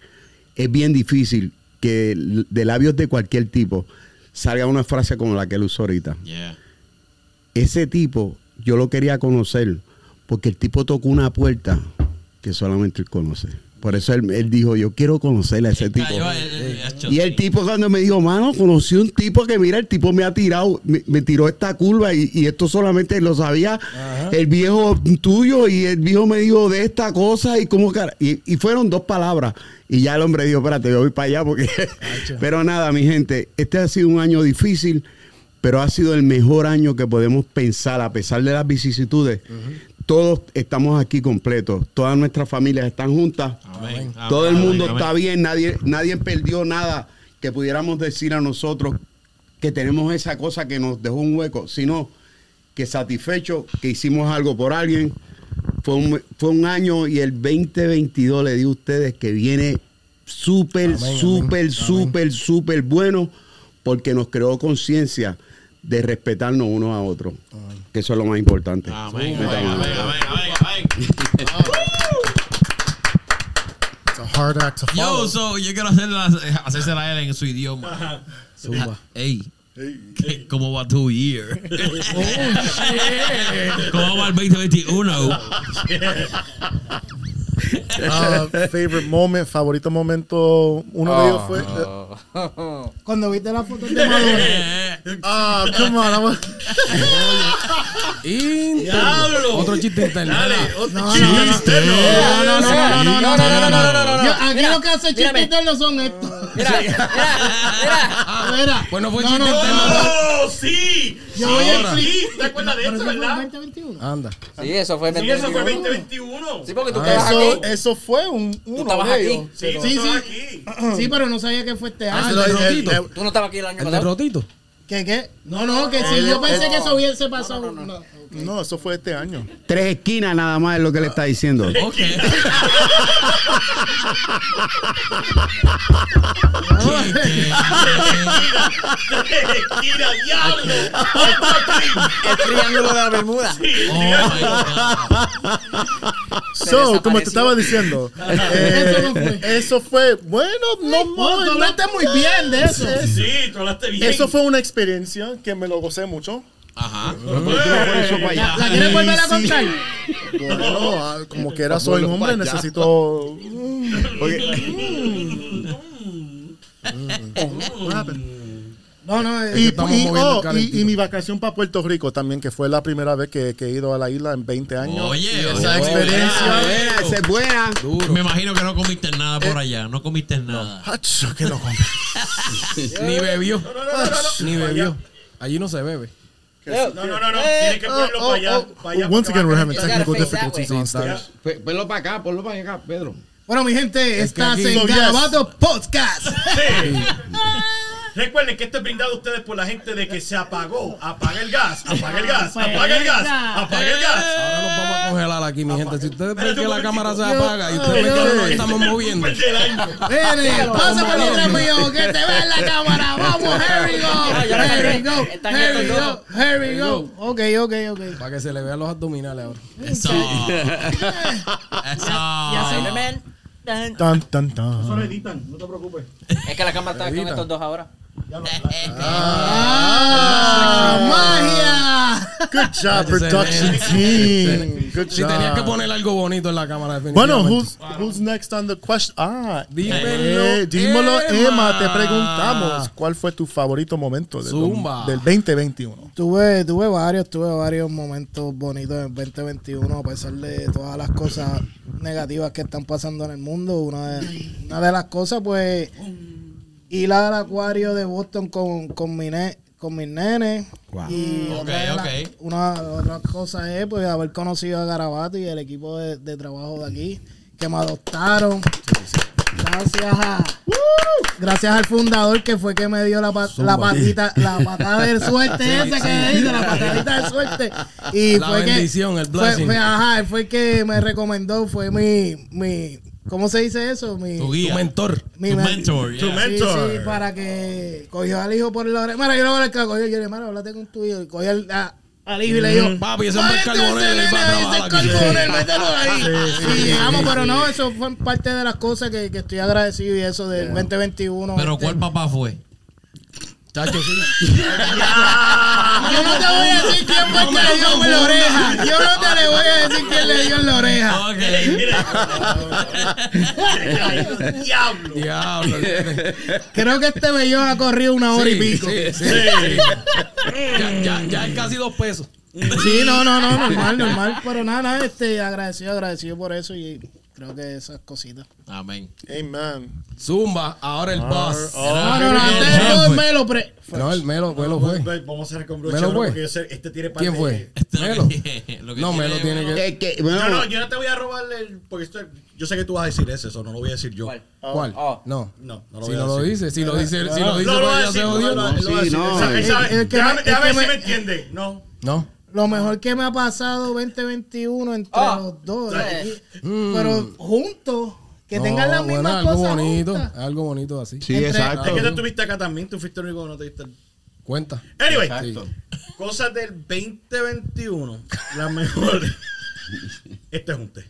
F: es bien difícil que l- de labios de cualquier tipo salga una frase como la que él usó ahorita.
E: Yeah.
F: Ese tipo yo lo quería conocer porque el tipo tocó una puerta que solamente él conoce. Por eso él, él dijo, yo quiero conocer a ese tipo.
E: Cayó el- el- el-
F: Y el tipo cuando me dijo, mano, conocí un tipo que mira, el tipo me ha tirado, me, me tiró esta curva y, y esto solamente lo sabía el viejo tuyo y el viejo me dijo de esta cosa y cómo cara- y, y fueron dos palabras y ya el hombre dijo, espérate, yo voy para allá porque... (laughs) pero nada, mi gente, este ha sido un año difícil, pero ha sido el mejor año que podemos pensar a pesar de las vicisitudes. Todos estamos aquí completos, todas nuestras familias están juntas.
E: Amén.
C: Ah,
E: Amén.
F: Todo el
E: Amén,
F: mundo
E: amén.
F: está bien, nadie, nadie perdió nada que pudiéramos decir a nosotros que tenemos esa cosa que nos dejó un hueco, sino que satisfecho que hicimos algo por alguien. Fue un, fue un año y el 2022 le di a ustedes que viene súper,
L: amén,
F: súper, súper, súper bueno porque nos creó conciencia de respetarnos unos a otros. Que eso es lo más importante.
L: It's a hard act to follow.
E: Yo, so, yo quiero hacerla, hacérsela a él en su idioma.
L: Zumba.
E: Ey. ¿qué- ¿Cómo va tu year? ¿Cómo va el 2021?
L: Ah,
G: favorite moment, favorito momento, uno de ellos fue.
D: Ah. Cuando viste la foto de Madonna.
G: Ah, come on, I'm a-
I: Y
C: Diablo.
I: otro chiste interno.
C: Dale, otro
D: no,
C: chiste.
D: No, no, no, no, no, no, no, no, no, no, no, no.
K: Yo-
D: Aquí
K: Mira,
D: lo que hace
K: mírame.
D: chiquitos no son estos.
K: Mira, mira, mira.
D: Mira,
I: Bueno, Pues fue
D: No,
I: chiste
D: no,
I: interno.
C: ¡Oh, sí!
D: Yo
C: sí,
D: ahora.
C: sí, ¿Te acuerdas de
D: pero
C: eso,
D: eso fue en
C: verdad?
D: 2021.
I: Anda.
K: Sí, eso fue
C: Sí, eso fue
K: 2021.
C: 2021.
K: Sí, porque tú
I: Ah,
K: estabas
G: Eso,
K: aquí.
G: eso fue un, uno
K: estabas
G: de
K: aquí.
G: ellos.
C: Sí,
G: pero-
C: sí,
D: sí, sí.
C: aquí.
D: Sí, pero no sabía que fue este
I: Ah,
D: año.
I: el de
G: el- el-
I: Rotito.
K: Tú no estabas aquí el año
I: El de
K: pasado.
I: Rotito.
D: ¿Qué, qué? No, no, que sí. Yo pensé que eso hubiese pasado. No.
G: No, eso fue este año.
F: Tres esquinas nada más es lo que le está diciendo.
E: Ok.
C: Mira, diablo.
K: El triángulo de la Bermuda.
E: Oh,
G: So, como te
K: desapareció.
G: estaba diciendo,
D: (laughs) Eso no
G: eh,
D: fue.
G: eso fue bueno, no,
C: Oh,
D: No, tú
G: no,
D: hablaste muy bien de eso.
C: Sí, tú hablaste bien.
G: Eso fue una experiencia que me lo gocé mucho.
E: Ajá.
G: pues,
D: ¿La quieres volver a
G: Sí,
D: contar?
G: (laughs) Bueno, ah, como que era soy un hombre, necesito. (laughs) Mm.
D: Mm.
G: Ah,
D: No, no. eh,
G: Y,
I: estamos
G: y-
I: moviendo
G: oh,
I: el calentito.
G: y- y mi vacación para Puerto Rico también, que fue la primera vez que, que he ido a la isla en 20 años.
E: Oye,
G: Y
E: oye,
G: esa experiencia.
E: oye.
F: Buena, esa es buena.
E: Me imagino que no comiste nada por allá. No comiste nada.
G: Hacho, que
L: (laughs)
G: no comí.
I: (laughs) Ni bebió. Ni bebió. Allí no se bebe.
C: No, no, no, no. Tienes que ponerlo para allá. para allá,
G: Once
C: porque
G: again,
C: va a
G: we're having technical
C: calentar.
K: You gotta face that
G: difficulties
K: way.
G: on stage.
F: Ponlo para acá, ponlo para acá, Pedro.
D: Bueno, mi gente, estás
I: aquí-
D: en
G: Yes.
D: Garabato Podcast.
C: Recuerden que esto es brindado a ustedes por la gente de que se apagó. Apaga el gas,
I: Ah,
C: apaga el gas,
I: pues,
C: apaga el gas, apaga el gas.
I: Ahora nos vamos a congelar aquí, mi gente. Si ustedes ven
C: Espérate
I: que
C: un
I: la cámara se
C: momentito.
I: apaga y ustedes ven que no nos estamos moviendo.
C: Del año.
D: Viene, pasa por detrás mío, que te ve
E: (laughs)
D: en la
I: (laughs)
D: cámara. Vamos, here we
K: Ya, ya me
D: go. Here we go.
K: están
D: Here we
K: estos
D: go. Here we go. Ok, ok, ok.
I: Para que se le vean los abdominales ahora.
E: Eso. Eso.
K: Simplemente-
G: Tan, tan, tan.
H: lo editan, no te preocupes.
K: Es que la cámara está con estos dos ahora. (laughs)
D: ¡Ah! ¡Magia!
G: Good job, production team. Good
I: Si tenías que
G: job.
I: (laughs) poner algo bonito en la cámara, definitivamente.
G: Bueno, who's, who's next on the question? Ah,
I: Dímelo,
G: eh, dímelo, Emma.
I: Emma.
G: Te preguntamos cuál fue tu favorito momento del, dom-
I: Zumba.
G: del 2021.
D: Tuve, tuve varios, tuve varios momentos bonitos en 2021, a pesar de todas las cosas negativas que están pasando en el mundo. Una de, una de las cosas, pues, ir al acuario de Boston con, con, mi ne- con mis nenes. Y
E: Ok,
D: otra de las-
E: ok.
D: una otra cosa es pues haber conocido a Garabato y el equipo de, de trabajo de aquí, que me adoptaron. Gracias a, gracias al fundador que fue que me dio la, pa- la patita, la patada
H: (laughs)
D: de
I: (laughs)
D: suerte esa que me dio, la patadita de suerte. Y
I: La
D: fue
I: bendición,
D: que,
I: el
D: fue-
I: blessing.
D: fue- ajá, él fue el que me recomendó, fue mi, mi, ¿cómo se dice eso? Mi,
E: Tu
I: tu
E: guía.
I: mentor.
D: mi
E: Tu
D: men-
E: mentor.
C: Tu
E: yeah.
C: mentor.
D: Sí, sí, para que cogió al hijo por la oreja. Mira, yo le voy a hablar, claro, cogió, yo le dije, mira, háblate con tu hijo. Y cogió al, a- al hijo y le
E: Mm.
D: dijo,
I: Mm. Papi, ese hombre es
D: "Vete, ese
I: carbonero, él va a
D: nene, ese
I: trabajar aquí".
D: carbonero, mételo ahí. Y llegamos, pero no, eso fue parte de las cosas que, que estoy agradecido y eso del 2021.
E: Pero
D: este.
E: ¿cuál papá fue?
I: Chacho, sí.
D: ah, Yo no te voy a decir quién fue el que le dio en la oreja. Yo no te le voy a decir quién le dio en la oreja.
E: Ok.
I: (laughs)
D: (laughs)
C: Diablo.
I: Diablo.
D: Creo que este vellón ha corrido una hora y pico.
I: Sí, sí. Ya, ya, ya es casi dos pesos.
D: Sí, no, no, no, normal, normal, pero nada, nada, este, agradecido, agradecido por eso y creo que esas cositas.
E: Amén.
G: Amen.
I: Zumba, ahora el boss.
D: No, no, no, antes de todo el Melo pre...
I: No, el Melo, Melo
C: Vamos,
I: fue.
C: vamos a hacer con
I: ¿Me
C: broche
I: lo
C: oro,
I: fue?
C: porque yo sé, este tiene parte
I: ¿Quién fue?
C: de-
I: Melo.
E: Este
C: (laughs)
E: Lo que
I: No, Melo tiene que.
F: Es Eh, que,
C: No,
F: bueno,
C: no, yo no te voy a robar el. Porque esto, yo sé que tú vas a decir ese, eso no lo voy a decir yo. Ah.
K: ¿Cuál?
I: ¿Cuál?
K: Oh.
I: No.
C: No, no lo
I: Si
C: voy a
I: no lo
C: decir.
I: dice, si lo dice, si lo
C: No,
I: dice,
C: no
I: pues
C: lo va a
I: ya
C: decir.
I: se
C: No,
I: jodió.
C: no,
I: No.
C: no, él lo va a
F: Sí,
C: decir.
F: no, eh,
C: Él sabe- él
F: es-
C: sabe-
D: es Eh, que-
C: Déjame
D: es que
C: déjame ver
D: me-
C: si me entiende. No.
I: No.
D: Lo mejor que me ha pasado 2021 entre
K: Ah.
D: los dos,
L: Mm.
K: Sí.
D: y- pero juntos Que tengan las mismas
I: algo
D: cosas
I: bonito,
D: juntas.
I: algo bonito así.
F: Sí, Entre- exacto.
C: Es que tú estuviste acá también, tú fuiste el único que no te diste. el-
I: Cuenta.
C: Anyway,
I: Exacto.
C: cosas del 2021, las mejores. este es un té.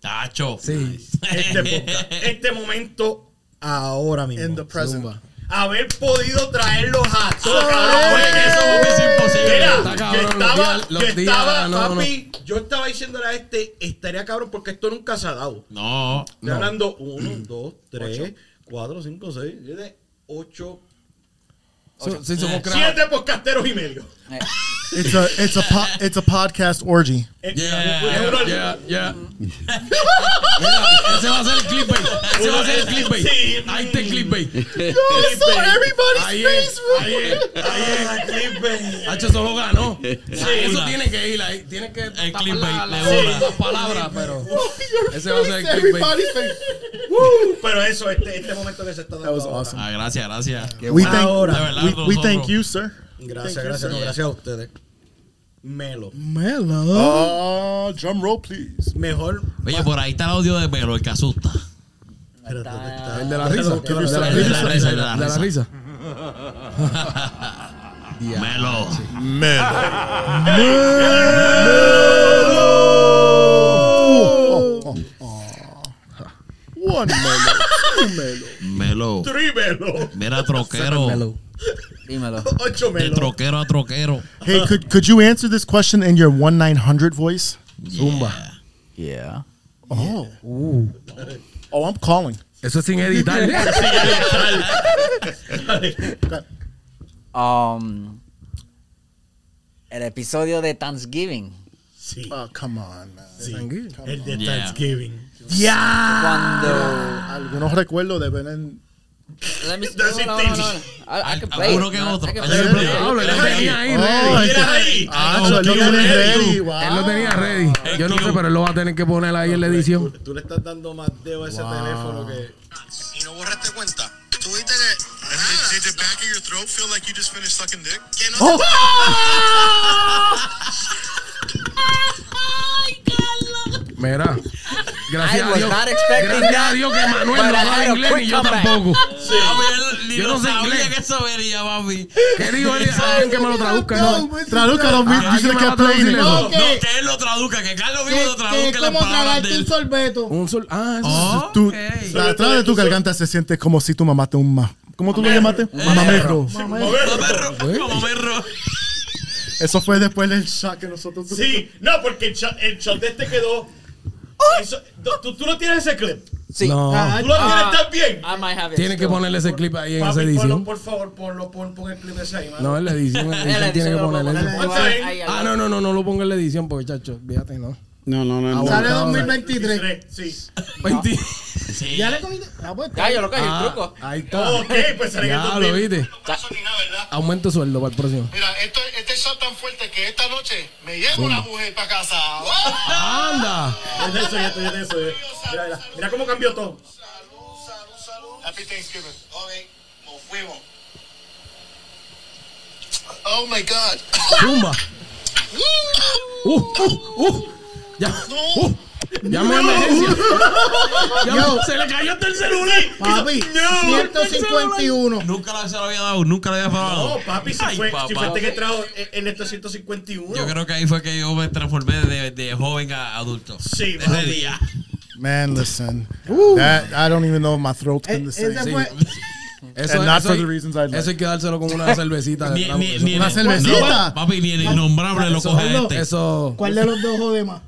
E: Tacho.
I: Sí.
C: Este podcast, este momento ahora mismo.
G: In the present.
C: Haber podido traerlos a todos,
E: Eso
C: cabrón,
E: es-
C: porque eso es imposible. Mira,
I: Está cabrón,
C: yo
I: los
C: estaba,
I: días-
C: yo
I: los días,
C: estaba,
I: no, no.
C: papi, yo estaba diciéndole a este, estaría cabrón porque esto nunca se ha dado.
E: No.
C: Estoy hablando
I: (clears throat)
C: 1, 2, 3, 4, 5, 6, 7, 8,
I: So- sí, somos creados.
C: 7 podcasteros y medio. (laughs)
L: It's a it's a po- it's a podcast orgy.
E: Yeah, yeah, yeah. Mira, ese va a ser el clickbait. Ese va a ser el clickbait.
C: Sí.
E: Ahí está el clickbait. Ahí
L: everybody's
E: es, ahí es, ahí es.
C: Ah, clickbait.
E: Hacho, eso lo ganó.
I: Eso
E: Hola.
I: tiene que ir ahí. Tiene que
E: El
I: tapar
E: clickbait,
I: la- la-
E: de
I: las
E: bola.
I: (laughs) palabras, pero ese va a ser el clickbait.
C: Pero eso, este, este momento que se está dando.
L: That was
C: ahora.
L: awesome.
E: Ah, gracias, gracias.
L: We thank
C: Ahora,
E: de verdad,
L: we, we
E: nosotros.
L: thank you, sir.
C: Gracias, gracias, no, gracias a ustedes. Melo. Oh.
D: Melo.
L: Uh, drum roll, please.
C: Mejor.
E: Oye, por ahí está el audio de Melo, el que asusta.
C: Espérate, ¿dónde está?
I: El de la risa.
C: El de la
I: El de la
E: El de la risa, el de la
I: De
E: risa.
I: la risa.
E: Melo.
L: One mellow, two mellow.
E: Melo.
C: Trímelo.
E: (laughs) Mira, troquero.
K: Dímelo.
C: Ocho
E: De
C: melo.
E: troquero a troquero.
L: Hey, could could you answer this question in your one nine hundred voice? Zumba.
K: Yeah.
L: Oh. Oh, I'm calling.
I: Eso es sin
C: (laughs)
I: editar.
K: Um, el episodio de Thanksgiving.
C: Sí.
L: Oh, come on, man.
C: sí.
I: Tranquilo.
C: El de
E: Yeah.
C: Thanksgiving.
K: Cuando.
L: Algunos recuerdos de Belén.
K: Let me-
C: That's
K: no, no,
C: it.
K: no, no, no. I, I can
E: Al-
K: play.
E: alguno que
K: I- I
E: otro.
K: can
E: Ay,
K: play.
E: yo me pregunto.
I: Pablo, él lo tenía ahí
L: Oh,
I: ready.
L: es que-
C: Mira ahí.
L: Ah,
E: no,
L: lo
E: tío,
L: tiene
E: ready.
L: ready,
I: Él lo
L: wow.
I: tenía ready. Yo no sé, pero él lo va a tener que poner ahí en la
C: Tú,
I: edición.
C: tú le estás dando más deo a ese teléfono que.
N: y no borraste cuenta. Tú dijiste que. Did, did the back of your throat feel like you just finished sucking dick? Que no te-
I: Mira. Gracias
K: I
I: a
K: was
I: Dios.
K: not expecting
I: Gracias
K: that,
I: a Dios que Manuel
K: but
I: no
K: I had
I: sabe
K: a
I: inglés
K: quick
I: ni yo
K: comeback.
I: tampoco.
E: Mami, Ah, pues él ni
I: Yo
E: lo
I: no sé
E: sabía
I: inglés.
E: que eso venía, mami.
I: ¿Qué dijo él? Alguien que me lo traduzca. No.
E: pues,
I: Eh. Ah,
L: Tradúcalo, you should
I: alguien
L: have
I: me va a
L: kept playing
I: traducir
L: it.
I: eso.
E: No,
D: que-
E: que
I: (laughs)
E: él lo traduzca, que Carlos mismo lo
D: Que es
E: traduzca las
D: como
E: palabras
D: tragarte
E: de
D: un
E: él.
D: sorbeto.
I: Un sol. Ah, eso
E: Oh,
L: Tú,
E: ok.
L: atrás de tu garganta se siente como si tu mamá te un ma. ¿Cómo tú lo llamaste? Mamerro.
E: Mamerro, mamerro.
L: Eso fue después del shock que nosotros
C: Sí, no, porque el shot, el shot de este quedó. Eso- tú- tú, tú no tienes ese clip. Tú
K: Sí.
I: Oh. No.
C: lo
K: Ah.
C: tienes también.
K: I might have it
I: Tiene que
K: still.
I: ponerle ese clip ahí en esa
C: Papi, ponlo,
I: edición.
C: por favor, ponlo, pon, pon el clip ese ahí, mano.
I: No, en la edición. en la
K: En la
I: edición Tiene que
K: edición lo
I: ponerle
K: pongo.
I: ese.
C: eso. Está bien.
K: Ahí, ahí,
I: Ah,
K: ahí.
I: no, no, no, no lo ponga en la edición porque, chacho, fíjate, no.
F: No, no, no. no.
D: Sale 2023.
C: Tres, Sí.
I: Veinti-
E: Sí.
D: Ya le comiste. Ah, pues,
K: Cállalo, cállalo, el truco.
I: Ahí está.
C: Ok, pues sale en el
I: Ya lo
C: 2000.
I: viste.
N: Eso ni nada, ¿verdad?
I: Aumento de sueldo para el próximo.
N: Mira, esto, este shot tan fuerte que esta noche me llevo la mujer para casa. ¡Ah!
I: ¡Anda!
C: Yo te enseñé, yo te enseñé. Mira, mira, mira cómo cambió todo.
N: Salud, salud, salud. Happy Thanksgiving. Ok, nos fuimos. Oh my God.
I: (laughs) ¡Zumba! ¡Uh! ¡Uh! ¡Uh! ¡Ya! ¡Uh! ¡Llame a emergencia! Llama- ¡Se le cayó hasta el celular!
E: (laughs)
I: (laughs)
D: Papi, 151.
E: Nunca la- se lo había dado, nunca lo había probado.
C: No, papi, si
E: Ay,
C: fue, si fue
E: papá.
C: este que trajo en, en este 151.
E: Yo creo que ahí fue que yo me transformé de, de joven a adulto.
C: Sí,
E: Ese
C: papi.
E: día.
L: Man, listen. That, I don't even know if my throat's been
D: Eh,
L: the same.
D: Ese fue.
I: (laughs) Eso,
L: And not
I: eso
L: for
I: hay-
L: the reasons I'd like.
I: eso hay que dárselo con
F: (laughs)
I: una cervecita.
E: Ni, ni, ni
L: una
E: no,
L: cervecita.
E: papi, ni el innombrable lo
I: eso,
E: coge este.
I: eso-
D: ¿Cuál de los dos jode más?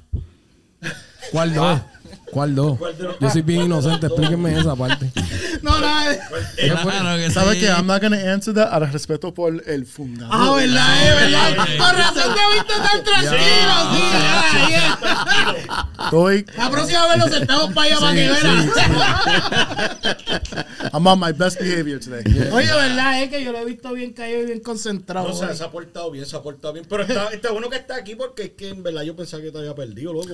D: (laughs)
I: ¿Cuál dos?
F: Ah.
I: ¿Cuál dos?
C: de los-
I: Yo soy bien inocente, explíquenme esa
L: (laughs)
I: parte.
D: No, nada. eh.
C: Pues,
E: Claro que
L: pues, ¿Sabes
E: sí.
L: qué? I'm not going to answer that out of respeto por el fundador.
D: Ah, verdad, es verdad.
E: Sí.
D: Por razón te he visto tan tranquilo, sí. ah, yeah.
L: Estoy,
D: La próxima vez los sentamos para allá para que vean.
L: I'm on my best behavior today.
D: (laughs) Oye, verdad, es que yo lo he visto bien caído y bien concentrado.
C: No, o sea,
D: güey.
C: se ha portado bien, se ha portado bien. Pero está, está bueno que está aquí porque es que en verdad yo pensaba que te había perdido, loco.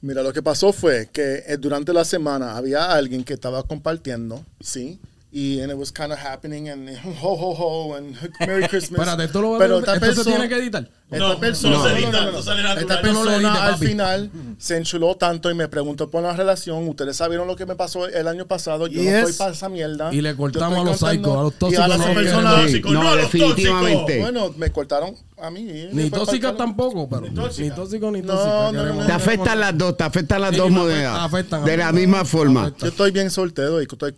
L: Mira, lo que pasó fue que eh, durante la semana había alguien que estaba compartiendo, ¿sí?
G: Y and it was kind of happening and (laughs) ho ho ho and
I: (laughs)
G: Merry Christmas.
I: Espérate, ¿esto lo va a-
G: Pero esta
I: esto se
G: persona-
I: tiene que editar?
G: Esta
I: No,
G: persona,
I: no se edita, no sale natural.
G: Esta
I: No se
G: persona
I: edita,
G: al
I: papi.
G: final se enchuló tanto y me preguntó por la relación. Ustedes sabieron lo que me pasó el año pasado. Yo
I: Y
G: no
I: es-
G: estoy para esa mierda.
I: Y le cortamos
G: Yo estoy
I: a los
G: contando-
I: psychos, a los
G: y
I: tóxicos
G: las
I: no los
G: personas-
I: queremos. Sí, no,
G: a los tóxicos.
I: definitivamente.
G: Bueno, me cortaron a mí. eh,
I: Ni
G: Fue
I: tóxicas
G: cortaron-
I: tampoco, pero. Ni tóxico ni tóxica. queremos-
F: Te afectan las dos, te afectan las
G: Sí,
F: dos
G: me
F: monedas.
G: afectan,
F: De la
G: afectan,
F: misma forma.
G: Yo estoy bien soltero y estoy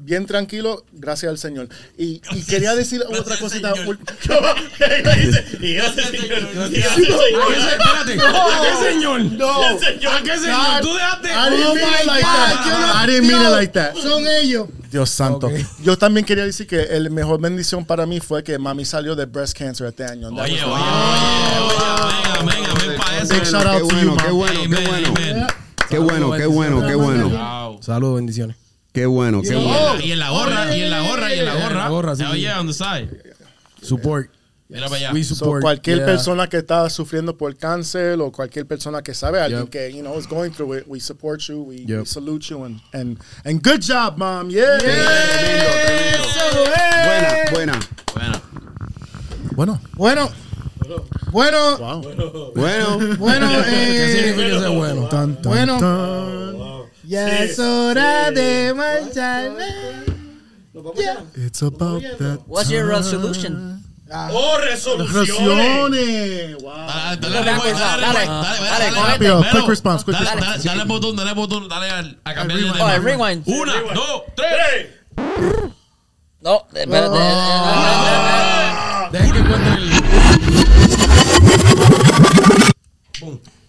G: bien tranquilo, gracias al Señor. Y, y quería decir otra cosita. (laughs) ul-
C: Y gracias, señor.
I: (laughs) Espérate, ¿a qué señor?
G: No.
I: ¿A qué señor? Tú dejaste. Oh
G: I didn't mean it like that. Yo no-
I: Ah,
G: I didn't mean it like that.
D: Son ellos.
G: Dios santo. Yo también quería decir que el mejor bendición para mí fue que mami salió de breast cancer este año. That was- Big shout out
F: Qué
G: to you,
F: bueno, qué
G: mom.
F: bueno, qué bueno. Qué bueno, qué bueno, qué bueno.
I: Saludos, bendiciones.
F: Qué bueno, qué
E: Y en
F: bueno.
E: la- Y en la gorra, y en la gorra, y en la
I: Yeah.
E: gorra.
I: La gorra, sí,
E: Oye,
I: sí.
E: on the side.
I: Support.
E: Mira para allá.
I: We
G: So,
I: support.
G: cualquier
I: yeah.
G: persona que está sufriendo por cáncer o cualquier persona que sabe alguien
I: Yep.
G: que you know is going through it, we support you, we, we
I: Yep.
G: salute you, and and and good job, mom. Yeah.
F: Buena, buena.
L: Bueno.
D: Bueno.
F: Bueno.
D: Bueno.
H: (laughs)
D: Bueno.
I: ¿Qué
D: eh,
I: significa ese bueno?
D: bueno. Ya es hora de marcharme. Ya.
L: It's about that.
K: Oh, What's your
L: time.
K: resolution?
C: ¡Oh,
L: Resoluciones.
E: Dale,
K: Dale,
E: dale,
K: pues,
E: dale,
K: dale, dale,
E: dale, dale,
K: dale,
E: dale,
L: rápido,
E: dale,
L: quick
E: dale,
L: response, quick
E: dale,
L: response.
E: Dale al botón, dale al botón, dale al- a cambiar de
K: rewind.
I: Oh,
K: Alright, rewind.
E: Una,
K: Rewind.
E: dos, tres.
K: No, espérate.
I: Deja que encuentre el.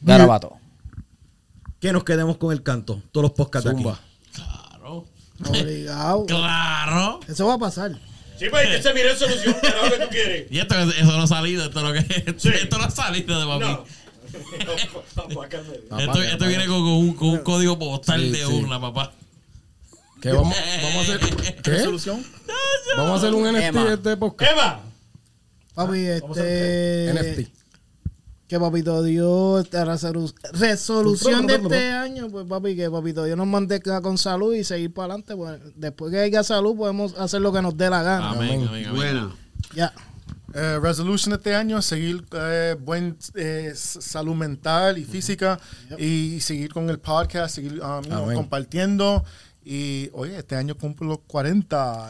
K: Garabato.
O: Que nos quedemos con el canto. Todos los podcasts de aquí.
D: Obligado.
E: Claro.
D: Eso va a pasar.
C: Sí, pues hay que se mire solución, carajo, que tú
I: (laughs)
C: quieres.
E: Y esto, eso no ha salido, esto no, esto no ha salido de papi.
C: No. Apácame.
E: (laughs) Esto, esto viene con, con un, con un código postal
I: Sí,
E: de
I: sí.
E: una, papá.
I: ¿Qué vamos, vamos
E: (laughs)
I: a hacer? ¿Qué?
G: Resolución.
I: Vamos a hacer un NFT
K: Emma.
I: de este podcast.
D: Papi, este.
I: NFT.
D: Que papito Dios, esta resolu- resolución de este año, pues papi, que papito Dios nos mantenga con salud y seguir para adelante. Pues, después que haya salud, podemos hacer lo que nos dé la gana.
E: Amén, amén, amén.
F: Buena.
D: Ya.
G: Eh, resolution este año, seguir eh, buen eh, s- salud mental y física y seguir con el podcast, seguir um, you know,
I: Amén.
G: compartiendo. Y oye, este año cumplo los ¡Eh! 40.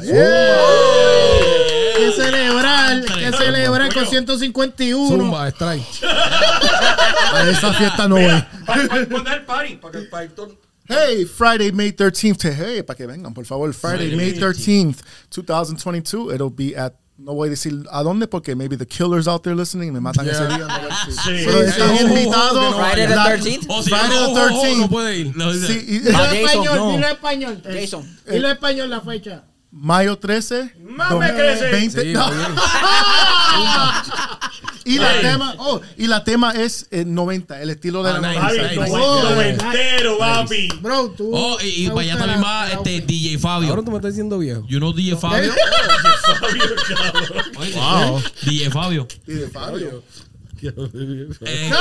D: Que celebrar, que celebrar con 151.
I: Zumba, strike.
G: (laughs) A esa fiesta no voy.
C: ¿Cuándo es el party? Para que para que todo-
G: Hey, Friday, May 13th. Hey, para que vengan, por favor. Friday, May 13th, 2022. It'll be at, no voy a decir a dónde porque maybe the killer's out there listening. Me matan ese día. no voy a decir.
C: Sí.
G: Pero están
I: Sí.
G: invitados.
K: Friday the
G: La-
K: 13th.
H: Oh,
E: O si
G: Friday
E: no,
G: the
E: ojo, ojo,
G: 13th.
I: No puede ir.
E: No,
G: Sí, y-
D: Dilo
K: Ah,
D: en
K: Jason,
D: español,
I: no.
D: dilo en español.
K: Jason.
D: Dilo en español la fecha.
G: Mayo 13.
C: Mame
G: dos-
C: crece.
G: 20.
I: Sí,
G: no.
I: muy bien.
G: (laughs) y, la tema, oh, y la tema es eh, 90, el estilo de
I: Ah,
G: la
I: nice,
G: 90.
I: nice, nice.
C: Oh,
D: Oh,
C: entero, papi.
D: Bro, tú.
E: Oh, y, y
D: me
E: para allá
D: gusta
E: también
D: la-
E: va
D: la-
E: este DJ
I: Ahora
E: Fabio.
I: tú me estás diciendo viejo.
E: You know DJ Fabio? (laughs) wow. DJ Fabio.
G: Y de Fabio.
E: Eh, eh, el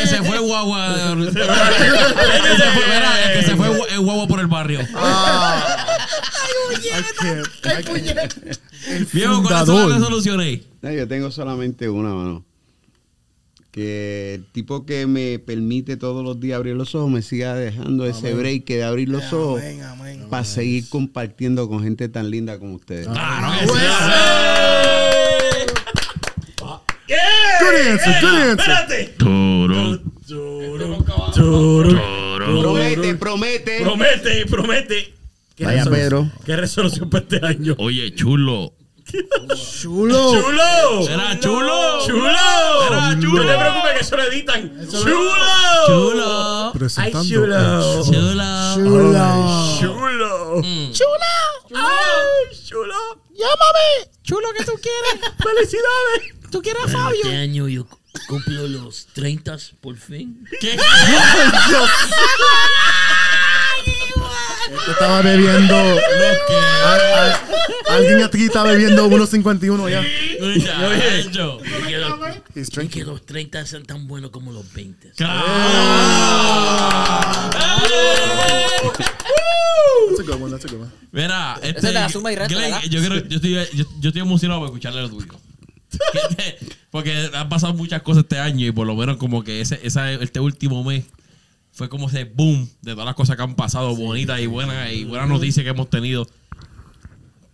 E: que se fue (laughs) guagua. el que se fue, mira, el que se fue Ah, gu- eh, guagua por el barrio.
G: I can't. I can't. El
E: Viejo, con eso
G: fundador.
E: la solucioné.
F: No, Eh, yo tengo solamente una, mano. Que el tipo que me permite todos los días abrir los ojos me siga dejando ese break de abrir los ojos
D: Amén, amén.
F: para seguir compartiendo con gente tan linda como ustedes.
E: Claro que sí.
G: Good answer, good answer.
C: Espérate.
F: Promete, promete.
C: Promete, promete. ¿Qué
F: Vaya,
C: resolu-
F: Pedro.
C: ¿Qué resolución para este año?
E: Oye, chulo.
D: Chulo.
C: ¡Chulo!
E: Era chulo.
C: ¡Chulo!
E: Era
C: No te
E: chulo.
C: preocupes que eso lo editan. ¡Chulo!
E: Chulo.
C: ¡Ay,
L: Presentando.
C: chulo!
E: Chulo. Mm.
D: Chulo.
C: ¡Chulo! ¡Ay, chulo!
D: Llámame.
E: Chulo que tú quieres.
C: (laughs) ¡Felicidades!
E: Tú quieres
M: Bueno, este año yo cu- cumplo los 30 por fin. (laughs)
E: ¿Qué?
C: (laughs)
L: Yo estaba bebiendo.
E: ¿Qué?
L: al- Alguien aquí está bebiendo 1.51 ya.
E: Muchacho.
M: Y que los-
L: He's
M: y
L: drinking.
M: que los 30 sean tan buenos como los 20.
E: Claro.
L: That's a good one. one, that's a good one.
E: Mira,
L: Esa
E: este,
L: es la suma y resta,
E: Glenn,
L: ¿verdad?
E: yo, creo- yo estoy, yo, yo estoy emocionado por
F: (laughs)
E: escucharle lo tuyo. Que te- Porque han pasado muchas cosas este año y por lo menos como que ese, esa, este último mes fue como ese boom de todas las cosas que han pasado, bonitas y buenas y buenas noticias que hemos tenido.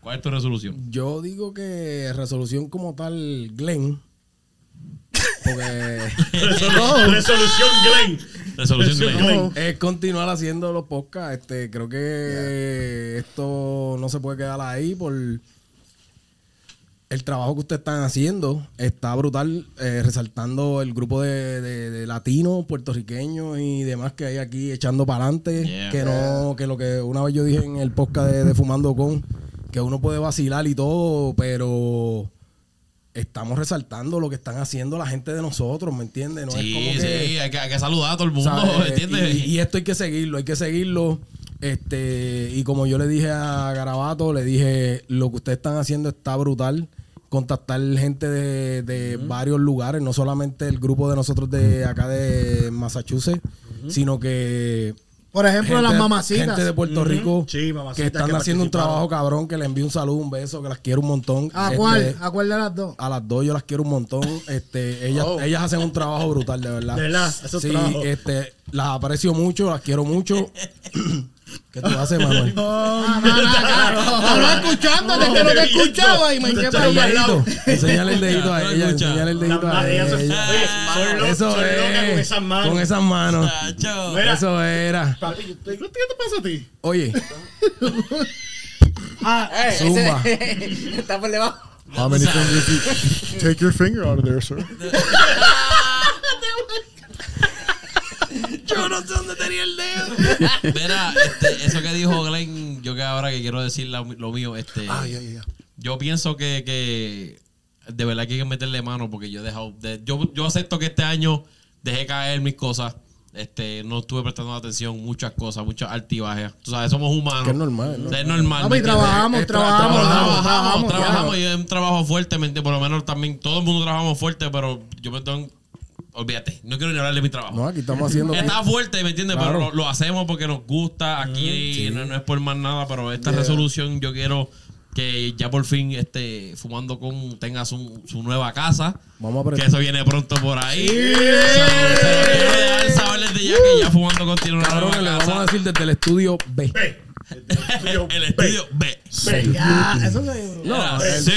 E: ¿Cuál es tu resolución?
I: Yo digo que resolución como tal, Glenn. Porque.
C: Resolu- resolución Glenn.
E: Resolución Glenn.
I: Es continuar haciendo los podcasts. Este, creo que esto no se puede quedar ahí por el trabajo que ustedes están haciendo. Está brutal, eh, resaltando el grupo de, de- de latinos, puertorriqueños y demás que hay aquí echando para adelante.
M: Yeah.
I: Que no, que lo que una vez yo dije en el podcast de, de Fumando con, que uno puede vacilar y todo, pero estamos resaltando lo que están haciendo la gente de nosotros, ¿me entiendes? No
E: Sí,
I: es como
E: sí,
I: que,
E: hay que- hay que saludar a todo el mundo,
I: ¿sabes?
E: ¿entiendes?
I: Y, y esto hay que seguirlo, hay que seguirlo. Este, y como yo le dije a Garabato, le dije, lo que ustedes están haciendo está brutal. Contactar gente de, de varios lugares, no solamente el grupo de nosotros de acá de Massachusetts, sino que...
D: Por ejemplo, las mamacitas.
I: Gente de Puerto
D: Ujú.
I: Rico
D: Sí, mamacitas
I: que están
D: que
I: haciendo un trabajo
D: participaron.
I: cabrón, que le envío un saludo, un beso, que las quiero un montón.
D: ¿A
I: Este,
D: cuál? ¿A cuál de las dos?
I: a las dos yo las quiero un montón. Este, ellas,
D: Oh.
I: ellas hacen un trabajo brutal, de verdad.
D: De verdad, esos
I: sí,
D: trabajos.
I: este, las aprecio mucho, las quiero mucho. ¿Qué tú haces, Manuel?
D: No, no, no, no, Estaba escuchándote, que no te escuchaba y me quedé para
I: Enseñale el dedito, enseñale el dedito a
D: allá.
I: ella, enseñale el dedito a
C: Ellas son-
I: ella.
C: oye, son lo-
I: Eso
C: son locas
I: es,
C: con esas manos.
I: Con esas manos.
C: Mira.
I: Eso era.
L: Papi, yo te digo, ¿qué te pasa a ti?
I: Oye,
D: Ah,
K: Eh,
I: Zumba.
C: (laughs)
K: ese- Está por debajo.
L: How many fingers
G: (laughs)
L: you- Take your finger out of there, sir.
E: Yo no sé dónde tenía el dedo.
G: (laughs)
E: Mira, este, eso que dijo Glenn, yo que ahora que quiero decir la- lo mío, este.
I: Ah,
E: Yo pienso que, que de verdad que hay que meterle mano porque yo he dejado. de- yo, yo acepto que este año dejé caer mis cosas. Este, no estuve prestando atención, muchas cosas, muchas altibajas. Tú sabes, somos humanos.
I: Que (laughs) es normal, ¿no?
E: O sea, Es normal.
D: Papi,
E: ¿me entiendes?
D: trabajamos,
E: Es tra-
D: trabajamos,
E: trabajamos,
D: trabajamos,
E: trabajamos,
D: trabajamos.
E: Y es un trabajo fuerte, ¿me entiendes? Por lo menos también todo el mundo trabajamos fuerte, pero yo me tengo. Olvídate, no quiero ni hablar de mi trabajo.
I: no, aquí estamos haciendo.
E: Está fuerte, ¿me entiendes?
I: Claro.
E: Pero lo, lo hacemos porque nos gusta aquí, no, no es por más nada, pero esta
I: Yeah.
E: resolución yo quiero que ya por fin este Fumando con tenga su, su nueva casa.
I: Vamos a
E: Que
I: aprender.
E: eso viene pronto por ahí. Sabores- sabores- Sabores de ya que ya Fumando con tiene una
I: Cabrón,
E: nueva
I: que le vamos a
E: casa.
I: decir desde el estudio B.
E: El estudio B.
D: Ya, eso se
I: No, el
E: Sí.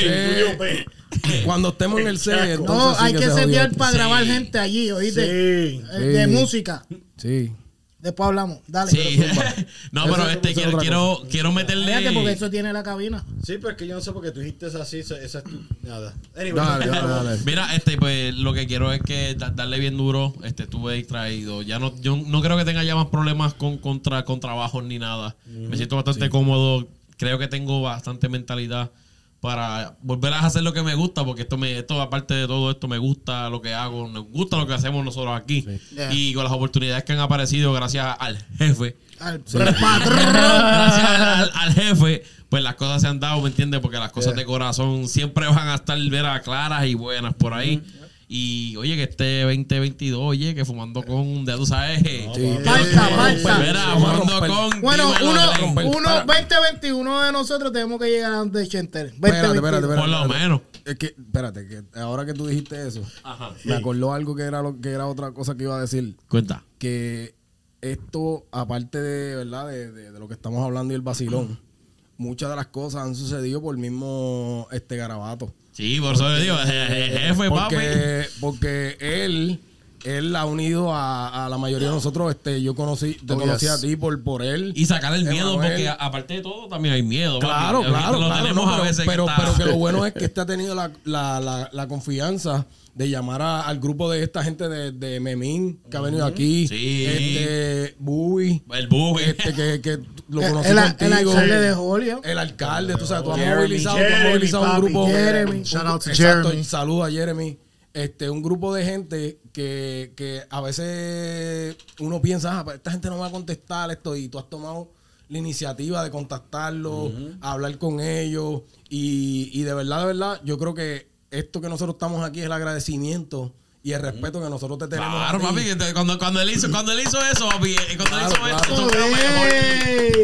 I: C. Cuando estemos en el C, entonces
D: No,
I: sí
D: hay que
I: se jodió.
D: setear para
I: Sí.
D: grabar gente allí, oíste.
I: Sí.
D: Eh, De
I: Sí.
D: música.
I: Sí.
D: Después hablamos. Dale.
E: Sí. no,
I: Eso
E: pero
I: es
E: este
I: otra
E: quiero, quiero,
I: cosa.
E: quiero
D: Fíjate, porque
E: meterle.
D: eso tiene la cabina.
O: Sí, pero es que yo no sé por qué tú dijiste eso así. Esa, esa es tu. Nada. Anyway.
I: Dale, dale, dale.
E: Mira, este, pues lo que quiero es que da- darle bien duro. Este, estuve distraído. Ya no, yo no creo que tenga ya más problemas con, contra, con trabajos ni nada. Me siento bastante cómodo. Creo que tengo bastante mentalidad para volver a hacer lo que me gusta, porque esto me, esto aparte de todo esto, me gusta lo que hago, nos gusta lo que hacemos nosotros aquí.
D: Yeah.
E: Y con las oportunidades que han aparecido gracias al jefe.
D: Al
E: Sí. (laughs)
D: patrón.
E: Gracias al, al- al jefe, pues las cosas se han dado, ¿me entiendes? Porque las cosas de corazón siempre van a estar veras claras y buenas por ahí. Y oye, que este 2022, oye, que fumando con, ya tú sabes. eh,
D: Falta,
E: eh,
D: falta.
E: verá, fumando con.
D: Bueno,
E: dímelo, Glenn.
D: uno, uno 2021 de nosotros tenemos que llegar antes de Chenter.
I: Espérate, espérate,
D: 2022.
I: espérate.
E: Por lo menos.
I: Es que, espérate, que ahora que tú dijiste eso,
E: Ajá.
I: me acordó algo que era, lo, que era otra cosa que iba a decir.
E: Cuenta.
I: Que esto, aparte de, ¿verdad? De, de- de lo que estamos hablando y el vacilón, muchas de las cosas han sucedido por el mismo este garabato.
E: Sí, por eso le digo, eh, eh, jefe, papi.
I: porque, porque él, él ha unido a, a la mayoría de nosotros. Este, yo conocí, te
L: Oh,
I: conocí
L: yes.
I: a ti por, por él.
E: Y sacar el miedo,
I: Emanuel.
E: porque a- aparte de todo, también hay miedo. papi.
I: Claro,
E: Ahorita
I: claro,
E: lo
I: claro,
E: tenemos
I: no,
E: a
I: pero,
E: veces
I: pero,
E: está-
I: pero que lo bueno es que este ha tenido la, la, la, la confianza de llamar a- al grupo de esta gente de, de Memín que ha venido aquí.
E: Sí.
I: Este, Bubi.
E: El bug.
I: Este, que, que lo
D: El-
I: conocí
D: el, el
I: contigo.
D: alcalde de Jolio.
I: El alcalde, tú
C: Oh,
I: sabes, tú has
L: Jeremy,
I: movilizado, tú has
L: Jeremy,
I: movilizado
L: papi,
I: un grupo.
L: Jeremy.
I: un-
L: Shout out to
I: exacto,
L: Jeremy.
I: Saludos a Jeremy. Este, un grupo de gente que, que a veces uno piensa, "Ah, pues esta gente no va a contestar esto, y tú has tomado la iniciativa de contactarlos, hablar con ellos, y, y de verdad, de verdad, yo creo que esto que nosotros estamos aquí es el agradecimiento y el respeto que nosotros
E: (laughs)
I: te tenemos.
E: Claro,
I: a ti.
E: papi, que te- cuando, cuando, él hizo, cuando él hizo eso, papi, eh, cuando él hizo
I: Claro,
E: eso,
I: claro.
E: eso fue lo mejor.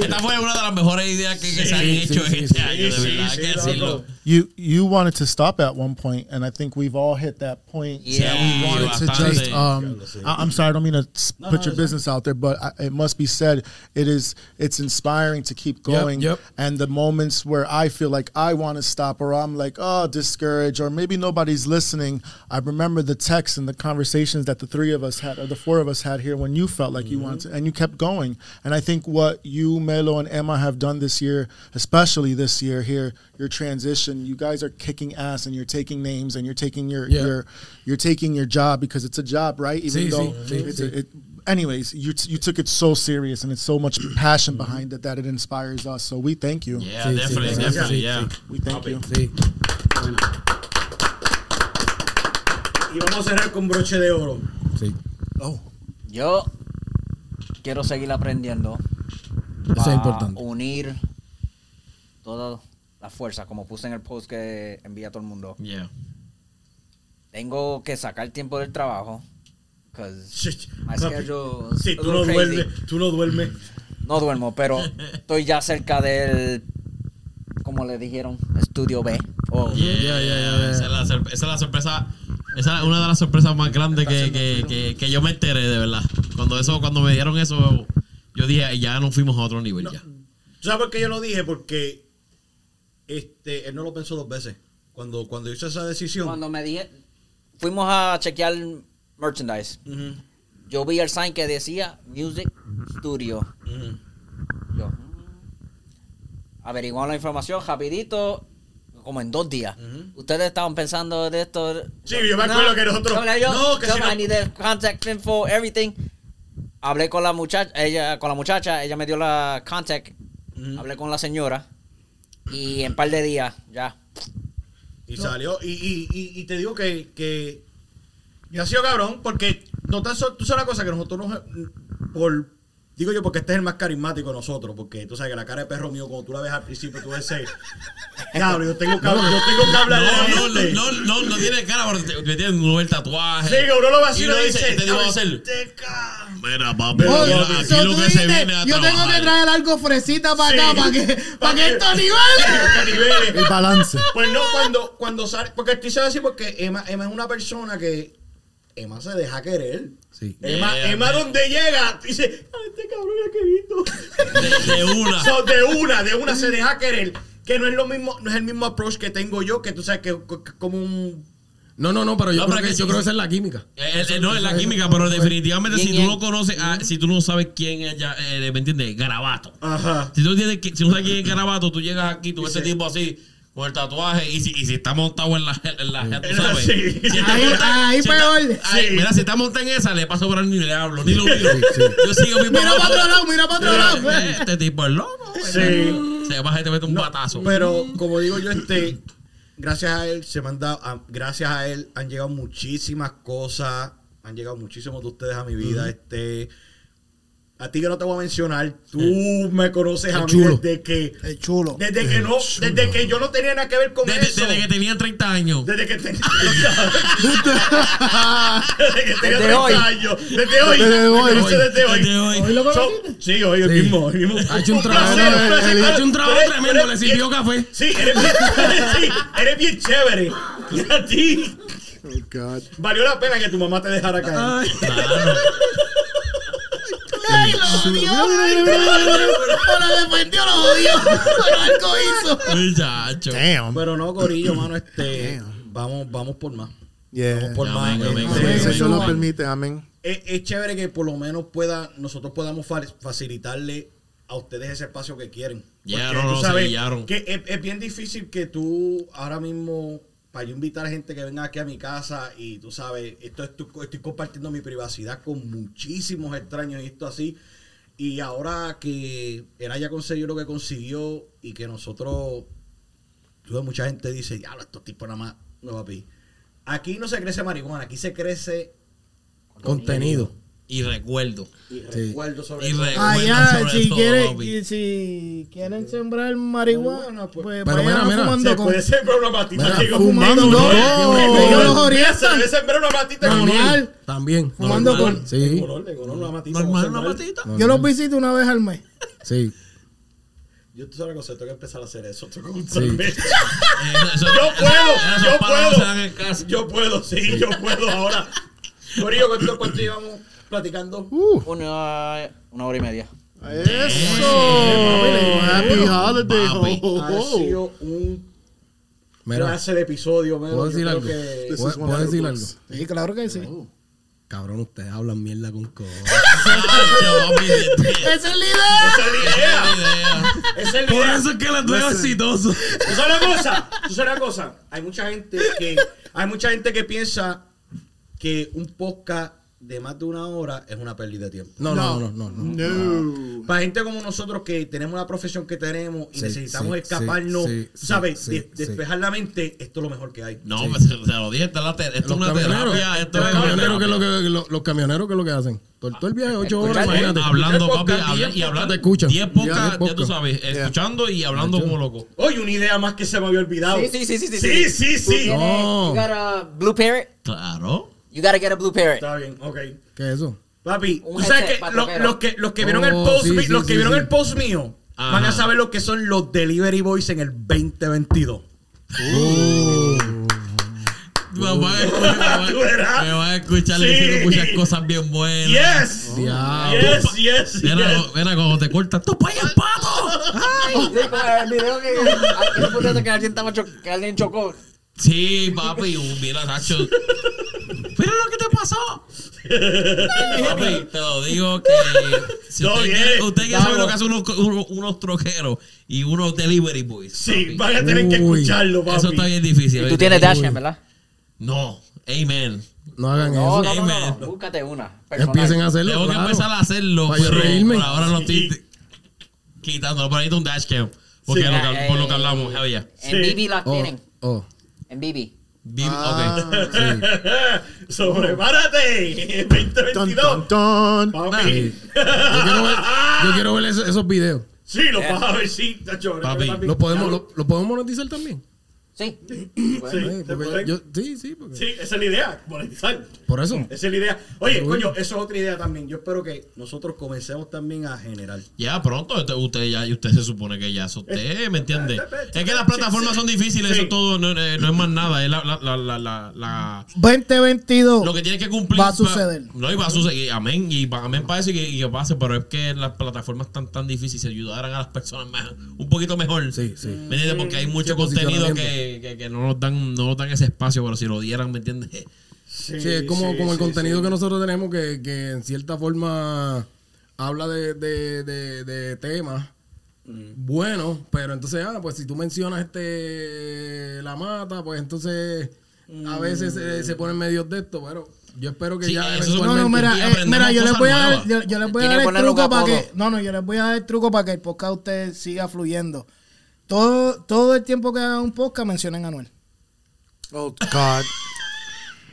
E: Esta fue una de las mejores ideas que, que se han
I: Sí,
E: hecho
I: sí, sí,
E: este
I: sí,
E: año,
I: sí,
E: de verdad,
I: sí,
E: hay que
I: loco.
E: decirlo.
G: You you wanted to stop at one point, and I think we've all hit that point. that
E: Yeah,
G: we wanted to
E: bastante.
G: just. Um, I, am sorry, I don't mean to s-
E: No, no,
G: put your
E: it's
G: business out there, but I, it must be said. It is. It's inspiring to keep
I: Yep,
G: going.
I: yep.
G: And the moments where I feel like I want to stop, or I'm like, oh, discouraged, or maybe nobody's listening. I remember the texts and the conversations that the three of us had, or the four of us had here, when you felt like you wanted, to, and you kept going. And I think what you, Melo, and Emma have done this year, especially this year here, your transition, you guys are kicking ass, and you're taking names, and you're taking your
I: Yeah.
G: your you're taking your job because it's a job, right? Even
I: See,
G: though
I: see, see,
G: it's
I: see.
G: A, it, anyways, you t- you took it so serious and it's so (clears throat) much passion behind it that it inspires us. So we thank you.
E: Yeah, Sí, sí, definitely, gracias. definitely, yeah.
G: We thank you.
C: Y vamos a cerrar con broche de oro.
K: Yo quiero seguir aprendiendo.
I: Eso es
K: para
I: importante.
K: Unir toda la fuerza, como puse en el post que envía todo el mundo.
E: Yeah.
K: Tengo que sacar tiempo del trabajo.
C: (laughs)
K: Because my
C: Papi,
K: schedule is
C: Sí,
K: a
C: tú no
K: little crazy.
C: duermes, tú no duermes.
K: (laughs) No duermo,
C: (laughs)
K: pero estoy ya cerca del, como le dijeron, estudio B.
I: Oh,
K: o-
E: Yeah, yeah, yeah, yeah. Esa, es la, sor- esa es la sorpresa, esa es una de las sorpresas más grandes que, que, que, que yo me enteré, de verdad. Cuando eso, cuando me dieron eso, yo dije, ya nos fuimos a otro nivel, ya.
C: ¿Tú sabes por qué yo lo dije? Porque este, él no lo pensó dos veces. Cuando, cuando hizo esa decisión.
K: Cuando me dije, fuimos a chequear merchandise. Yo vi el sign que decía Music Studio. Yo, mm. averiguamos la información rapidito, como en dos días. Ustedes estaban pensando de esto.
C: Sí, yo me acuerdo que nosotros-
K: hablé yo,
C: no, que
K: yo,
C: si no-
K: I need the contact info, everything. Hablé con la muchacha, ella, con la muchacha, ella me dio la contact. Hablé con la señora y en par de días ya.
C: Y salió. Y, y, y, y te digo que, que ha sido cabrón, porque no tan solo, tú sabes una cosa que nosotros nos- por digo yo porque este es el más carismático de nosotros, porque tú sabes que la cara de perro mío, cuando tú la ves al principio, tú ves
G: (laughs)
C: ese cabrón, yo tengo que hablar, yo tengo que hablar
E: No, no, no, no, no tiene cara, pero te- me tiene un nuevo tatuaje.
C: Sí, que uno lo vacila
E: uno
C: y dice,
E: este tipo va a hacer, Mira, papi,
D: Oh,
E: mira,
D: so
E: aquí lo
D: tú
E: que se
D: dices,
E: viene a
D: yo tengo que
E: trabajar.
D: traer algo fresita para acá, para que, para que estos
C: Estos
D: niveles.
C: niveles.
G: El balance.
C: Pues no, cuando, cuando sale. Porque estoy diciendo así porque Emma, Emma es una persona que. Emma se deja querer. Emma,
E: Yeah,
C: Emma
E: man.
C: donde llega, dice, "Ah, este cabrón era que visto.
E: De- de una.
C: So, de una, de una se deja querer. Que no es lo mismo, no es el mismo approach que tengo yo, que tú sabes que, que- que como un.
I: No, no, no, pero yo
E: No,
I: creo
E: pero
I: que,
E: que
I: yo
E: sí,
I: creo
E: sí.
I: que esa es la química.
E: Eh, eh, no, es la química, pero definitivamente si tú
I: Bien, bien.
E: no conoces, a- si tú no sabes quién es, ya, eh, ¿me entiendes? Garabato.
C: Ajá.
E: Si tú, no tienes que- si no sabes quién es Garabato, tú llegas aquí, tú ves este tipo así, con el tatuaje, y si, y si está montado en la, en la tú sabes.
C: (laughs) Sí.
E: Si está
D: Ahí-
E: montado-
D: ahí
E: si
D: peor.
E: está- ay,
D: Sí.
E: Mira, si está montado en esa, le paso por ahí ni le hablo, ni lo miro. Yo sigo mi
D: Mira
E: papá.
D: para otro lado, mira para otro lado.
E: Eh, Este tipo es loco. güey.
C: Sí.
E: Se baja y te mete un patazo.
C: Pero como digo yo, este, gracias a él se me han dado, a- gracias a él han llegado muchísimas cosas, han llegado muchísimos de ustedes a mi vida, este. A ti que no te voy a mencionar, tú me conoces a mí
I: chulo.
C: desde que
D: Es chulo.
C: desde que no, desde que yo no tenía nada que ver con
E: Desde,
C: eso.
E: desde que tenía 30 años.
C: Desde
I: (laughs)
C: que tenía
H: Ah,
C: desde que tenía
K: Desde
C: 30
K: hoy.
C: años. Desde hoy.
G: Desde hoy.
C: Me conoce Desde hoy.
E: Desde hoy.
D: lo
C: So- sí, hoy el mismo, hoy mismo.
I: Ha hecho un trabajo, él-
C: placer,
I: él
C: placer,
I: ha
C: claro.
I: hecho un trabajo
C: Tú eres-
I: tremendo,
C: tú
I: le
C: eres-
I: sirvió café.
C: Sí, eres bien, (laughs) (laughs) sí, eres bien chévere. Y a ti.
G: Oh God.
C: Valió la pena que tu mamá te dejara caer. (laughs)
E: Claro.
D: Ay, lo odio.
H: (laughs)
D: O lo defendió, lo odio. Pero algo hizo.
E: Muchacho.
G: Damn.
C: Pero no, Corillo, mano, este. Vamos, vamos por más.
G: Yeah.
C: Por más.
E: venga, venga,
C: este,
G: Amén. Si
C: es-
G: el Señor lo permite, amén.
C: es, chévere que por lo menos pueda, nosotros podamos fa- facilitarle a ustedes ese espacio que quieren.
E: Ya,
C: Porque
E: no,
C: tú
E: no, se guiaron.
C: que es, es bien difícil que tú ahora mismo, para yo invitar a gente que venga aquí a mi casa y tú sabes, esto es tu- estoy compartiendo mi privacidad con muchísimos extraños y esto así. Y ahora que él haya conseguido lo que consiguió y que nosotros, tú ves, mucha gente dice, diablo, estos tipos nada más, no papi. Aquí no se crece marihuana, aquí se crece
I: Contenido.
E: Y recuerdo.
J: Y recuerdo sobre
E: Y
J: todo.
E: recuerdo
I: Ah,
D: Allá,
E: sobre
D: si
E: todo,
D: quieren,
E: papi.
D: si quieren sembrar marihuana, pues
C: Pero mira,
D: vayan
C: mira,
D: fumando
C: se
D: con-
C: puede sembrar una patita
D: Mira,
C: aquí con-
D: fumando
C: Mira,
D: con-
C: mira,
D: con-
C: mira,
D: los
C: mira,
D: orientan.
C: Se debe sembrar una patita con
D: Normal.
I: También.
D: Fumando
I: normal.
D: con-
I: Sí.
C: Normal, una patita.
D: Yo los visito una vez al mes.
I: Sí.
C: Yo tú sabes la cosa, tengo que empezar a hacer eso. tengo que
I: Sí.
C: (laughs) empezar a hacer Eh, eso.
E: Eso-
C: Yo puedo,
E: esos
C: yo
E: palos no se dan
C: puedo.
E: en casa.
C: Yo puedo, sí, yo puedo ahora. Corillo, ¿cuánto, cuánto llevamos platicando?
I: Uh.
K: Una, una hora y media.
C: Eso.
L: Happy holiday,
E: Papi.
L: ho, ho,
C: Ha
L: ho.
I: Ah,
C: sido un
I: Mira.
C: clase de episodio, mero.
I: ¿Puedo
C: Yo
I: decir
C: creo
I: algo?
C: que-
I: ¿Puedo-
C: This is one
I: puedo
C: of the
I: decir
C: books.
I: algo?
D: Sí, claro que sí.
I: Cabrón, ustedes hablan mierda con
E: (laughs)
I: cojones.
D: ¡Esa es la idea!
C: Esa es la idea. Esa es la
E: Por
C: idea.
E: eso es que la veo exitoso.
C: Tú sabes una cosa, tú sabes una cosa. Hay mucha gente que hay mucha gente que piensa que un podcast de más de una hora es una pérdida de tiempo.
I: No, no, no, no. no.
L: No.
C: Para gente como nosotros que tenemos la profesión que tenemos y
I: Sí,
C: necesitamos
I: sí,
C: escaparnos,
I: sí, sí,
C: ¿sabes?
I: sí,
C: De-
I: sí.
C: despejar la mente, esto es lo mejor que hay.
E: No, pues, se se lo dije, esta es la te- esto es
I: Los
E: una
I: camioneros,
E: terapia. Esto
I: los
E: es
I: camioneros, ¿qué
E: una
I: es lo
E: terapia.
I: que, lo- los camioneros, ¿qué es lo que hacen? Todo, todo el viaje, ocho horas,
E: Escuchar-
I: imagínate.
E: Hablando, papi,
C: podcast,
E: habla-
C: diez
E: y hablando.
I: podcast. Te escuchan.
E: Diez
I: Diez
E: pocas, ya tú
I: podcast.
E: sabes, escuchando y hablando como loco.
C: Oye, una idea más que se me había olvidado.
K: Sí, sí, sí, sí, sí, sí.
C: Sí, sí, sí.
K: You
I: No.
K: got a blue parrot.
E: Claro.
K: You gotta get a blue parrot.
C: Está bien, ok.
I: ¿Qué es eso?
C: Papi, tú
K: Un
C: sabes
K: jefe
C: que lo-
K: patujero.
C: los que los que vieron el
I: Oh,
C: post,
I: sí,
C: mi-
I: sí,
C: los que
I: sí,
C: vieron
I: sí.
C: el post mío van a
E: Ajá.
C: saber lo que son los delivery boys en el 2022.
I: Oh.
E: Me va a escuchar,
C: (laughs) Tú
E: me va-
C: verás.
E: me va a escuchar
C: Sí.
E: diciendo muchas cosas bien buenas. Oh,
C: Yes.
I: Diablo.
C: Yes, yes,
E: Mira,
C: yes.
E: lo- mira cómo te cortas. ¡Tú para allá, pato!
K: Sí, como el video que alguien puso eso que alguien estaba cho- que alguien chocó.
E: Sí, papi. uh, Mira, Nacho. Mira lo que te pasó. Papi, te lo digo que si
C: No,
E: usted,
C: bien.
E: quiere, usted quiere saber
C: Vamos.
E: lo que hacen unos, unos, unos troqueros y unos delivery boys.
C: Sí,
E: papi.
C: van a tener que
I: Uy.
C: escucharlo, papi.
E: Eso está bien
K: Y
E: difícil.
K: tú
E: ¿viste?
K: tienes Dashcam, ¿verdad?
E: No, amen.
I: No hagan
K: No,
I: eso.
K: no, no, no, no.
E: Amen.
K: Búscate una.
I: Empiecen a hacerlo.
E: Tengo que
I: claro.
E: empezar a hacerlo.
I: Para yo
E: pero
I: reírme.
E: Por ahora lo estoy
C: Sí.
E: quitando. Por ahí está un dashcam. Porque
K: Sí.
E: lo
I: Ah,
E: que- por lo que
K: Eh,
E: hablamos, hell yeah.
K: En
C: Sí.
K: BB las
I: Oh,
K: tienen.
I: oh.
K: En BB.
E: Dim-
C: Ah.
I: Ah,
E: ok.
C: (laughs) Sobrepárate. 2022.
L: Dun, dun, dun.
C: Papi.
I: Yo quiero ver, yo quiero ver ese- esos videos.
C: Sí, lo vas a ver, sí, tacho.
E: Papi,
I: ¿Los podemos, lo, lo podemos monetizar también?
K: Sí.
I: Eh,
C: Sí, te
I: porque
C: pueden-
I: yo- sí, sí, porque-
C: sí, esa es la idea, monetizar.
I: Por eso.
C: Esa es la idea. Oye, coño, eso es otra idea también. Yo espero que nosotros comencemos también a generar.
E: Ya pronto, este- usted ya, usted se supone que ya, eso usted,
I: Eh,
E: ¿me entiende? Es que las plataformas son difíciles,
C: Sí.
E: eso todo no, eh, no es más nada, es la, la, la, la, la- la-
D: 2022.
E: lo que tienes que cumplir.
D: Va a suceder.
E: pa- no, y va a suceder, amén, y pa- amén para eso y que, y que pase, pero es que las plataformas están tan difíciles, si ayudaran a las personas más, un poquito mejor.
I: Sí, sí.
E: ¿Me entiendes? Porque hay mucho
I: Sí,
E: contenido que, que,
I: posicionamiento.
E: que no nos dan no nos dan ese espacio, pero si lo dieran, ¿me entiendes?
I: Sí, es como, como el contenido que nosotros tenemos que, que en cierta forma habla de, de, de, de temas
M: Mm.
I: buenos, pero entonces, ah, pues si tú mencionas este la mata, pues entonces
E: Mm.
I: a veces eh, se ponen medios de esto, pero yo espero que
E: Sí,
I: ya
E: eso es
D: No, no,
I: eventualmente-
E: Y
D: mira, eh,
E: aprendemos
D: mira, yo les
E: cosas
D: voy a dar,
E: nuevas.
D: yo, yo les voy
K: Tiene
D: a dar
K: que
D: el
K: ponerle un
D: truco para que,
K: apodo.
D: no, no, yo les voy a dar el truco para que el podcast usted siga fluyendo. Todo, todo el tiempo que hagan un podcast mencionen a Anuel.
L: Oh God.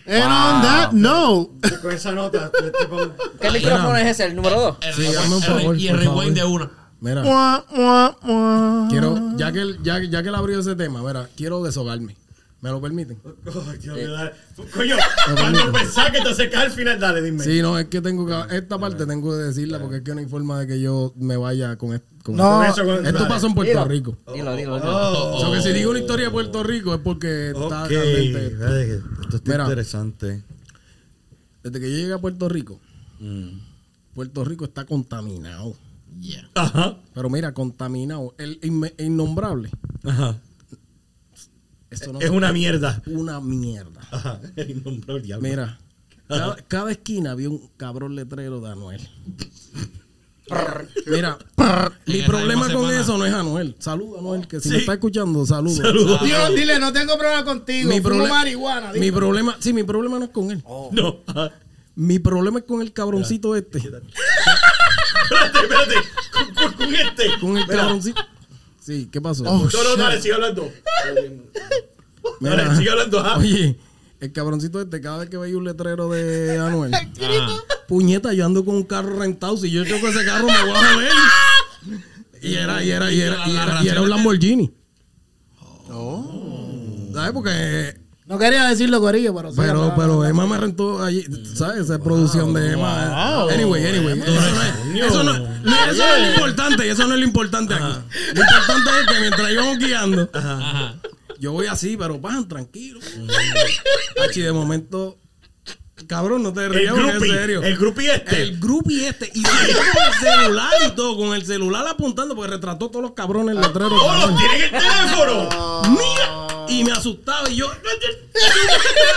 L: And on that note,
C: Con esa nota. este,
I: (laughs)
C: vamos-
K: ¿Qué micrófono es ese? ¿El número 2?
E: El
I: Sí,
E: rewind-
I: hazme un
E: el re-
I: favor,
E: y el
I: por
E: rewind
I: favor.
E: de una.
I: Mira,
L: mwah, mwah, mwah.
I: quiero, ya que, él- ya, ya que él abrió ese tema, mira, quiero desahogarme. ¿Me lo permiten?
C: Ay, Dios mío, dale.
I: (laughs)
C: Coño, cuando pensás que te acercas al final, dale, dime.
I: Sí, no, es que tengo que, esta parte tengo que decirla porque es que no hay forma de que yo me vaya con esto.
D: No,
C: Con eso, con-
I: Esto
C: dale.
I: pasó en Puerto Rico.
K: Dilo, dilo, dilo.
I: O
C: Oh,
I: sea, que si digo una historia de Puerto Rico es porque está
O: Ok,
I: realmente-
O: espérate que esto está
I: Mira.
O: interesante.
I: Desde que yo llegué a Puerto Rico,
K: Mm.
I: Puerto Rico está contaminado.
E: Yeah.
O: Ajá,
I: Pero mira, contaminado. El inme- el innombrable.
O: ajá.
I: Esto no
C: Es una mierda.
I: una mierda.
C: Ajá, el innombrable diablo.
I: Mira, cada, cada esquina había un cabrón letrero de Anuel.
H: (laughs)
I: Mira,
E: En
I: mi
E: esa
I: problema
E: misma
I: con
E: semana.
I: eso no es Anuel. Saluda, Anuel, que si
C: Sí.
I: me está escuchando, saludos.
C: Saludos.
D: Dios, dile, no tengo problema contigo.
I: Mi,
D: fumo
I: proble-
D: marihuana.
I: mi
D: dile.
I: problema, sí, mi problema no es con él.
C: Oh. No. ajá.
I: Mi problema es con el cabroncito este.
C: Espérate, espérate. Con, con- con este.
I: Con el
C: Mira,
I: cabroncito. Sí, ¿qué pasó?
C: No, no, dale, sigue hablando.
I: Mira,
C: Dale, sigue hablando. ajá.
I: Oye, El cabroncito este, cada vez que veía un letrero de
C: (laughs)
I: Anuel, puñeta, yo ando con un carro rentado. Si yo choco ese carro, me voy a joder. Y era, y era, y era, y era, y era un Lamborghini. ¿Sabes? Porque.
D: No quería decirlo, Corillo, pero.
I: Pero, pero Emma me rentó allí, ¿sabes? Esa producción de Emma. Anyway, anyway. Eso no, es, eso, no, no, eso no es lo importante, eso no es lo importante aquí. Lo importante es que mientras íbamos guiando, yo voy así, pero van, tranquilo. Hachi, de momento, cabrón, no te rías, porque en
C: groupie,
I: serio.
C: el groupie este.
I: El groupie este. Y salió con el celular y todo, con el celular apuntando, porque retrató todos los cabrones el letrero.
C: ¡Oh, los
I: cabrón.
C: tienen el teléfono!
I: ¡Mira! Y me asustaba y yo.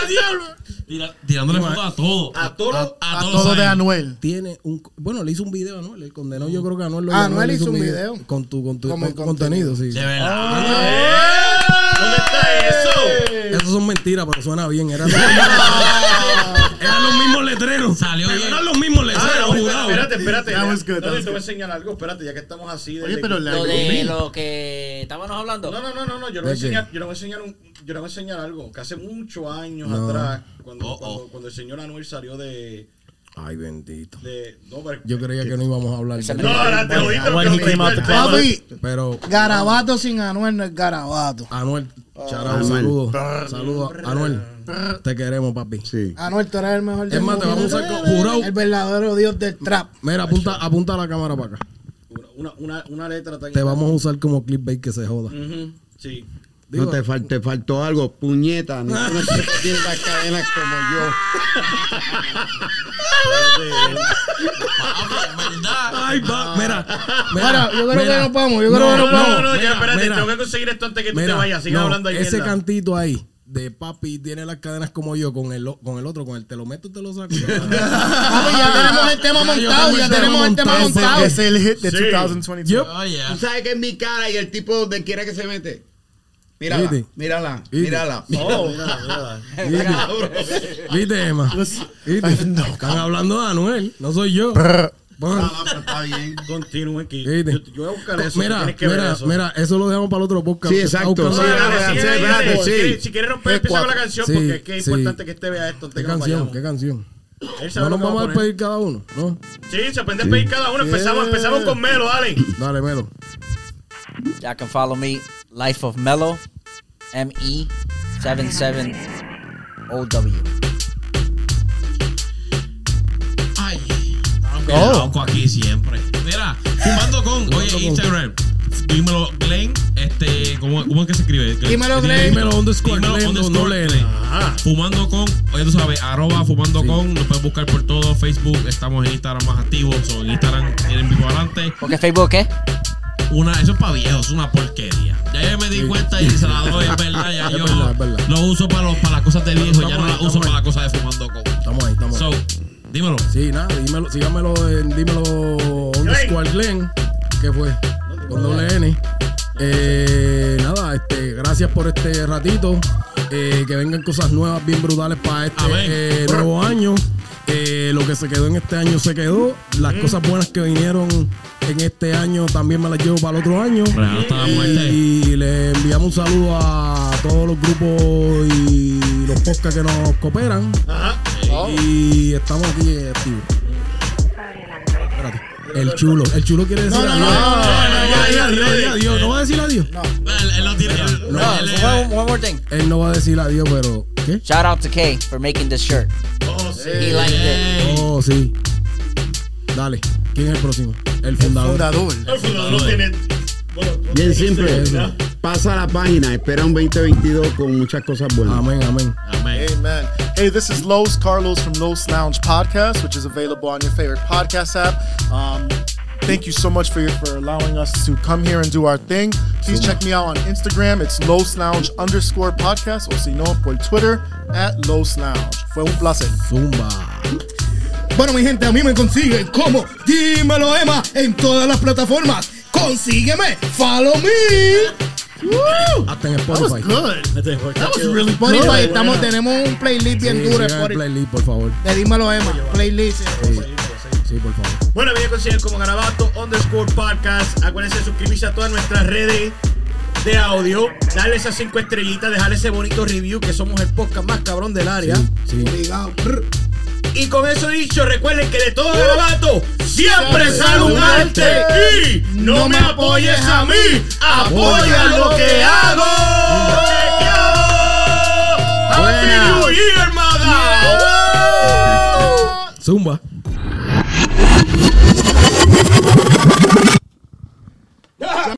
I: ¡Diablo!
E: Tira- Tirándole fotos a todo.
I: A todo,
E: a todo todo de ahí.
I: Anuel. Tiene un bueno, le hizo un video a Anuel, el condenado. Yo creo que Anuel lo
D: Ah,
I: llamó,
D: Anuel
I: le
D: hizo un video.
I: con tu con tu
D: Como
I: con
D: el
I: contenido, sí.
E: De verdad.
C: ¿Dónde está eso?
I: Esas son mentiras, pero suena bien. Eran los, eran los mismos letreros.
E: Salió
I: Pero
E: bien.
I: Eran los mismos letreros,
C: Ah, no,
I: jurado.
C: espérate, espérate.
L: That was good,
C: No, te
L: that was
C: voy a
L: good.
C: enseñar algo, espérate, ya que estamos así.
L: Oye,
C: desde-
L: pero la-
K: Lo de lo que estábamos hablando.
C: No, no, no, no, no, yo le voy a
I: ¿De qué?
C: enseñar, yo le voy a enseñar un- yo le voy a enseñar algo que hace muchos años
I: No.
C: atrás cuando,
E: Oh, oh.
C: cuando, cuando el señor Anuel salió de,
I: Ay, bendito.
C: de no, pero-
I: Yo creía que no íbamos a hablar. de
C: No, ahora te jodiste,
O: When he
C: te
O: came out
C: jodiste.
O: the closet.
D: Papi,
I: Pero
D: garabato sin Anuel no es garabato.
I: Anuel, charao, saludos. Saludos, Anuel. Te queremos, papi.
F: Sí.
D: Anuel, tú eres el mejor del
I: Es más, te
D: mundo.
I: vamos a sacar- jurado.
D: El verdadero dios del trap.
I: Mira, apunta, apunta la cámara para acá.
C: una, una, una letra tan
I: Te vamos a usar como clipbait que se joda.
C: Ujú, Sí.
I: Digo-
F: no, te, fal- te faltó algo, puñeta. No tienes que tener las cadenas como yo.
I: Ay, va, mira.
D: Bueno, Ah. yo creo que nos vamos, yo creo
C: No, no, no,
D: que nos
C: no,
D: vamos.
C: no, ya
I: mira,
C: espérate,
I: mira.
C: tengo que conseguir esto antes que tú te
I: Mira,
C: vayas, sigue
I: no,
C: hablando ahí.
I: Ese
C: mierda.
I: cantito ahí de papi tiene las cadenas como yo con el, o- con el otro, con el te lo meto, te lo saco. Ya
D: Papi,
F: Ah,
D: ya tenemos el tema
I: yo
D: montado,
I: tengo
D: ya
I: el
D: tenemos el tema montado.
L: Ese es el hit de
C: Sí.
L: 2022.
I: Yep.
E: Oh, yeah.
F: Tú sabes que es mi cara y el tipo donde quiera que se mete. Mírala,
I: Viste.
F: mírala,
I: Viste.
F: (laughs) mírala.
C: Oh, mira, mira.
F: Oh.
I: ¿Viste, Emma? ¿Viste? Están hablando de Anuel, no soy yo. Pon.
F: Ah, pero está bien.
C: Continúen que yo,
I: ¿Viste?
C: yo voy a buscar eso.
I: mira,
C: tienes que ver
I: mira,
C: eso.
I: mira, eso lo dejamos para el otro podcast.
F: Sí,
I: que está
F: exacto,
I: buscando-
F: sí,
C: No, dale,
F: dale,
C: sigue
F: sí,
C: ahí,
F: espérate,
C: dale.
F: sí.
C: Quiere- Si quieres romper, empieza con la
I: cuatro.
C: canción
I: Sí,
C: porque es que es
I: sí.
C: importante que este vea esto antes
I: ¿Qué
C: que nos
I: canción?
C: vayamos.
I: ¿Qué canción?
C: Él
I: No
C: sabe lo
I: nos
C: que
I: vamos
C: va
I: a
C: poner.
I: despedir cada uno, ¿no?
C: Sí, se pueden despedir cada uno. Empezamos, empezamos con Melo, dale.
I: Dale, Melo.
K: Y'all can follow me, Life of Mellow, M E 77 O W.
E: Ay, aunque
I: Oh.
E: loco aquí siempre. Mira, fumando con, oye, Instagram. Dímelo, Glenn, este, ¿cómo, cómo es que se escribe?
D: Dímelo,
E: Sí,
D: Glenn.
E: Dímelo,
I: underscore
E: Dímelo,
I: Glenn,
E: underscore
I: doble L.
E: Glenn. Fumando con, oye, tú sabes, arroba fumando con, nos puedes buscar por todo, Facebook, estamos en Instagram más activos, o en Instagram tienen vivo adelante.
K: Porque Facebook, ¿qué?
E: Una, eso es para viejos, es una porquería. Ya yo me di cuenta y se la doy, es
I: (laughs)
E: verdad, ya
I: Es
E: yo
I: verdad, es verdad.
E: lo uso para, los- para las cosas de viejo, ya no
I: estamos
E: la
I: ahí,
E: uso
I: estamos
E: para
I: ahí.
E: las cosas de fumando con.
I: Estamos ahí, estamos ahí.
E: So, dímelo.
I: Sí, nada, dímelo, sígamelo en dímelo underscore Glenn, que fue con doble N. Eh, nada, este, gracias por este ratito. eh, que vengan cosas nuevas bien brutales para este
E: Amén.
I: eh, nuevo año. Eh, lo que se quedó en este año se quedó. Las cosas buenas que vinieron en este año también me las llevo para el otro año.
E: Pero no está la muerte.
I: Y le enviamos un saludo a todos los grupos y los podcasts que nos cooperan.
E: Ah,
I: Y estamos aquí activos. Espérate. El chulo. El chulo quiere decir adiós.
D: no,
I: Di adiós, di adiós. No va a decir adiós.
E: Él, él no tiene. él-
K: No,
E: él- él-
K: one, one more thing.
I: Él no va a decir adiós, pero. ¿Qué? Eh,
K: Shout out to K for making this shirt.
C: Oh, sí.
K: He liked it.
I: Oh, sí. Dale. ¿Quién es el próximo? El fundador.
L: Fundador.
C: El fundador no tiene. Bueno, no
F: Bien
C: tiene
F: simple.
C: seguridad.
F: Pasa la página, espera un 2022 con muchas cosas buenas.
I: Amén, amén.
E: Amén.
L: Amen. Hey, this is Los Carlos from Los Lounge Podcast, which is available on your favorite podcast app. Um, thank you so much for your, for allowing us to come here and do our thing. Please check me out on Instagram. It's Los Lounge underscore podcast, or si no, por Twitter at Los Lounge. Fue un placer.
I: Zumba.
D: Bueno, mi gente, a mí me consiguen como Dímelo Emma en todas las plataformas. Consígueme, follow me. Woo.
I: Hasta en Spotify.
O: Este fue-
D: Spotify, estamos, tenemos un playlist bien
I: Sí,
D: duro
I: sigan
D: de
I: el
D: Spotify.
I: playlist, por favor.
D: De Dímelo Emma, playlist.
I: Sí, por favor.
C: Bueno, me consiguen como Garabato underscore podcast. Acuérdense de suscribirse a todas nuestras redes. de audio. Dale esas cinco estrellitas, dejarle ese bonito review que somos el podcast más cabrón del área. Y con eso dicho, recuerden que de todo garabato siempre sale un arte. Y no me apoyes a mí, apoya lo que hago. Happy New Year, madame.
E: Zumba.